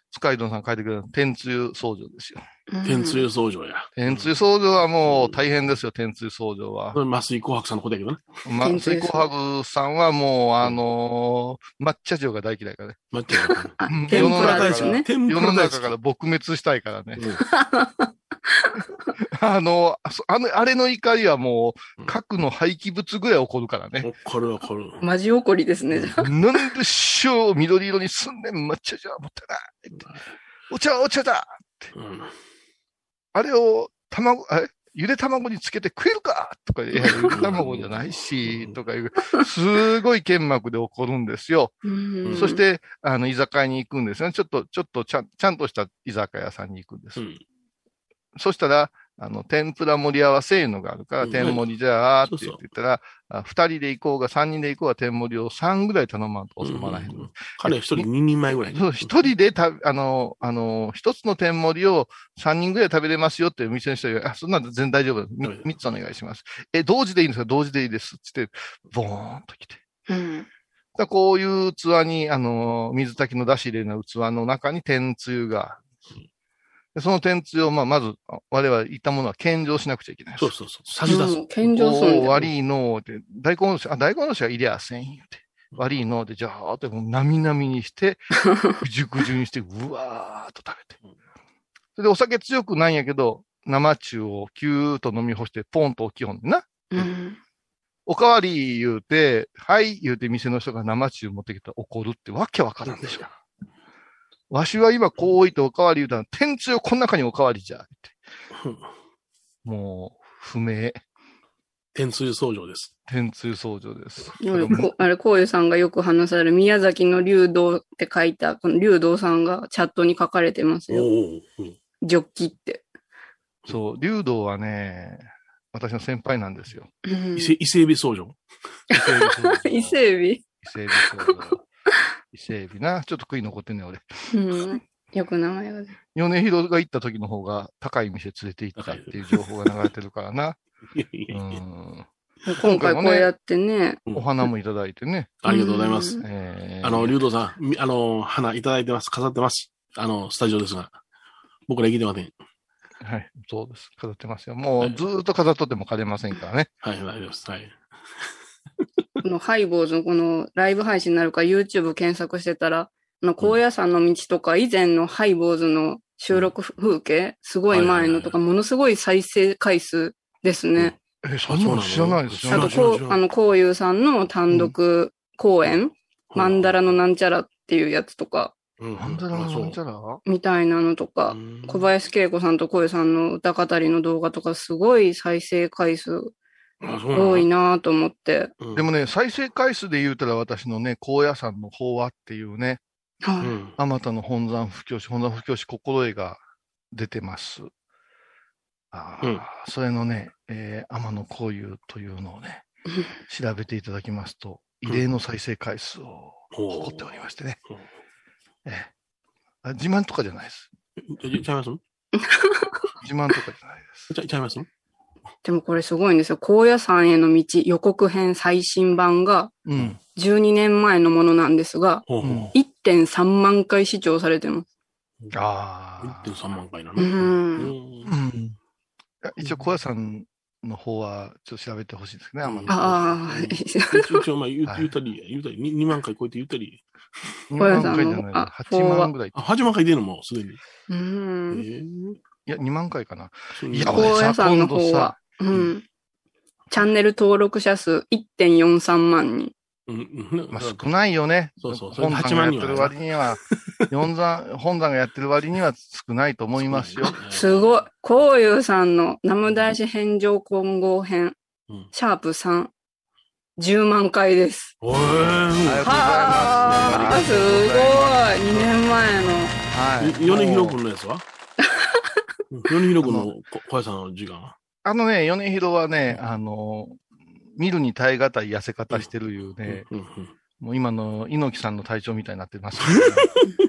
Speaker 3: スカイドンさん書いてくれる天つゆ僧侶ですよ。
Speaker 2: 天つゆ相乗や。
Speaker 3: 天つゆ僧侶はもう大変ですよ、天つゆ僧侶は。
Speaker 2: これ麻酔紅白さんのことやけどね。
Speaker 3: まあ、
Speaker 4: 天つゆ
Speaker 3: 水
Speaker 4: 僧侶
Speaker 3: 紅白さんはもう、あのー抹茶嬢が大嫌いからね。
Speaker 2: まっちゃんが。
Speaker 4: あ
Speaker 3: うん
Speaker 4: 天ぷらですね。
Speaker 2: 天ぷ
Speaker 3: 世の
Speaker 2: ら大好
Speaker 3: 中
Speaker 2: き
Speaker 3: から撲滅したいからね。
Speaker 2: うん
Speaker 3: あの、あそあの、あれの怒りはも
Speaker 2: う
Speaker 3: う、
Speaker 2: ん
Speaker 3: 核の廃棄物ぐらい起こるからね。
Speaker 2: 怒る怒る。
Speaker 4: マジ怒りですね、じゃあ
Speaker 3: なんでしょう、緑色にすんねん、抹茶じゃもったいないって。お茶、お茶だ
Speaker 2: うん
Speaker 3: あれを、卵、えゆで卵につけて食えるかとか、いや、ゆで卵じゃないし、とかいう、すごい剣幕で起こるんですよ。
Speaker 4: うん
Speaker 3: そし、て、あの、居酒屋に行くんですよね。ちょっと、ちょっとちゃん、ちゃんとした居酒屋さんに行くんです。
Speaker 2: うん
Speaker 3: そしたら、あの、天ぷら盛り合わせいうのがあるから、
Speaker 2: うん
Speaker 3: 天盛りじゃあ、っ
Speaker 2: そ
Speaker 3: て
Speaker 2: う
Speaker 3: 言
Speaker 2: そ
Speaker 3: っ
Speaker 2: う
Speaker 3: て言ったら、あ二人で行こうが、三人で行こうが、天盛りを三ぐらい頼まんと収まらへん。
Speaker 2: うん彼一人二人前ぐらい。
Speaker 3: そう、一人でた、あの、あの、一つの天盛りを三人ぐらい食べれますよっていう店の人が、あ、そんなん全然大丈夫です。み
Speaker 2: はい
Speaker 3: 三つお願いします。え、同時でいいんですか同時でいいです。つって、ボーンと来て。
Speaker 4: うん。
Speaker 3: だからこういう器に、あの、水炊きの出し入れの器の中に天つゆが、でその天つゆを、まあ、まず、あ我々言ったものは献上しなくちゃいけないです。
Speaker 2: そうそうそう。差し出す。
Speaker 4: うん健常村
Speaker 3: おー
Speaker 4: で。
Speaker 3: 悪いのーって、大根おろし、あ、大根おろしはいりゃせんよって。悪いのーって、じゃあ、って、もう、なみなみ にして、ぐじゅぐじゅにして、うわーっと食べて。それで、お酒強くないんやけど、生中をキューッと飲み干して、ポンと置きよんねんな。
Speaker 4: うん
Speaker 3: おかわり言うて、はい言うて店の人が生中持ってきたら怒るってわけわからんでしょ。わしは今こう置いておかわり言うたら、天つよこの中におかわりじゃ。ってもう、不明。
Speaker 2: 天つゆ相乗です。
Speaker 3: 天つゆ相乗です。
Speaker 4: よくこあれ、こういうさんがよく話される宮崎の竜道って書いた、この竜道さんがチャットに書かれてますよ。ジョッキって。
Speaker 3: そう、竜道はね、私の先輩なんですよ。
Speaker 4: うん
Speaker 2: 伊勢伊勢海老相乗。
Speaker 4: 伊勢海
Speaker 3: 伊勢海老相乗。伊勢海老な。ちょっと悔い残ってんね俺。
Speaker 4: 老。うん。よく名前が出て。
Speaker 3: 米広が行った時の方が高い店連れて行ったっていう情報が流れてるからな。
Speaker 2: いやいやいや
Speaker 3: うん
Speaker 4: 今回こうやってね。
Speaker 3: お花もいただいてね。
Speaker 2: ありがとうございます。
Speaker 3: えー
Speaker 2: あの、竜道さん、みあの、花いただいてます。飾ってます。あの、スタジオですが。僕ら生きてません。
Speaker 3: はい、そうです。飾ってますよ。もうずーっと飾っとっても枯れませんからね。
Speaker 2: はい、大丈夫です。はい。
Speaker 4: このハイボーズのこのライブ配信になるか YouTube 検索してたら、あの、高野山の道とか以前のハイボーズの収録風景、すごい前のとか、ものすごい再生回数ですね。
Speaker 3: え、そんなの知らないです
Speaker 2: う
Speaker 3: 知
Speaker 2: ん
Speaker 3: ら
Speaker 4: あ
Speaker 3: な
Speaker 4: と、
Speaker 3: い。
Speaker 4: こう、あの、こういうさんの単独公演、マンダラのなんちゃらっていうやつとか、
Speaker 2: うん、
Speaker 3: なんだろう、なんじゃら
Speaker 4: みたいなのとか、小林恵子さんと小江さんの歌語りの動画とか、すごい再生回数多いなぁと思って。
Speaker 2: うん
Speaker 3: でもね、再生回数で言うたら私のね、高野山の法話っていうね、
Speaker 2: う
Speaker 4: はい
Speaker 2: ん。
Speaker 3: あまたの本山布教師、本山布教師心得が出てます。ああ、
Speaker 2: うん
Speaker 3: それのね、えー、天野幸雄というのを ね、調べていただきますと、異例の再生回数を
Speaker 2: うん
Speaker 3: 誇っておりましてね。
Speaker 2: ほう
Speaker 3: ええあ自慢とかじゃないです。
Speaker 2: えちゃいます
Speaker 3: 自慢とかじゃないです。
Speaker 2: ちゃちゃいます
Speaker 4: でもこれすごいんですよ。高野山への道予告編最新版が
Speaker 3: うん。
Speaker 4: 12年前のものなんですが、
Speaker 2: ほうほう。
Speaker 4: 1.3万回視聴されてます。
Speaker 3: ああ。
Speaker 2: 1.3万回なの。
Speaker 4: うん
Speaker 2: うん
Speaker 3: うん一応、高野山の方は、ちょっと調べてほしいですね、天野幸雄
Speaker 4: ああ、
Speaker 2: 一応、まあ、言う
Speaker 3: はい
Speaker 2: 言うたり、言うたり、2万回超えて言うたり。
Speaker 3: 2
Speaker 4: 高野
Speaker 3: 万
Speaker 4: 山
Speaker 3: 回
Speaker 4: の
Speaker 3: じゃない
Speaker 4: あ
Speaker 3: 8万ぐらい。い
Speaker 2: あ、8万回出るのもうすでに。
Speaker 4: う
Speaker 2: え
Speaker 4: ん。
Speaker 2: ー
Speaker 3: や、2万回かな。
Speaker 2: そう
Speaker 3: い
Speaker 2: い
Speaker 3: や、
Speaker 2: や、
Speaker 4: こう
Speaker 3: 俺
Speaker 4: 高野
Speaker 3: さ、
Speaker 4: 山の
Speaker 3: 今
Speaker 4: 方
Speaker 3: 度さ
Speaker 4: は、うん。チャンネル登録者数1.43万人。
Speaker 2: うん、うん。
Speaker 3: まあ、少ないよね。
Speaker 2: そうそうそれ
Speaker 3: 本山がやってる
Speaker 2: 8万
Speaker 3: 割には、四山、本山がやってる割には少ないと思いますよ。
Speaker 4: すごい。こういうさんの、ナム大師返上混合編、
Speaker 2: うん
Speaker 4: シャープ3、10万回です。
Speaker 2: おー
Speaker 4: はあ、
Speaker 3: あり
Speaker 4: す
Speaker 3: がとうございます
Speaker 4: ごい。2年前の。
Speaker 3: はい。
Speaker 2: い米広
Speaker 3: もう
Speaker 2: 君のやつ は米広君のこ小林さんの時間は
Speaker 3: あのね、米広はね、あの、見るに耐え難い痩せ方してるいうね、
Speaker 2: うんうん
Speaker 3: もう今の猪木さんの体調みたいになってます。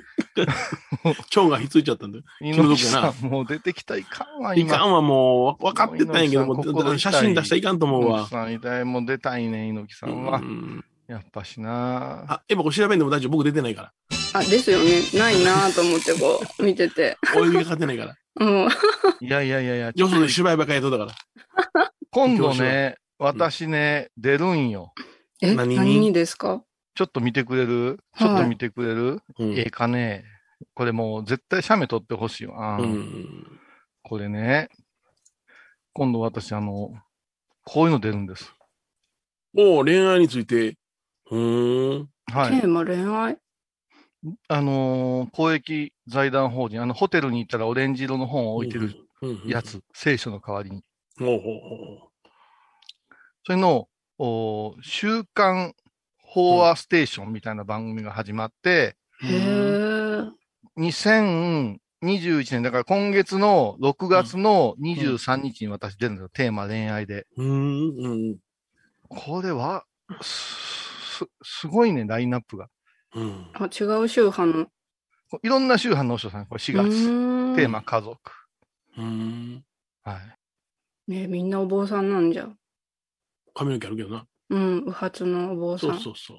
Speaker 2: 腸がひっついちゃったんで。
Speaker 3: 猪木さん、もう出てきたいかんわ、
Speaker 2: いか
Speaker 3: 今。
Speaker 2: んはもうわ分かってたんやけど、
Speaker 3: もう
Speaker 2: も
Speaker 3: 猪木さん
Speaker 2: う写真出したらいかんと思う
Speaker 3: 猪
Speaker 2: わ
Speaker 3: 木。さん、遺体も出たいね、猪木さんは
Speaker 2: う。ん
Speaker 3: やっぱしな
Speaker 2: あ、エヴァこれ調べんでも大丈夫。僕出てないから。
Speaker 4: あ、ですよね。ないなぁと思って、こう、見てて。
Speaker 2: お湯がかかってない から。
Speaker 4: もう、
Speaker 3: いやいやいやいや、
Speaker 2: よそで芝居ばっかりやっとったから。
Speaker 3: 今度ね、私ね、出るんよ。
Speaker 4: え、
Speaker 2: 何に
Speaker 4: 何にですか
Speaker 3: ちょっと見てくれるち
Speaker 4: はい
Speaker 3: ょっと見てくれる、
Speaker 2: うん
Speaker 3: ええかねこれもう絶対写メ撮ってほしいわ、
Speaker 2: うん。
Speaker 3: これね。今度私、あの、こういうの出るんです。
Speaker 2: もう恋愛について。うーん。
Speaker 3: は
Speaker 4: テ
Speaker 3: い
Speaker 4: ー。マ恋愛
Speaker 3: あのー公益財団法人、あの、ホテルに行ったらオレンジ色の本を置いてるやつ、聖書の代わりに。
Speaker 2: うん。ほうほう
Speaker 3: それの、おー週刊法話ステーションみたいな番組が始まって、
Speaker 4: へぇ
Speaker 3: 2021年、だから今月の6月の23日に私出るんですよ。テーマ恋愛で。
Speaker 2: ほう。うん。うん。
Speaker 3: これは、す、すごいね、ラインナップが。
Speaker 2: うん。
Speaker 4: あ、違う宗派の。
Speaker 3: こういろんな宗派のお師匠さん、これ4
Speaker 4: う
Speaker 3: 月。
Speaker 4: ーん
Speaker 3: テーマ家族。
Speaker 2: うん。
Speaker 3: はい。
Speaker 4: ねみんなお坊さんなんじゃ。
Speaker 2: 髪の毛あるけどな。
Speaker 4: うん、右発のお坊さん。
Speaker 2: そうそうそう。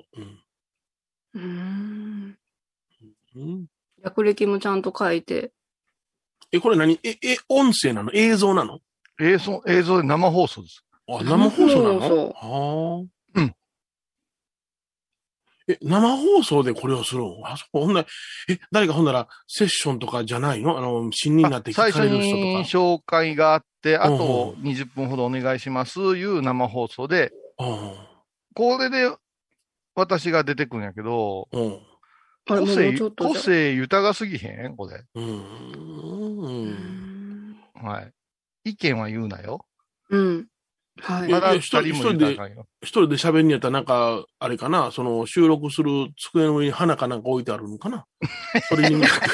Speaker 2: うん
Speaker 4: うーん。
Speaker 2: うん。
Speaker 4: 略歴もちゃんと書いて。
Speaker 2: え、これ何え、え、音声なの映像なの
Speaker 3: 映像、映像で生放送です。
Speaker 2: あ、生放送な
Speaker 4: 生放
Speaker 2: のはあ。
Speaker 3: うん。
Speaker 2: え、生放送でこれをするのあ、そこ、ほんなら、え、誰かほんなら、セッションとかじゃないのあの、新人になって聞
Speaker 3: 最
Speaker 2: か
Speaker 3: 初
Speaker 2: れる
Speaker 3: に
Speaker 2: 人とか。
Speaker 3: 紹介があって、あ
Speaker 2: うん
Speaker 3: と20分ほどお願いします、いう生放送で、
Speaker 2: ああ
Speaker 3: これで私が出てくるんやけど、
Speaker 2: うん。
Speaker 4: あれ
Speaker 3: 個
Speaker 4: もう
Speaker 3: 性、
Speaker 4: ちょっと
Speaker 3: 個
Speaker 4: じゃ
Speaker 3: 性豊かすぎへんこれ。
Speaker 2: うん。
Speaker 3: はい。意見は言うなよ。
Speaker 4: うん。はい。
Speaker 3: まだ
Speaker 2: え
Speaker 3: 二人も言うたらあかんよ。
Speaker 2: 一人で喋んやったらなんか、あれかな、その収録する机の上に花かなんか置いてあるのかな。それに向かって、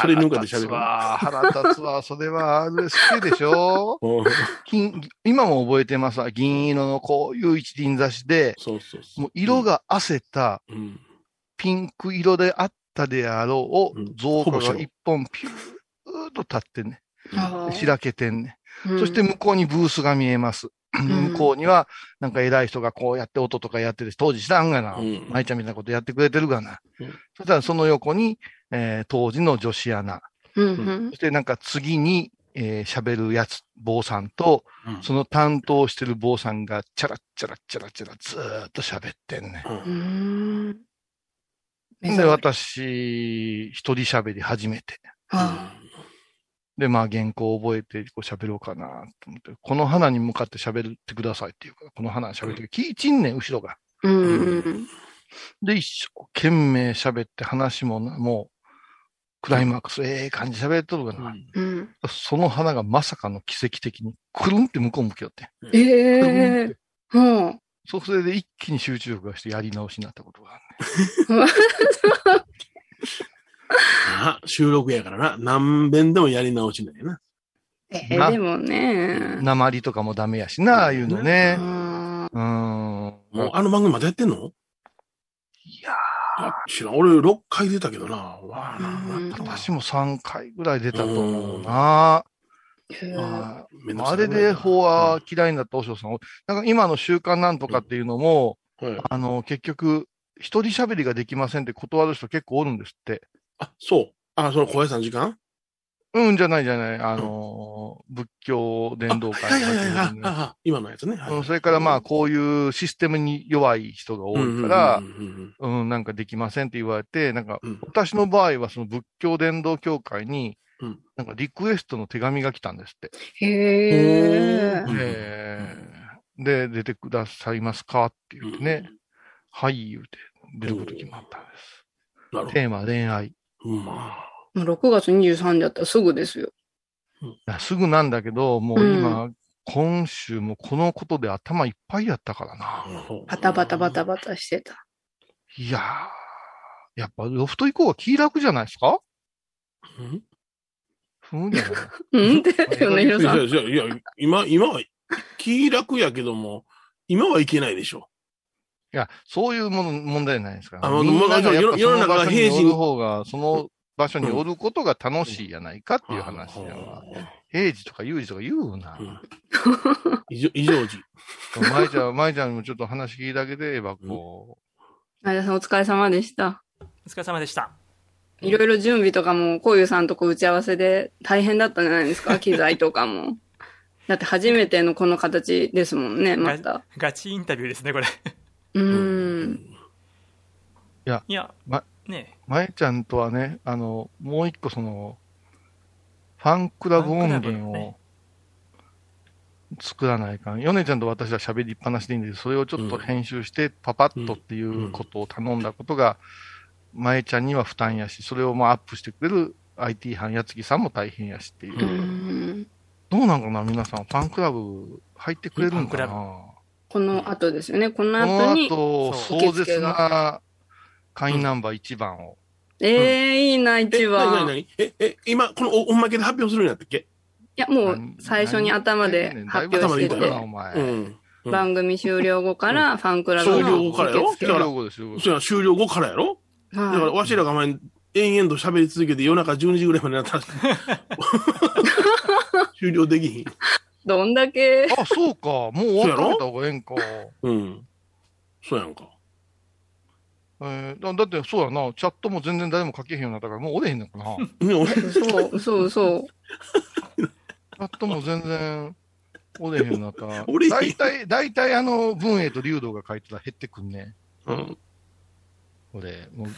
Speaker 2: それに向かって喋る。
Speaker 3: 腹立つわ、腹立つわ、それは RSK でしょ
Speaker 2: うん
Speaker 3: 金今も覚えてますわ。銀色のこういう一輪差しで、
Speaker 2: そうそうそ
Speaker 3: もう色が褪せた
Speaker 2: う。うん。
Speaker 3: ピンク色であったであろ
Speaker 2: うん
Speaker 3: う
Speaker 2: ほ
Speaker 3: 造花
Speaker 2: ぼ
Speaker 3: が
Speaker 2: 白
Speaker 3: 一本ピューっと立ってね、
Speaker 4: あー
Speaker 3: 開けてんね。
Speaker 4: うん
Speaker 3: そして向こうにブースが見えます。向こうには、なんか偉い人がこうやって音とかやってるし、当時知らんがな、
Speaker 2: うん
Speaker 3: 舞ちゃんみたいなことやってくれてるがな
Speaker 2: うん。
Speaker 3: そしたらその横に、えー当時の女子アナ、
Speaker 4: うんうん
Speaker 3: そしてなんか次に、えー喋るやつ、坊さんと、
Speaker 2: うん
Speaker 3: その担当してる坊さんが、チャラッチャラッチャラッチャラずーっと喋ってんね。
Speaker 4: うーん。目
Speaker 3: で、
Speaker 4: 覚め
Speaker 3: 私、一人喋り始めて。
Speaker 4: あ
Speaker 3: で、まあ原稿を覚えて、こう喋ろうかなと思って、この花に向かって喋ってくださいっていうから、この花に喋って、聞いちんねん、後ろが。
Speaker 4: ーうんうん。
Speaker 3: で、一生懸命喋って話もな、もう、クライマックス、ええ感じで喋っとるかな。
Speaker 4: うん。
Speaker 3: その花がまさかの奇跡的に、くるんって向こう向きよって。
Speaker 4: え
Speaker 3: くるんっ
Speaker 4: え
Speaker 3: て。
Speaker 4: ー。も
Speaker 3: そう、それで一気に集中力がしてやり直しになったことがあるね。
Speaker 2: なあ収録やからな。何遍でもやり直しなんやな。
Speaker 4: う。え
Speaker 3: な
Speaker 4: ー、でもね。
Speaker 3: 鉛とかもダメやしな、ああいうのね。
Speaker 4: あ
Speaker 3: うーん。
Speaker 2: もうあの番組まだやってんの
Speaker 3: いや
Speaker 2: あ知らん。俺6回出たけどな。わあな。
Speaker 4: ー
Speaker 3: 私も3回ぐらい出たと思うな。
Speaker 4: うん
Speaker 3: はい
Speaker 2: めんどくさい
Speaker 3: あれ
Speaker 2: な
Speaker 3: で法は嫌いになった和尚さん、なんか今の習慣なんとかっていうのも、
Speaker 2: うんはい
Speaker 3: あの、結局、一人喋りができませんって断る人結構おるんですって。
Speaker 2: あ、そう。あ、その小屋さん時間
Speaker 3: うん、じゃないじゃない。あの、仏教伝道会
Speaker 2: あはい
Speaker 3: と
Speaker 2: はいはい
Speaker 3: かです
Speaker 2: はい
Speaker 3: ね
Speaker 2: ああ今のやつね。はい
Speaker 3: うんそれからまあ、こういうシステムに弱い人が多いから
Speaker 2: うん、うんうんうん
Speaker 3: うん、なんかできませんって言われて、なんか
Speaker 2: うん、
Speaker 3: 私の場合はその仏教伝道協会に
Speaker 2: うん、
Speaker 3: なんかリクエストの手紙が来たんですって。
Speaker 4: へえ。
Speaker 2: うん
Speaker 3: えーで、出てくださいますかって言ってね、はい、言うて出ること決まったんです。
Speaker 2: なるほど
Speaker 3: テーマ恋愛。。
Speaker 2: うんまあ
Speaker 4: もう6月23日だったらすぐですよ。
Speaker 3: いやすぐなんだけど、もう今、今週もこのことで頭いっぱいやったからな。
Speaker 4: バタバタバタバタしてた。
Speaker 3: いやー、やっぱロフト以降は気楽じゃないですか
Speaker 2: うん
Speaker 3: ふんじ ゃない
Speaker 4: うんってだよね、
Speaker 2: い
Speaker 4: ヒ
Speaker 2: や
Speaker 4: ロ
Speaker 2: い
Speaker 4: さ
Speaker 2: や
Speaker 4: ん。
Speaker 2: いやいや、今、今は気楽やけども、今はいけないでしょ。
Speaker 3: いや、そういうもの問題じゃないですか。
Speaker 2: あまあ
Speaker 3: みんながやっ
Speaker 2: まあ世
Speaker 3: ぱそ
Speaker 2: の
Speaker 3: の
Speaker 2: 中
Speaker 3: 場
Speaker 2: が
Speaker 3: 所
Speaker 2: 平
Speaker 3: に
Speaker 2: 時
Speaker 3: お
Speaker 2: に
Speaker 3: る方が、その場所におることが楽しいやないかっていう話やわ。平時とか有時とか言うな
Speaker 2: う。ん異常異常時。
Speaker 3: 舞ちゃん、舞ちゃんにもちょっと話聞いてあげて、えばこ
Speaker 4: 前田さんお疲れ様でした。
Speaker 1: お疲れ様でした。
Speaker 4: いろいろ準備とかも、こういうさんとこ打ち合わせで大変だったんじゃないです か、機材とかも。だって初めてのこの形ですもんね、また。
Speaker 1: ガチインタビューですね、これ。
Speaker 4: うーん。
Speaker 1: いや、
Speaker 3: ま
Speaker 1: ね
Speaker 3: う、舞ちゃんとはね、あの、もう一個その、ファンクラブ音
Speaker 1: ファンクラブ
Speaker 3: 源を
Speaker 1: ね
Speaker 3: 作らないかん。ヨネちゃんと私は喋りっぱなしでいいんですけど、それをちょっと編集して、パパッとっていうことを頼んだことが、舞ちゃんには負担やし、それをまあアップしてくれる IT 班やつぎさんも大変やしっていう。
Speaker 2: う
Speaker 4: うーん
Speaker 3: どうなんかな皆さん、ファンクラブ入ってくれるんかな
Speaker 1: ファンクラブ
Speaker 3: こ
Speaker 4: この後ですよね。この後
Speaker 3: の
Speaker 4: に。
Speaker 3: 後、
Speaker 1: そ
Speaker 3: 壮絶な会員ナンバー1番を。
Speaker 4: ええいいな、一
Speaker 2: 何
Speaker 4: 番。い
Speaker 2: 何何え、え、今、このおおまけで発表するんやったっけ
Speaker 4: や、もう最初に頭で発表
Speaker 2: 頭でい
Speaker 4: し
Speaker 2: い
Speaker 4: て
Speaker 2: と
Speaker 3: 頭で
Speaker 2: こ
Speaker 3: いいな、
Speaker 4: て
Speaker 3: お、前。
Speaker 2: うん。うん
Speaker 4: 番組終了後からファンクラブ
Speaker 2: 終了
Speaker 4: の
Speaker 2: 後から
Speaker 4: 受
Speaker 2: よ
Speaker 4: 付
Speaker 3: 終
Speaker 2: だ
Speaker 4: が。
Speaker 2: か
Speaker 3: 了後ですよ。
Speaker 2: それは終了後からやろだから、
Speaker 4: は
Speaker 2: わしらが前、延々と喋り続けて夜中12時ぐらいまでや ったら、終了できひん。
Speaker 4: い。どんだけ。
Speaker 3: あ、そうか。もう終わられた方がええんか。
Speaker 2: うん。そうやんか。
Speaker 3: えーだだって、そうやな。チャットも全然誰も書けへんようになったから、もうおれへんのかな。
Speaker 2: ね俺
Speaker 4: そう、そう、そ
Speaker 3: チャットも全然おれへんようになったら。
Speaker 2: おれへん
Speaker 3: 大体、大体あの、文英と竜道が書いてたら減ってくんね。
Speaker 2: うん。
Speaker 3: 俺、もう、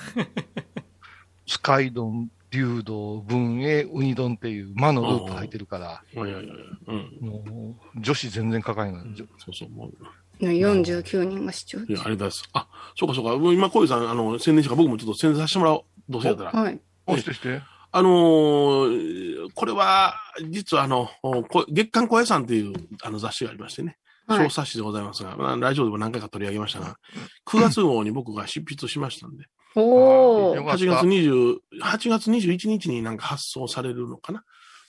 Speaker 3: スカイ丼、竜丼、文英、ウニ丼っていう魔のループ入ってるから、
Speaker 2: いやいやいや。うん。
Speaker 3: もう、女子全然抱えない。
Speaker 2: そうそう。もう
Speaker 4: 49人が視聴。
Speaker 2: いや、ありがとうございます。あ、そうかそうか。もう今、小さん、あの、宣伝したから僕もちょっと宣伝させてもらおう。どうせやったら。
Speaker 4: はい。
Speaker 3: 押してして。
Speaker 2: あのーこれは、実はあの、こ月刊小屋さんっていうあの雑誌がありましてね。
Speaker 4: はい
Speaker 2: 小冊子でございますが、まあラジオでも何回か取り上げましたが、9月号に僕が執筆しましたんで、
Speaker 4: お
Speaker 3: よ
Speaker 4: ー。
Speaker 3: かっ
Speaker 2: 8
Speaker 3: た。
Speaker 2: 月20、8月21日になんか発送されるのかな。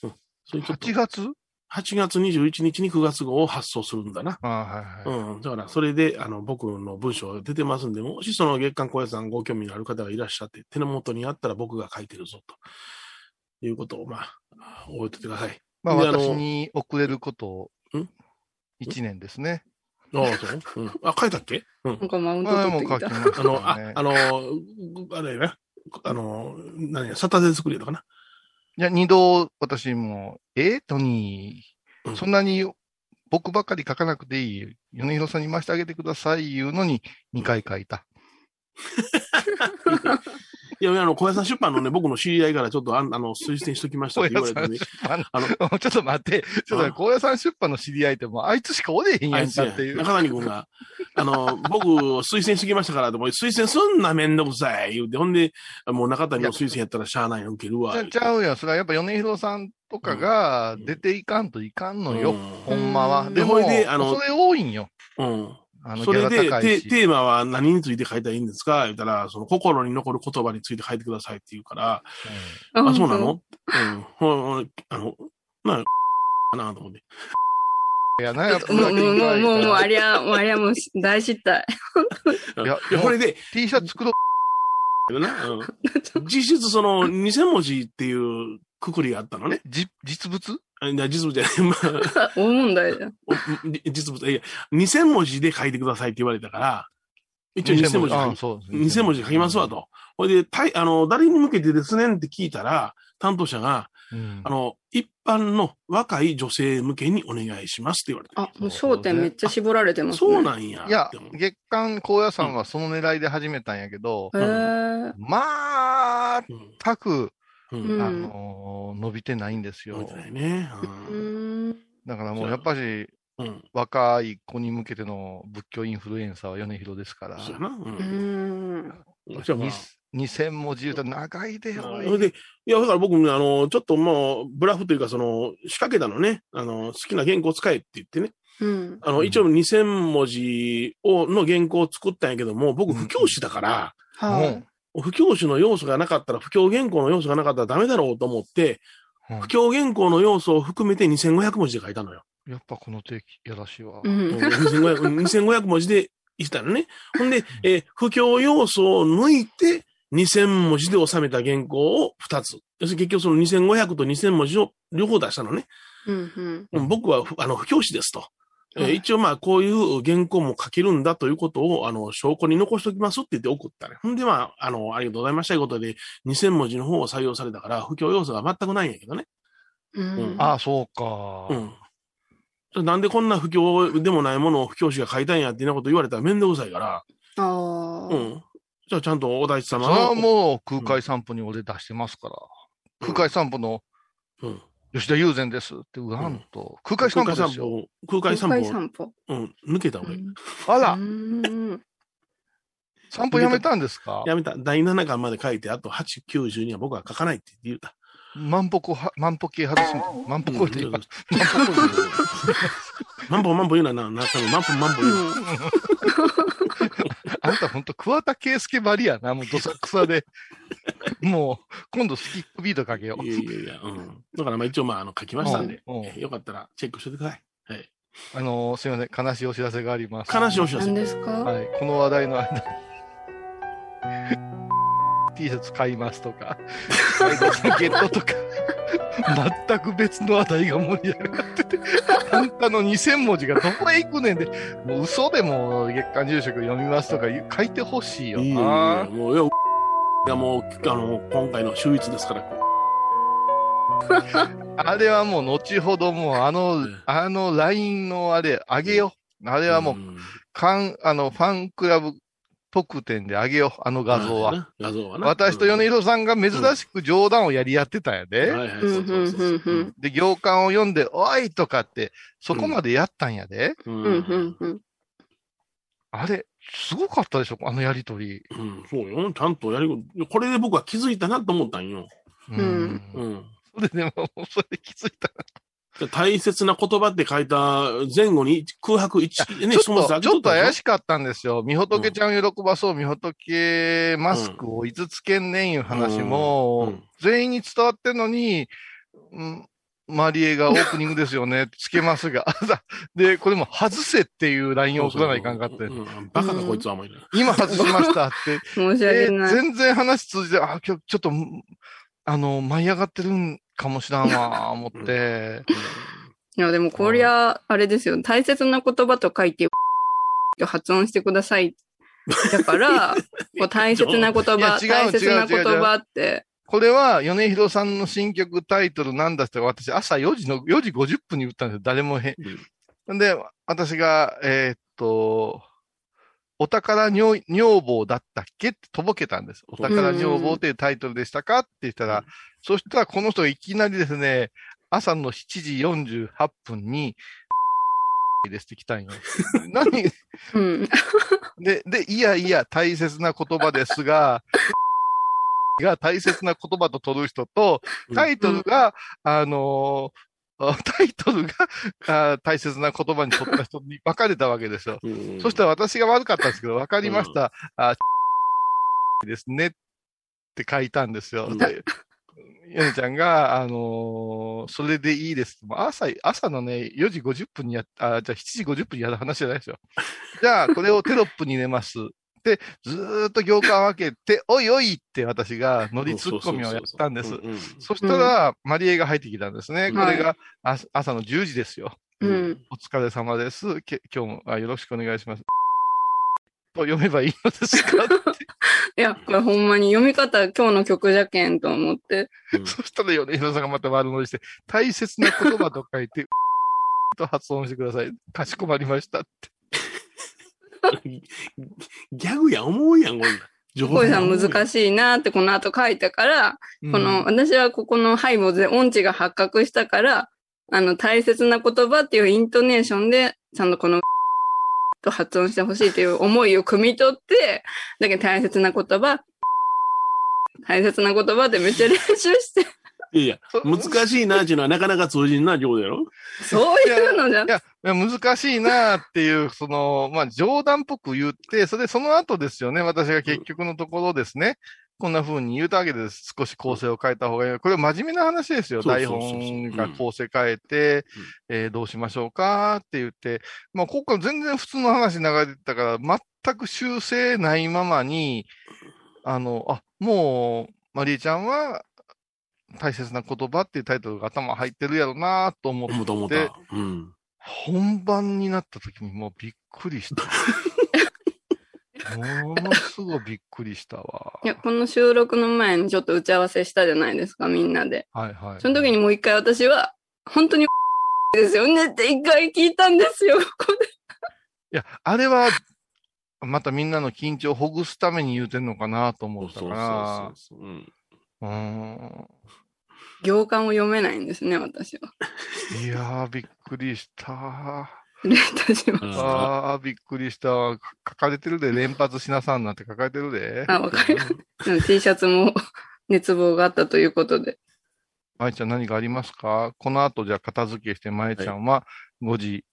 Speaker 2: うん。それちょっと
Speaker 3: 8月
Speaker 2: 8月21日に9月号を発送するんだな。
Speaker 3: あはいはい。
Speaker 2: うん。だから、それで、あの、僕の文章が出てますんで、もしその月刊小屋さんご興味のある方がいらっしゃって、手の元にあったら僕が書いてるぞ、ということを、まあ、覚えておいてください。
Speaker 3: まあ
Speaker 2: であの
Speaker 3: 私に遅れること
Speaker 2: ん
Speaker 3: 1年ですね。
Speaker 2: ああ、そううん。あ、書いたっけうん
Speaker 4: な。んかマウント
Speaker 3: ああ、
Speaker 4: 取っ
Speaker 3: もう
Speaker 4: て
Speaker 3: 書
Speaker 4: き
Speaker 3: き
Speaker 4: た。
Speaker 3: まし
Speaker 2: あ
Speaker 3: た
Speaker 2: の、あ
Speaker 3: ね。
Speaker 2: あの、あれやな。あの、何や、サタデー作りやったかな。
Speaker 3: いや、二度私も、えー、トニ
Speaker 2: う
Speaker 3: ー、
Speaker 2: ん
Speaker 3: そんなに僕ばっかり書かなくていい。米広さんに回してあげてください、言うのに2回書いた。
Speaker 2: いや、あの、小屋さん出版のね、僕の知り合いからちょっと、あんあの、推薦しときましたっ
Speaker 3: 小
Speaker 2: て言
Speaker 3: 屋
Speaker 2: われて
Speaker 3: さん
Speaker 2: ね
Speaker 3: 出。版
Speaker 2: あの
Speaker 3: の。ちょっと待って、ちょっと待
Speaker 2: う
Speaker 3: って
Speaker 2: ん
Speaker 3: 高野山出版の知り合いってもうあいつしかおれへん
Speaker 2: あ
Speaker 3: や
Speaker 2: い
Speaker 3: ん
Speaker 2: つ
Speaker 3: か
Speaker 2: や
Speaker 3: っていう。
Speaker 2: 中谷君が、あの、僕を推薦してきましたからって、もう推薦すんなめんどくさい言うて、ほんで、もう中谷の推薦やったらしゃあないの受けるわ。
Speaker 3: ちゃちゃうやん。それはやっぱ米広さんとかが出ていかんといかんのよ。ほんまは。
Speaker 4: うん
Speaker 3: でも、
Speaker 2: ほいであの
Speaker 3: それ多いんよ。
Speaker 2: うん。
Speaker 3: あの、ギ
Speaker 2: それ
Speaker 3: ャ
Speaker 2: で
Speaker 3: ラ高
Speaker 2: テ、
Speaker 3: いし。
Speaker 2: テーマは何について書いたらいいんですか言ったら、その心に残る言葉について書いてくださいって言うから、あ、そうなのうん。ほんほんあの、なんかなと思って。
Speaker 3: うんいやな、やっぱ
Speaker 4: もう、もう、もう、もう、もう、あ
Speaker 3: り
Speaker 4: りゃ、もうありゃ、もう、大失態。
Speaker 2: い
Speaker 3: い
Speaker 2: や
Speaker 3: や、
Speaker 2: これで、
Speaker 3: T シャツ作ろう。
Speaker 2: な うん実質その、2000文字っていうくくりがあったのね。
Speaker 3: じ実物
Speaker 2: あいや実物じゃない。まあ
Speaker 4: 大問題だよ。
Speaker 2: おじ実物、いや、2000文字で書いてくださいって言われたから、一応2000文字書
Speaker 3: あ
Speaker 2: き、
Speaker 3: そう
Speaker 2: 2000文字書きますわ。と。ほいで、たい、あの、誰に向けてですねんって聞いたら、担当者が、
Speaker 3: うん
Speaker 2: あの、一般の若い女性向けにお願いしますって言われた。
Speaker 4: あ、もう焦点めっちゃ絞られてますね。
Speaker 2: そうなんや。
Speaker 3: いや
Speaker 2: って思う、
Speaker 3: 月刊高野山はその狙いで始めたんやけど、
Speaker 4: へー
Speaker 3: まあ、
Speaker 2: うん
Speaker 3: たく、
Speaker 2: うん
Speaker 4: うん
Speaker 3: あのー伸びてないんで
Speaker 2: 覚
Speaker 3: す
Speaker 2: え
Speaker 3: よ
Speaker 2: て。ないね。
Speaker 4: うーん。
Speaker 3: だからもうやっぱし、
Speaker 2: うん。うん。
Speaker 3: 若い子に向けての仏教インフルエンサーは米広ですから、
Speaker 2: そうやな。う
Speaker 4: うー
Speaker 2: ん。
Speaker 4: ん。
Speaker 2: じゃあまあ
Speaker 3: 2000文字言うたら長いでよ。
Speaker 2: それで、いや、だから僕もね、あの、ちょっともう、ブラフというか、その、仕掛けたのね、あの、好きな原稿使えって言ってね、
Speaker 4: うん。
Speaker 2: あ
Speaker 3: う
Speaker 2: の、
Speaker 3: ん
Speaker 2: 一応2000文字を、の原稿を作ったんやけども、僕、不教師だから、
Speaker 4: は
Speaker 2: 不教師の要素がなかったら、不教原稿の要素がなかったらダメだろうと思って、
Speaker 3: うん
Speaker 2: 不教原稿の要素を含めて2500文字で書いたのよ。
Speaker 3: やっぱこの定期やらしいわ。
Speaker 4: い。
Speaker 2: う
Speaker 4: う
Speaker 2: ん
Speaker 4: ん。
Speaker 2: 2500 2500文字で言ったのね。ほんで、えー不教要素を抜いて、2000文字で収めた原稿を2つ。要するに結局その2500と2000文字を両方出したのね。
Speaker 4: うんうん。
Speaker 2: うん僕はふあの不教師ですと。えー
Speaker 4: はい
Speaker 2: 一応まあこういう原稿も書けるんだということをあの証拠に残しておきますって言って送ったね。ほんでまあ、あの、ありがとうございましたということで2000文字の方を採用されたから不教要素が全くないんやけどね。
Speaker 4: うん。
Speaker 3: ああ、そうか。
Speaker 2: うん。なんでこんな不教でもないものを不教師が書いたんやっていうようなこと言われたら面倒くさいから。
Speaker 4: ああ。
Speaker 2: うん。じゃあちゃんとお大師
Speaker 3: それ
Speaker 2: 様
Speaker 3: は
Speaker 2: の。
Speaker 3: もう空海散歩に俺出してますから。
Speaker 2: うん
Speaker 3: 空海散歩の
Speaker 2: うん。
Speaker 3: 吉田友禅ですって言わんと。空海散歩ですよ。
Speaker 2: 空海散歩。空
Speaker 4: 空海
Speaker 2: 海散
Speaker 4: 散歩。
Speaker 2: 歩。うん。抜けた俺。
Speaker 3: あら
Speaker 4: う、ん。
Speaker 3: 散歩やめたんですか
Speaker 2: やめた。第7巻まで書いて、あと8、9、10には僕は書かないって言った。
Speaker 3: 万歩こは、万歩計外すの。万歩こって言いま
Speaker 2: マンボマンボ言うな、な、な、多分マンボマンボ言うな。
Speaker 3: あんたほんと桑田佳祐バリやな。もうどさく さで。もう、今度スキップビートかけよう。
Speaker 2: いやいやいや、うん。だからまあ一応まあ、あの、書きましたんで、
Speaker 3: うんうん
Speaker 2: えよかったらチェックしてください。はい。
Speaker 3: あのーすいません。悲しいお知らせがあります。
Speaker 2: 悲しいお知らせ
Speaker 4: 何ですか
Speaker 3: はい、この話題の間に T シャツ買いますとか、サイドさんゲットとか、全く別の話題が盛り上がってて、あんたの2000文字がどこへ行くねんで、もう嘘でも月刊住職読みますとか言う書いてほしいよ
Speaker 2: いいよ、いい
Speaker 3: な
Speaker 2: よ。。もう、いや、がもう、あの、今回の秀逸ですから、
Speaker 3: あれはもう後ほどもうあの
Speaker 2: ええ、
Speaker 3: あの LINE のあれ、あげよう。あ
Speaker 2: そ
Speaker 3: れはもう、かん、あの、ファンクラブ特典であげよう、あの画像は。。
Speaker 2: 画像はな。
Speaker 3: 私と米広さんが珍しく冗談をやり合ってたんや
Speaker 2: う
Speaker 3: で。
Speaker 2: んはいはい、
Speaker 4: う
Speaker 2: そ
Speaker 4: ん
Speaker 2: うそうそう
Speaker 4: う
Speaker 2: そ
Speaker 4: ん
Speaker 2: う。
Speaker 3: で、行間を読んで、おいとかって、そこまでやったんやで。
Speaker 2: う
Speaker 4: うんうんうん。
Speaker 3: あれ、すごかったでしょ、あのやりとり。
Speaker 2: うん、そうよ。ちゃんとやりこ、これで僕は気づいたなと思ったんよ。
Speaker 4: うん。
Speaker 2: うん。
Speaker 3: それでも、それで気づいた。
Speaker 2: 大切な言葉って書いた前後に空白一、ね、
Speaker 3: ちょ
Speaker 2: だ
Speaker 3: っと、
Speaker 2: け
Speaker 3: ちょっと怪
Speaker 2: い。
Speaker 3: しかったんですよ。みほとけちゃんを喜ばそう、みほとけマスクをいつつけんねんいう話
Speaker 2: う
Speaker 3: も
Speaker 2: ん、
Speaker 3: 全員に伝わってんのに、うんマリエがオープニングですよね、つけますが。 で、これも外せっていうラインを送らないかんかって
Speaker 2: う、んバカかこいつは思いながら
Speaker 3: 今外しましたって。
Speaker 4: 申し
Speaker 3: で
Speaker 4: 訳ない。
Speaker 3: 全然話通じて、あ、今日ちょっと、あの、舞い上がってるんかもしらんわ、思って。
Speaker 4: いや、でもこりゃ、あれですよ。大切な言葉と書いて、と発音してください。だから、こう大切な言
Speaker 3: いや
Speaker 4: 葉、
Speaker 3: 違う
Speaker 4: 大切な
Speaker 3: 違う違
Speaker 4: 言
Speaker 3: う
Speaker 4: 葉って。
Speaker 3: これは、米広さんの新曲タイトルなんだって、私、朝4時の、4時50分に打ったんですよ。誰もへん。んで、私が、えーっと、お宝女女房だったっけってとぼけたんです。お宝女房っていうタイトルでしたかって言ったら、そしたらこの人がいきなりですね、朝の7時48分 に、ですってきたんよ。何
Speaker 4: うん。
Speaker 3: で、で、いやいや、大切な言葉ですが、 が大切な言葉と取る人と、タイトルが、あのーあタイトルがあ大切な言葉に取った人に分かれたわけですよ。
Speaker 2: うん
Speaker 3: そしたら私が悪かったんですけど、分かりました。あ ですねって書いたんですよ。
Speaker 2: うん
Speaker 3: で、ヨネちゃんが、あのーそれでいいです。もう朝、朝のね、4時50分にやっあ、じゃあ7時50分にやる話じゃないですよ。 じゃあ、これをテロップに入れます。で、ずーっと行間を分けて、 おいおいって私が乗りツッコミをやったんです
Speaker 2: う。うそ
Speaker 3: そしたら、マリエが入ってきたんですね。
Speaker 2: うん
Speaker 3: これが、あ朝の10時ですよ。
Speaker 4: うん。
Speaker 3: お疲れ様です。け今日もあよろしくお願いします。と読めばいいのです か
Speaker 4: いや、これほんまに読み方、今日の曲じゃけんと思って。
Speaker 2: うん
Speaker 3: そしたら米広さんがまた悪乗りして、大切な言葉と書いて、 と発音してください。かしこまりました。
Speaker 2: ギャグや思うやん、こんなん。上
Speaker 4: コイさん
Speaker 2: しい。
Speaker 4: 難しいなってこの後書いたから、この、私はここのハイボーズで音痴が発覚したから、あの、大切な言葉っていうイントネーションで、ちゃんとこの、と発音してほしいという思いを汲み取って、だけど大切な言葉、大切な言葉でめっちゃ練習 して、
Speaker 2: いやいや、
Speaker 3: そ
Speaker 2: 難しいなっていうのはなかなか通じんな、上手やろ。
Speaker 4: そういうのじゃ
Speaker 3: い、や、いや難しいなっていう、 その、まあ、冗談っぽく言って、それでその後ですよね、私が結局のところですね、こんな風に言うたわけです。少し構成を変えた方がいい。これは真面目な話ですよ。
Speaker 2: そう
Speaker 3: 台
Speaker 2: そうそうそう
Speaker 3: 本が構成変えて、えーどうしましょうかって言って、まあ、ここから全然普通の話流れてたから、全く修正ないままに、あの、あ、もう、マリーちゃんは、大切な言葉っていうタイトルが頭入ってるやろなと思って
Speaker 2: 思った思った。うん。
Speaker 3: 本番になった時にもうびっくりした。ものすごいびっくりしたわ。
Speaker 4: いや、この収録の前にちょっと打ち合わせしたじゃないですか、みんなで。
Speaker 3: はいはい。
Speaker 4: その時にもう一回私は、本当に、ですよねって一回聞いたんですよ、ここで。
Speaker 3: いや、あれは、またみんなの緊張をほぐすために言うてんのかなと思ったから
Speaker 2: そうそうそうそう。うん。
Speaker 3: うーん。
Speaker 4: 行間を読めないんですね、私は。
Speaker 3: いやー、びっくりした。
Speaker 4: レートします。
Speaker 2: あ
Speaker 3: あー、びっくりした。書かれてるで、連発しなさんなんて書かれてるで。
Speaker 4: あ、わかりましたうん T シャツも 熱望があったということで。
Speaker 3: まいちゃん何かありますかこの後じゃあ片付けして、まいちゃんは5時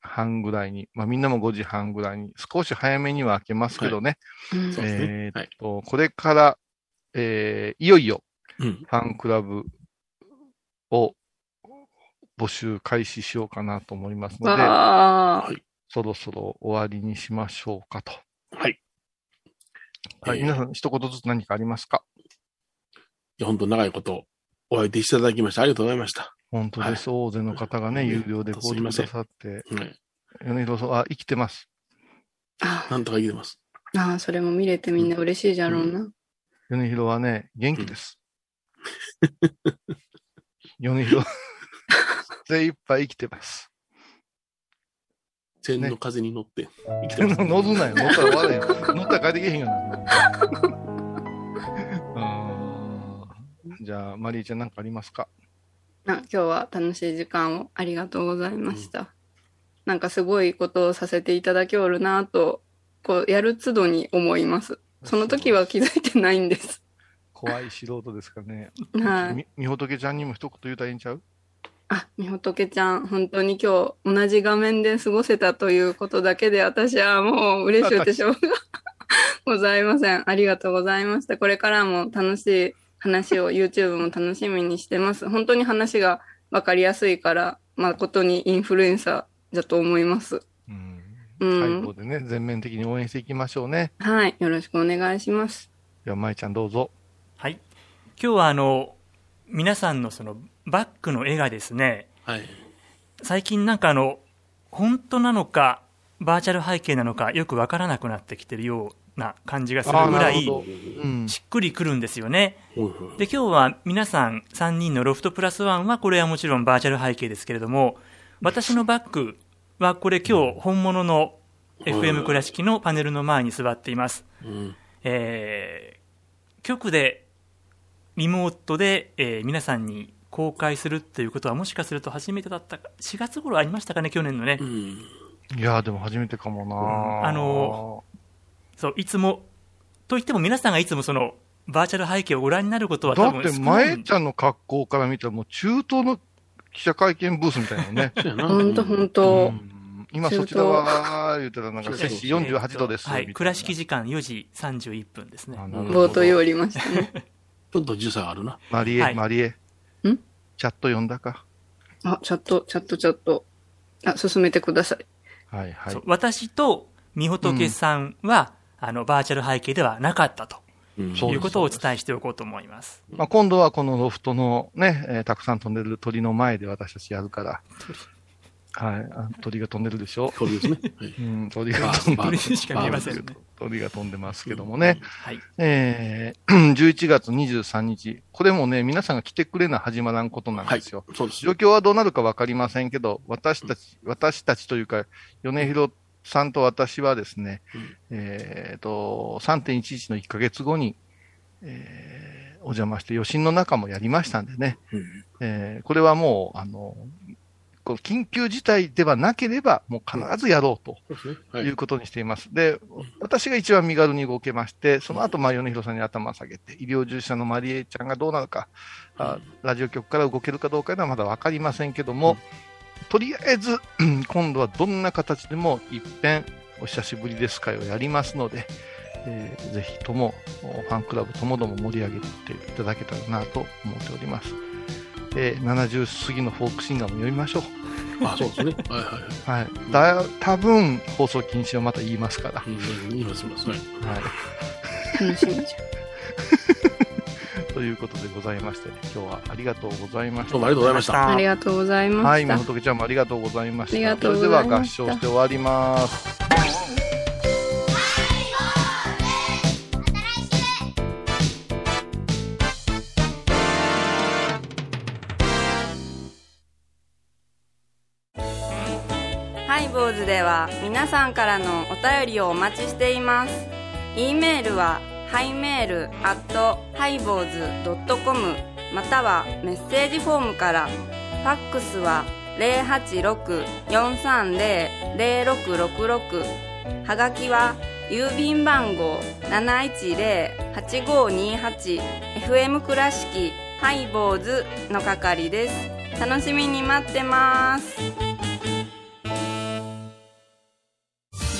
Speaker 3: 半ぐらいに、まあみんなも5時半ぐらいに、少し早めには開けますけどね。
Speaker 2: そうですね
Speaker 3: え。ー
Speaker 2: は
Speaker 3: っ
Speaker 2: い。
Speaker 3: と、これから、えーいよいよ
Speaker 2: うん。
Speaker 3: ファンクラブを募集開始しようかなと思いますので、
Speaker 4: わあ、
Speaker 3: そろそろ終わりにしましょうかと。
Speaker 2: はい。
Speaker 3: はい、
Speaker 2: えー
Speaker 3: 皆さん一言ずつ何かありますか
Speaker 2: いや、本当長いこと、お相手していただきまして、ありがとうございました。
Speaker 3: 本当です。大勢の方がね、
Speaker 2: うん
Speaker 3: 有料で
Speaker 2: 本当
Speaker 3: 購
Speaker 2: すい
Speaker 3: 入
Speaker 2: ま
Speaker 3: く
Speaker 2: せん
Speaker 3: ださって、
Speaker 2: はい。
Speaker 3: 米広さんは生きてます。
Speaker 4: あ
Speaker 2: なんとか言えてます。
Speaker 4: ああ、それも見れてみんな嬉しいじゃろうな。
Speaker 3: 米広はね、元気です。 米広、精一杯生きてます。
Speaker 2: 線の風に乗って、生きて
Speaker 3: 乗
Speaker 2: ます。
Speaker 3: るなよ、乗ったら悪い よ。乗ったら帰ってけへんよ な。うんじゃあ、マリーちゃんなんかありますか
Speaker 4: あ今日は楽しい時間をありがとうございました。なんかすごいことをさせていただきおるなと構やる都度に思います。その時は気づいてないん です。
Speaker 3: 怖い素人ですからね。
Speaker 4: はい
Speaker 3: みみほとけちゃんにも一言言うたらいいんちゃう
Speaker 4: あ、みほとけちゃん、本当に今日同じ画面で過ごせたということだけで私はもう嬉しくてしょうがございません。ありがとうございました。これからも楽しい話を YouTube も楽しみにしてます。本当に話がわかりやすいから、誠にインフルエンサーだと思います。うん。
Speaker 3: 最後でね、全面的に応援していきましょうね。
Speaker 4: はい。よろしくお願いします。
Speaker 3: では、まいちゃんどうぞ。
Speaker 1: はい。今日はあの、皆さんのそのバッグの絵がですね、
Speaker 2: はい。
Speaker 1: 最近なんかあの、本当なのか、バーチャル背景なのか、よくわからなくなってきてるような感じがする
Speaker 3: あー
Speaker 1: ぐら
Speaker 3: なる
Speaker 1: い、
Speaker 3: ほどうん。
Speaker 1: しっくりくるんですよね。
Speaker 2: ほいほい
Speaker 1: で、今日は皆さん3人のロフトプラスワンは、これはもちろんバーチャル背景ですけれども、私のバッグはこれ今日本物の FM 倉敷のパネルの前に座っています。
Speaker 2: うん
Speaker 1: えー局で、リモートで、えー皆さんに公開するっていうことはもしかすると初めてだったか、4月頃ありましたかね、去年のね。
Speaker 2: うん。
Speaker 3: いやー、でも初めてかもなー
Speaker 1: あのそう、いつも、といっても皆さんがいつもその、バーチャル背景をご覧になることは
Speaker 3: だ
Speaker 1: 多
Speaker 3: っ
Speaker 1: 分
Speaker 3: て、
Speaker 1: 少
Speaker 3: ま
Speaker 1: ない
Speaker 3: えちゃんの格好から見たら、もう中東の記者会見ブースみたいなの ね。
Speaker 2: そうやな。
Speaker 4: 本当本当
Speaker 3: うん今そちらは、言ってたら、なんか、摂氏48度です。
Speaker 1: は
Speaker 3: みた
Speaker 1: い。
Speaker 3: な
Speaker 1: 倉敷時間4時31分ですね。
Speaker 3: あなるほ
Speaker 4: 冒
Speaker 3: ど
Speaker 4: 頭よりましたね。
Speaker 2: ちょっと時差あるな。
Speaker 3: マリ
Speaker 1: は
Speaker 3: エ、
Speaker 1: い
Speaker 3: マリエ。
Speaker 4: ん
Speaker 3: チャット読んだか。
Speaker 4: あ、チャット、チャット、チャット。あ、進めてください。
Speaker 3: はいは
Speaker 1: そう
Speaker 3: い。
Speaker 1: 私とみほとけさんは、あの、バーチャル背景ではなかったと
Speaker 2: うん
Speaker 3: そう
Speaker 1: い
Speaker 3: で
Speaker 1: う
Speaker 3: す
Speaker 1: ことをお伝えしておこうと思います。
Speaker 3: まあ、今度はこのロフトのね、えーたくさん飛んでる鳥の前で私たちやるから。はい。あ鳥が飛んでるでしょ。
Speaker 2: そうですね。はい
Speaker 3: うん、鳥が飛んで
Speaker 2: バー
Speaker 1: 鳥しか見えませんね。
Speaker 3: 鳥が飛んでますけどもね。
Speaker 1: はい。
Speaker 3: えー 11月23日。これもね、皆さんが来てくれな始まらんことなん
Speaker 2: は
Speaker 3: で
Speaker 2: い。
Speaker 3: すよ。
Speaker 2: そうです
Speaker 3: 状
Speaker 2: よ。
Speaker 3: 況はどうなるか分かりませんけど、私たち、私たちというか、米広さんと私はですね、えっ、と、3.11の1ヶ月後に、えーお邪魔して余震の中もやりましたんでね、
Speaker 2: うん
Speaker 3: えーこれはもう、あの、この緊急事態ではなければ、もう必ずやろうと。
Speaker 2: そうですね。はいいう
Speaker 3: ことにしています。で、私が一番身軽に動けまして、その後、まあ、米広さんに頭を下げて、医療従事者のマリエちゃんがどうなるか、あラジオ局から動けるかどうかはまだ分かりませんけども、とりあえず、 うん今度はどんな形でも一遍、お久しぶりです会をやりますので、えーぜひとも、おファンクラブともども盛り上げていただけたらなと思っております。えー70過ぎのフォークシンガーも読みましょう。
Speaker 2: あ、そうですね。はいはいはい
Speaker 3: はい。だ、多分放送禁止をまた言いますから。。
Speaker 2: うん言います、言います。はい。
Speaker 3: はい。
Speaker 4: 楽しみじ
Speaker 3: という ことでございまして、今日はありがとうございまし
Speaker 2: どうもありがとうございました。
Speaker 4: ゃん。ありがとうござい
Speaker 3: た。は
Speaker 4: ま
Speaker 3: い、
Speaker 4: し
Speaker 3: み
Speaker 4: た
Speaker 3: ほ。とけちゃんもありがとうございました。
Speaker 4: ありがとう
Speaker 3: そ
Speaker 4: ご
Speaker 3: れ
Speaker 4: ざ
Speaker 3: で
Speaker 4: い
Speaker 3: は合
Speaker 4: ました
Speaker 3: 唱して終わります。
Speaker 4: ハイボーズでは皆さんからのお便りをお待ちしています。e メールはハイメールアットハイボーズドットコムまたはメッセージフォームから。ファックスは086-430-0666はがきは郵便番号 710-8528FM 倉敷ハイボーズの係です。楽しみに待ってます。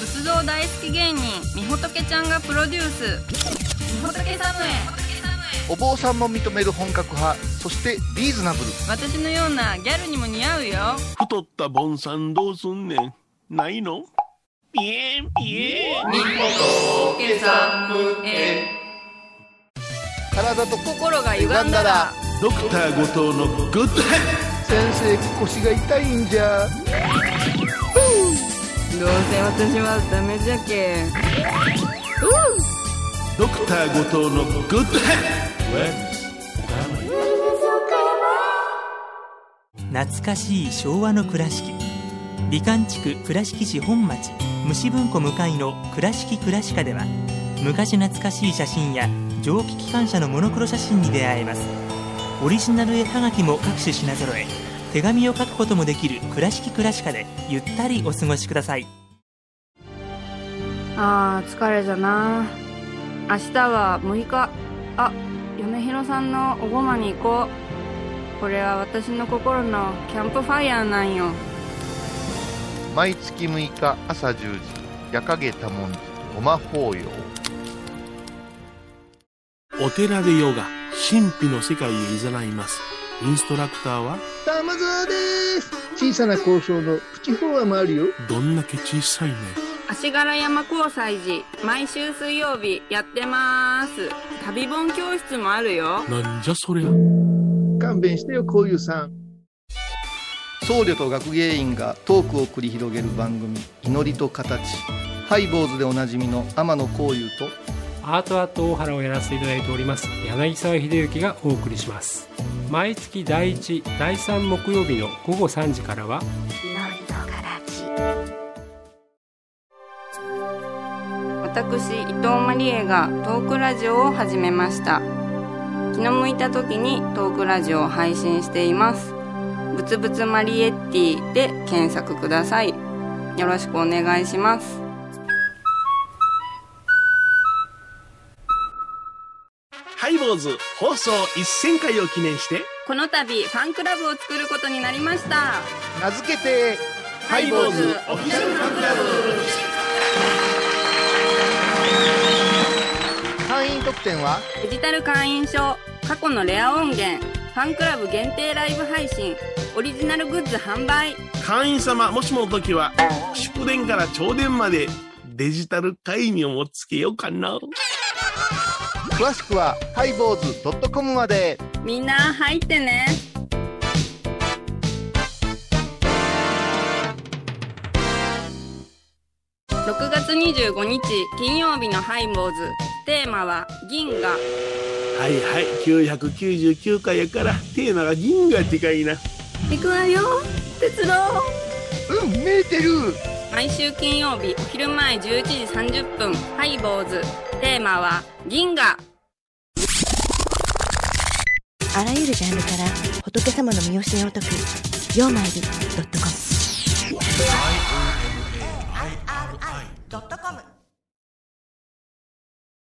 Speaker 4: 仏像大好き芸人みほとけちゃんがプロデュースみほとけサムエ
Speaker 3: お坊さんも認める本格派、そしてリーズナブル。
Speaker 4: 私のようなギャルにも似合うよ
Speaker 2: 太ったボンさんどうすんねんないのピエンピエン
Speaker 3: 体と
Speaker 4: 心が歪ん
Speaker 3: 歪んだら
Speaker 4: だら
Speaker 2: ドクター後藤のグッドヘッド
Speaker 6: 先生腰が痛いんじ
Speaker 4: ど
Speaker 6: ゃ
Speaker 4: うせ私はダメじゃけ
Speaker 2: ドクター後藤のグッドヘッド
Speaker 1: 懐かしい昭和の倉敷美観地区倉敷市本町虫文庫向かいの「倉敷倉歯科」では昔懐かしい写真や蒸気機関車のモノクロ写真に出会えますオリジナル絵はがきも各種品揃え手紙を書くこともできる「倉敷倉歯科」でゆったりお過ごしください
Speaker 4: あー疲れじゃな明日は6日あ嫁ひろさんのおごまに行こうこれは私の心のキャンプファイヤーなんよ
Speaker 3: 毎月6日朝10時、夜影多文字、ごま法要。
Speaker 2: お寺でヨガ、神秘の世界へ誘います。インストラクターは、
Speaker 6: 玉沢です小さな交渉のプチフォアもあるよ
Speaker 2: どんだけ小さいね。
Speaker 4: 足柄山交際時毎週水曜日やってます旅本教室もあるよ
Speaker 2: なんじゃそりゃ。
Speaker 6: 勘弁してよこういうさん
Speaker 3: 僧侶と学芸員がトークを繰り広げる番組「祈りと形」ハイボーズでおなじみの天野幸雄と
Speaker 8: アートアート大原をやらせていただいております柳沢秀幸がお送りします毎月第1第3木曜日の午後3時からは
Speaker 4: 私伊藤マリエがトークラジオを始めました気の向いた時にトークラジオを配信していますぶつぶつマリエッティで検索くださいよろしくお願いします
Speaker 2: ハイボーズ放送1000回を記念して、
Speaker 4: この度ファンクラブを作ることになりました
Speaker 3: 名付けて
Speaker 2: ハイボーズオフィシャルファンクラ
Speaker 3: 会員特典は
Speaker 4: デジタル会員証過去のレア音源ファンクラブ限定ライブ配信オリジナルグッズ販売
Speaker 2: ブ会員様もしもの時は、祝電から朝電までデジタル会員をつけようかな。
Speaker 3: 詳しくはハイボーズ .com まで
Speaker 4: みんな入ってね6月25日金曜日のハイボーズテーマは銀河
Speaker 2: はいはい、999回やから、テーマが銀河ってかいな。
Speaker 4: 行くわよ鉄郎
Speaker 3: うん見えてる
Speaker 4: 毎週金曜日お昼前11時30分ハイボーズテーマは銀河
Speaker 9: あらゆるジャンルから仏様の身教えを解く「曜マイルドットコム」